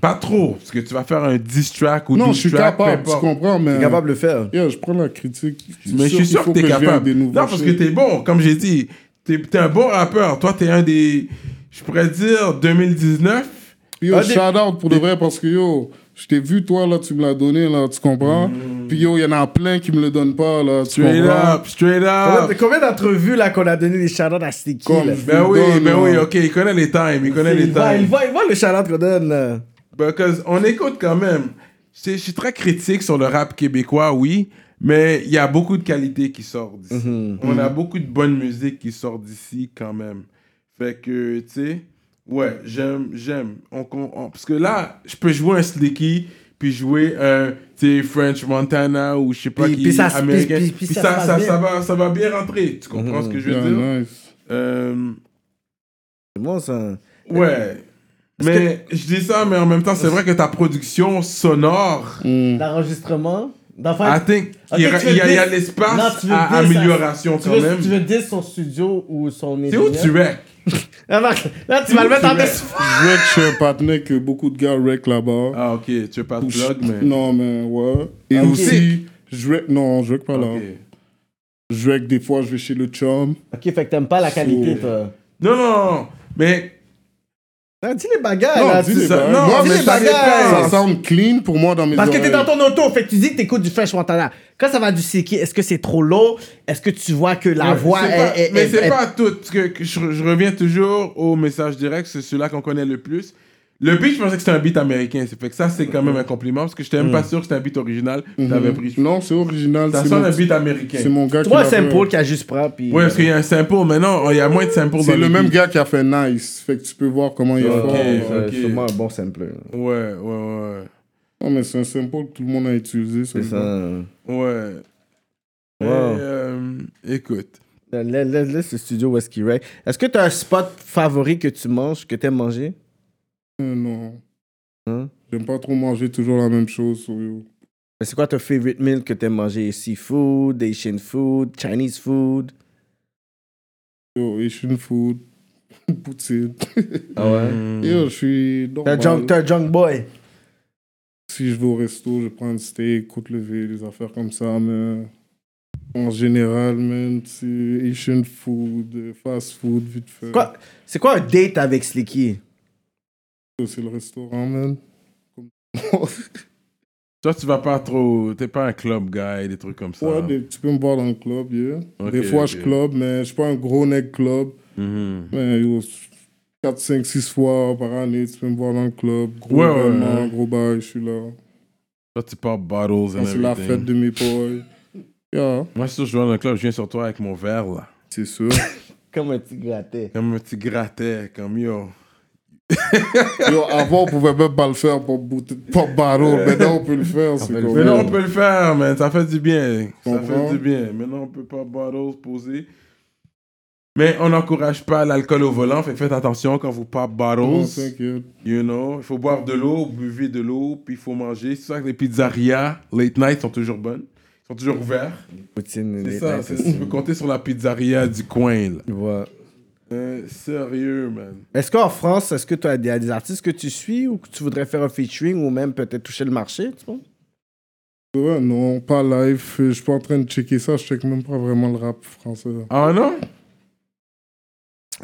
Pas trop, parce que tu vas faire un 10 track ou Non, 12 je suis track, peu capable, tu importe. comprends, mais. T'es capable de le faire. Yeah, je prends la critique. Mais je suis sûr que qu'il faut t'es je vienne capable. avec des Non, nouveaux parce que shit. t'es bon. Comme j'ai dit, t'es t'es un bon rappeur. Toi, t'es un des. Je pourrais dire 2019. Puis yo, Ah, des- shout out pour de vrai parce que yo, je t'ai vu toi là, tu me l'as donné là, tu comprends? Mm. Puis yo, il y en a plein qui me le donnent pas là, tu Straight comprends? up, straight up. Combien, combien d'entrevues là qu'on a donné les shout à Sticky? Ah. Comme- là? Ben me oui, donnes, hein. ben ouais. oui, ok, il connaît les times, il connaît les Il va, il times. va, il va le shout qu'on donne là. Because on écoute quand même. Je je suis très critique sur le rap québécois, oui, mais il y a beaucoup de qualités qui sortent d'ici. Mm-hmm. On a beaucoup de bonne musique qui sort d'ici quand même. Fait que, tu sais, ouais, j'aime, j'aime. On, con- on- parce que là, je peux jouer un Slicky, puis jouer un, tu sais, French Montana ou je sais pas Puis- qui, puis ça se- américain. puis- puis- puis Puis ça ça, ça, se passe ça bien. Mm-hmm. va, ça va bien rentrer. Tu comprends ce que je veux Yeah, dire? nice. Euh, C'est bon ça. ouais. Mais je dis ça, mais en même temps, c'est vrai que ta production sonore, Mm. L'enregistrement. d'enfin- I think, Ok, il y a- tu veux il y a, il y a dire- Non, l'espace tu veux à dire ça. amélioration Tu quand veux, même. tu veux dire son studio ou son C'est où tu es? Ah, non, là, tu vas le mettre en dessous. Je veux que je suis un partenaire que beaucoup de gars rec là-bas. Ah, ok, tu veux pas de Ou je- blog, mais. Non, mais ouais. Et Ah, ok. aussi, je rec. Non, je rec pas là. Ok. Je rec des fois, je vais chez le chum. Ok, fait que t'aimes pas la qualité, So- toi. Non, non, non, mais Non, dis les bagages, Non, là. dis tu- les ça- bagages. non, Moi, dis mais les ça bagages. dépend. Ça sound clean pour moi dans mes Parce que t'es oreilles. dans ton auto, fait que tu dis que t'écoutes du French Montana. Quand ça va du Siki, est-ce que c'est trop lourd? Est-ce que tu vois que la Ouais, voix c'est est, pas- est- mais est- c'est est- pas tout. parce que que je, je reviens toujours au message direct, c'est celui-là qu'on connaît le plus. Le beat, je pensais que c'était un beat américain. C'est fait que ça, c'est quand même un compliment parce que je n'étais même pas Mm. sûr que c'était un beat original. Mm-hmm. T'avais pris. Non, c'est original. Ça c'est sonne mon- un beat américain. C'est mon gars Tu vois un qui l'a fait. sample qui a juste prend, puis... euh, Ouais, parce qu'il y a un sample, mais non, il y a moins de samples C'est dans le les même beats. gars qui a fait Nice. Fait que tu peux voir comment il est Ok, fort. c'est là. ok. sûrement un bon sample. Ouais, ouais, Non, mais c'est un sample que tout le monde a utilisé. C'est celui-là. ça. ouais. Ouais. Wow. Et, euh, écoute. La- la- la- la- ce studio où est-ce qu'il rec. Est-ce que t'as un spot favori que tu manges, que t'aimes manger? Euh, non. Hein? J'aime pas trop manger toujours la même chose. so, yo. Mais c'est quoi ton favorite meal que t'aimes manger? Seafood, Asian food, Chinese food? Yo, Asian food, poutine. Ah ouais? Yo, je suis T'es un junk- normal. t'es un junk boy. Si je vais au resto, je prends un steak, côte levée, des affaires comme ça. Mais en général, même, c'est Asian food, euh, fast food, vite fait. Quoi? C'est quoi un date avec Slicky? C'est le restaurant, man. Comme- Toi, tu vas pas trop. T'es pas un club guy, des trucs comme ça. Ouais, des- tu peux me voir dans le club, yeah. Ah. Ok, des fois, je ok. club, mais je suis pas un gros neck club. Mhm. Mais yo, 4, 5, 6 fois par année, tu peux me voir dans le club. Gros Ouais, ouais, ouais, ouais. gros bail, je suis là. Toi, tu pars bottles and Quand C'est la everything. fête de mes boys. Yeah, Moi, si je joue dans un club, je viens sur toi avec mon verre, là. c'est sûr. Comme un petit gratté. Comme un petit grattais, comme yo. Yo, avant, on pouvait même pas le faire pour, bout- pour barreau. Maintenant, on peut le faire. C'est comme... Mais non, on peut le faire, man. Ça fait du bien. Ça fait Comprends. du bien. Maintenant, on peut pas bottles, poser. Mais on n'encourage pas l'alcool au volant. Fait que faites attention quand vous pop Non, bottles. t'inquiète. You know, il faut boire de l'eau, buvez de l'eau, puis il faut manger. C'est ça que les pizzerias late night sont toujours bonnes. Ils sont toujours ouverts. Poutine, C'est les ça, têtes c'est aussi. tu peux compter sur la pizzeria du coin, là. Ouais. Euh, sérieux, man. Est-ce qu'en France, est-ce que tu as des, des artistes que tu suis ou que tu voudrais faire un featuring ou même peut-être toucher le marché, tu penses? Ouais, non, pas live. Je suis pas en train de checker ça. Je check même pas vraiment le rap français. Ah non?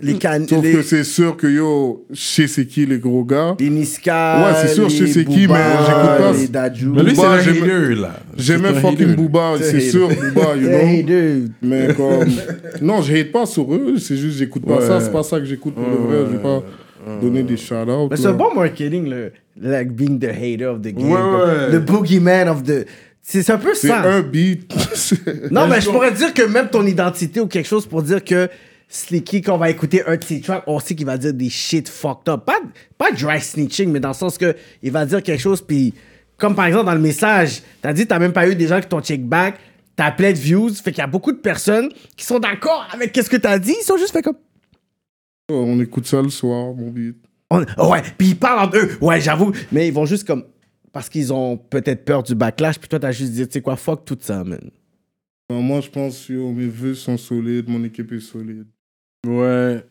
Les can... Sauf les... que c'est sûr que yo, je sais c'est qui les gros gars. les Niska, Ouais, c'est sûr, je les sais qui, mais Booba, j'écoute pas. Les Dadju. Mais lui, c'est Bah, un j'aime- hater, là. J'aimais C'est un fucking hater. Booba, c'est sûr, Booba, you Hey, know. dude. Mais comme. Non, je hate pas sur eux, c'est juste j'écoute pas Ouais. ça, c'est pas ça que j'écoute pour le vrai, je vais pas donner des shout-outs. Mais c'est là. un bon marketing, le like being the hater of the game. Ouais, comme ouais. Le boogeyman of the. C'est c'est un peu C'est ça. un beat. Non, mais je pourrais dire que même ton identité ou quelque chose pour dire que Slicky, quand on va écouter un de ses tracks, on sait qu'il va dire des shit fucked up. Pas, pas dry snitching, mais dans le sens que il va dire quelque chose, puis comme par exemple dans le message, t'as dit t'as même pas eu des gens qui t'ont check back, t'as plein de views, fait qu'il y a beaucoup de personnes qui sont d'accord avec qu'est-ce que t'as dit, ils sont juste fait comme. On écoute ça le soir, mon beat. On- oh ouais, puis ils parlent entre eux. Ouais, j'avoue. Mais ils vont juste comme. Parce qu'ils ont peut-être peur du backlash, puis toi, t'as juste dit, tu sais quoi, fuck tout ça, man. Non, moi, je pense que mes vœux sont solides, mon équipe est solide. Ouais.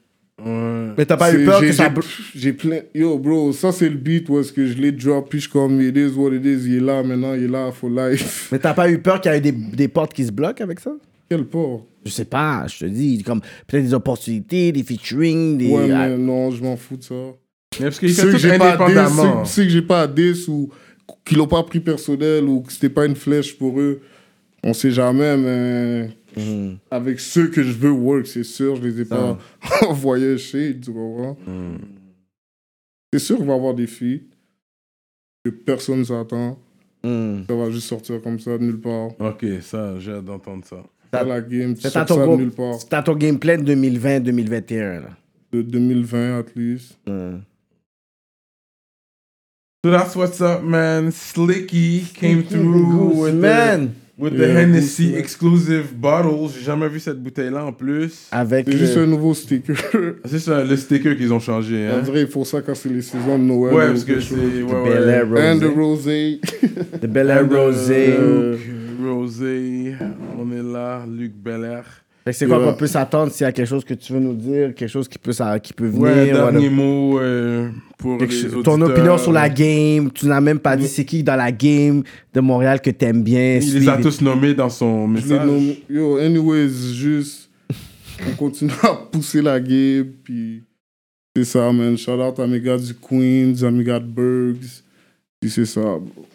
Ouais. Mais t'as pas C'est- eu peur j'ai- que ça. j'ai- J'ai plein. Yo, bro, ça c'est le beat où est-ce que je l'ai drop, puis je suis comme, it is what it is, il est là maintenant, il est là for life. Mais t'as pas eu peur qu'il y ait des, des portes qui se bloquent avec ça? Quel port. Je sais pas, je te dis, comme peut-être des opportunités, des featuring, des. Ouais, Ah, mais non, je m'en fous de ça. Mais parce qu'il fait Ceux que tout j'ai pas à diss, indépendamment. ceux- ceux que j'ai pas à diss ou qu'ils l'ont pas pris personnel ou que c'était pas une flèche pour eux, on sait jamais, mais Mm-hmm. avec ceux que je veux work, c'est sûr, je les ai pas envoyés chez, tu comprends? Mm. C'est sûr qu'on va avoir des filles que personne ne s'attend. hum. Ça va juste sortir comme ça de nulle part. Ok, ça, j'ai hâte d'entendre ça. Pas la game, tu C'est sors à ça ton de groupe. nulle part. C'est à ton gameplay de 2020-2021, là. De 2020, at least. Hum. So that's what's up, man. Slicky came through with the, Man! with the Yeah, Hennessy Goose, ouais. exclusive bottles. J'ai jamais vu cette bouteille-là en plus. Avec. C'est juste le- un nouveau sticker. Ah, C'est juste euh, le sticker qu'ils ont changé. En Hein? vrai, il faut ça quand c'est les saisons de Noël. Ouais, ou parce que quelque c'est. chose. Ouais, Bel ouais. Air And the Rosé. rosé. The Bel Air Rosé. Luc Rosé, on est là. Luc Belair. Fait que c'est quoi Yeah. qu'on peut s'attendre s'il y a quelque chose que tu veux nous dire, quelque chose qui peut, ça, qui peut venir. Ouais, voilà. dernier mot euh, pour Quelque les chose- auditeurs. ton opinion sur la game, tu n'as même pas dit c'est qui dans la game de Montréal que t'aimes bien. Il les suivre. a tous nommés dans son Je l'ai message. nommé- Yo, anyways, juste, on continue à pousser la game, puis c'est ça, man. Shout out à mes gars du Queens, à mes gars de Bergs, puis c'est ça, bro.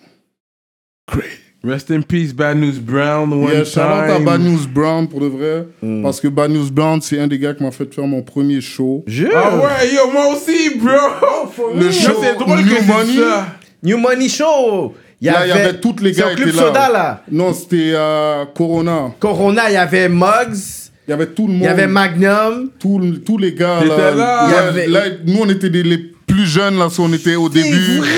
Rest in peace, Bad News Brown. One Yeah, shout time. out à Bad News Brown, pour de vrai, Mm. parce que Bad News Brown, c'est un des gars qui m'a fait faire mon premier show. Ah ouais, yo, moi aussi, bro. Le Yo, show c'est drôle New que tu dis Money. ça. New Money Show! Il y Là, il y avait avait tous les c'est gars au qui Club étaient là. Soda, là. Non, c'était euh, Corona. Corona, il y avait Muggs, Il y avait tout le monde. il y avait Magnum. tous, tous les gars là. T'étais là. Ouais, Il y avait- là, nous on était des- les plus jeunes là, si on était au C'est début. vrai!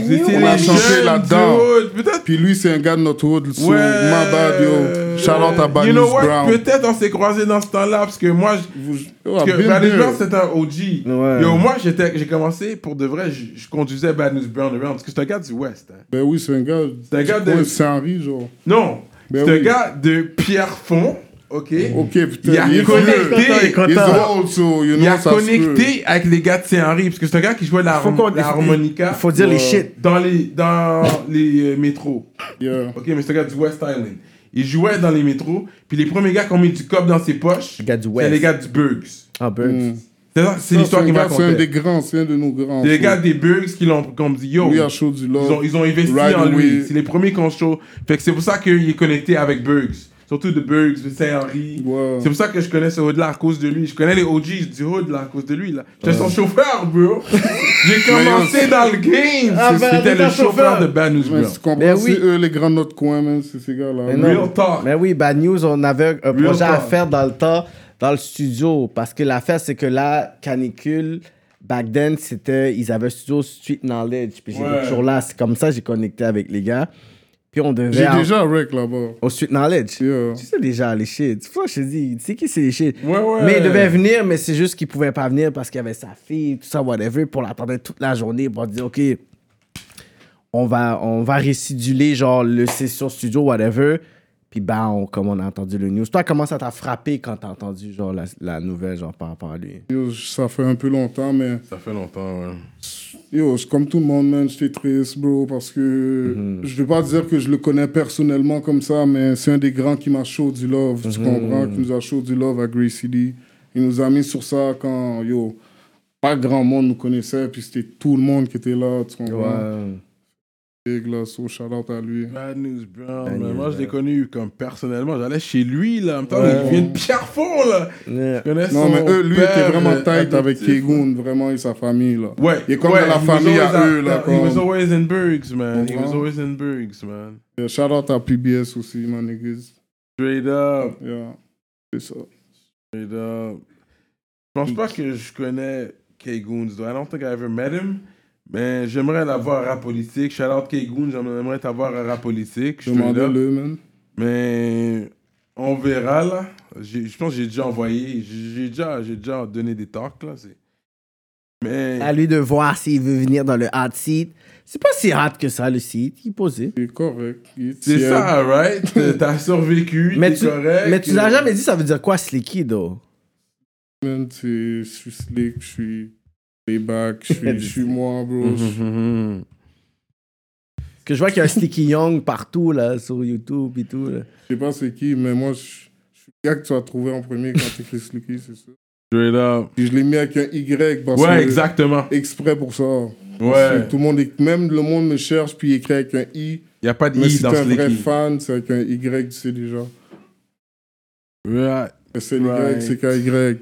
Vous étiez yo. On a les chanté jeunes là-dedans. du hood, Peut-être. Puis lui c'est un gars de notre hood, so Ouais. my bad yo. Shout out à Banus You know what? Brown. Peut-être on s'est croisés dans ce temps-là parce que moi, je- Oh, parce que bien Bad News mieux. Brown c'est un OG. Ouais. Yo, moi j'étais, j'ai commencé pour de vrai, je, je conduisais Bad News Brown around parce que c'est un gars du West. hein. Ben oui, c'est un gars. C'est un gars de- Ouais, c'est Henri genre. Non, Ben c'est un oui. Oh, ben gars de Pierrefonds, ok. Ok, Il a putain. Il est connecté. vieux. Il est content. He's old, so, you know, Il a ça se peut. connecté avec les gars de Saint-Henri parce que c'est un gars qui jouait la, Faut qu'on- la harmonica. Faut dire les shit. dans les dans les euh, métros. Yeah. Ok, mais c'est un gars du West Island. Il jouait dans les métros, puis les premiers gars qui ont mis du cop dans ses poches, Les gars du c'est West. les gars du Bugs. Ah, Burks. C'est ça, c'est Ça, l'histoire un qui m'a gars, C'est un raconté. des grands, c'est un de nos grands. Les so. gars des Bugs qui l'ont comme dit yo. Lui a chaud du love. Ils ont, ils ont investi Right en lui. away. C'est les premiers qu'on show. Fait que c'est pour ça qu'il est connecté avec Bugs. Surtout de Bugs, de Saint-Henri. Ouais. C'est pour ça que je connais ce hood-là à cause de lui. Je connais les OGs du hood là à cause de lui. là. J'étais son chauffeur, bro. J'ai commencé dans le game. Ah, ben, C'était t'es un le chauffeur. chauffeur de Bad News, Mais bro. tu comprends, Ben oui. c'est eux les grands de notre coin, man, c'est ces gars-là. non. Real talk. Mais oui, Bad News, on avait un Real projet à talk. faire dans le temps, dans le studio. Parce que l'affaire, c'est que la canicule, back then, c'était. Ils avaient un studio Street Knowledge. Puis j'étais Ouais. toujours là. C'est comme ça que j'ai connecté avec les gars. Puis on devait. J'ai en- déjà rec là-bas. Au Street Knowledge. Yeah. Tu sais déjà les shit. C'est pour ça que je te dis, tu sais qui c'est les shit. Ouais, ouais. Mais il devait venir, mais c'est juste qu'il pouvait pas venir parce qu'il y avait sa fille, tout ça, whatever, pour l'attendre toute la journée, pour dire, OK, on va, on va réciduler, genre, le session studio, whatever. Puis ben, on- comme on a entendu le news. Toi, comment ça t'a frappé quand t'as entendu, genre, la, la nouvelle, genre, par rapport à lui? Yo, Ça fait un peu longtemps, mais Ça fait longtemps, ouais. Yo, je- comme tout le monde, man, j'étais triste, bro, parce que je vais pas dire que je le connais personnellement comme ça, mais c'est un des grands qui m'a chaud du love, tu comprends, qui nous a chaud du love à Grey City. Il nous a mis sur ça quand, yo, pas grand monde nous connaissait, puis c'était tout le monde qui était là, tu comprends. Ouais. Big, là, so shout out à lui. Bad News Brown. Bad man. News Moi, je l'ai Brown. connu comme personnellement. J'allais chez lui, là. En même temps, Ouais. il vient de Pierrefonds, là. Yeah. Je connais Non, son mais eux, lui, père, était vraiment euh, tight avec adoptif. Kegun, vraiment, et sa famille, là. Ouais. Il est comme ouais, dans la he was famille à always eux, là, He was comme- always in Bergs, man. He Comprends? was always in Bergs, man. Yeah, shout out à PBS aussi, man, niggas. Straight up. Yeah, c'est ça. Straight up. Je pense pas que je connais K. Goons, though. I don't think I ever met him. Mais j'aimerais l'avoir à rap politique. Shout out K. Goons, j'aimerais t'avoir à rap politique. straight up. Demandez-le, man. Mais on verra là. J'ai- Je pense que j'ai déjà envoyé, j'ai j'ai déjà, j'ai déjà donné des talks là. c'est- Mais À Ah, lui de voir s'il veut venir dans le hot seat. C'est pas si hot que ça, le seat. Il est posé. Il est correct. Il est c'est tiède. ça, right? T'as- T'as survécu, Mais t'es tu, correct. euh, mais tu l'as jamais dit, ça veut dire quoi, Slicky, though? Man, c'est- Je suis slick, je suis playback, je suis, je suis moi, bro. Mhm. Que je vois qu'il y a un Slicky Young partout, là, sur YouTube et tout. là. Je sais pas c'est qui, mais moi, je je suis le gars que tu as trouvé en premier quand tu écris slicky, c'est ça. Straight up. Puis je l'ai mis avec un Y parce que. Ouais, exactement. Exprès pour ça. Parce Ouais. que Tout le monde, est- même le monde me cherche, puis il écrit avec un I. Y a pas de Mais i si t'es dans un vrai Slicky. fan, c'est avec un Y, tu sais déjà. Right. Mais C'est Y, Right. c'est qu'un Y.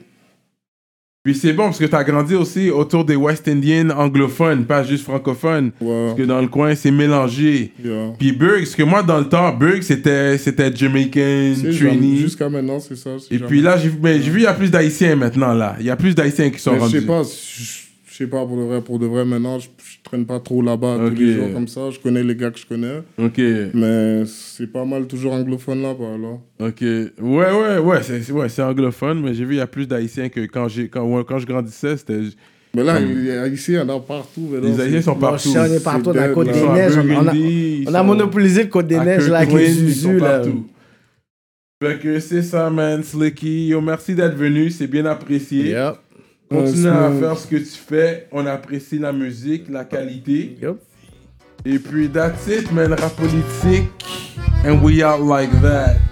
Puis c'est bon parce que t'as grandi aussi autour des West Indians anglophones, pas juste francophones. Ouais. Parce que dans le coin, c'est mélangé. Yeah. Puis Berg, parce que moi, dans le temps, Berg, c'était, c'était Jamaican, C'est jamais- Trini. Jusqu'à maintenant, c'est ça. c'est Et jamais- puis là, j'ai, mais j'ai vu, il y a plus d'Haïtiens maintenant, là. Il y a plus d'Haïtiens qui sont Mais rendus. Je sais pas, je je sais pas pour de vrai, pour de vrai maintenant, je, je traîne pas trop là-bas Ok. tous les jours comme ça. Je connais les gars que je connais, OK, mais c'est pas mal toujours anglophone là-bas là. OK. Ouais, ouais, ouais, c'est, c'est- ouais, c'est anglophone, mais j'ai vu, il y a plus d'Haïtiens que quand, j'ai, quand, ouais, quand je grandissais, c'était... Mais là, Hum. il y a- ici, il y en a partout. mais là, Les Haïtiens c'est- sont Mon partout. chien, on est C'est partout, on a dead, Côte là. des Ils sont à Neiges. On a, Burgundy, on ils a sont monopolisé le Côte des à Neiges, là, avec Kirkland, les ils sont Zuzu, là. partout. Fait que c'est ça, man, Slicky. Yo, merci d'être venu, c'est bien apprécié. Yep. Continue Ouais, à c'est- faire ce que tu fais. On apprécie la musique, la qualité. Yup. Et puis, that's it, man. Rap politique. And we out like that.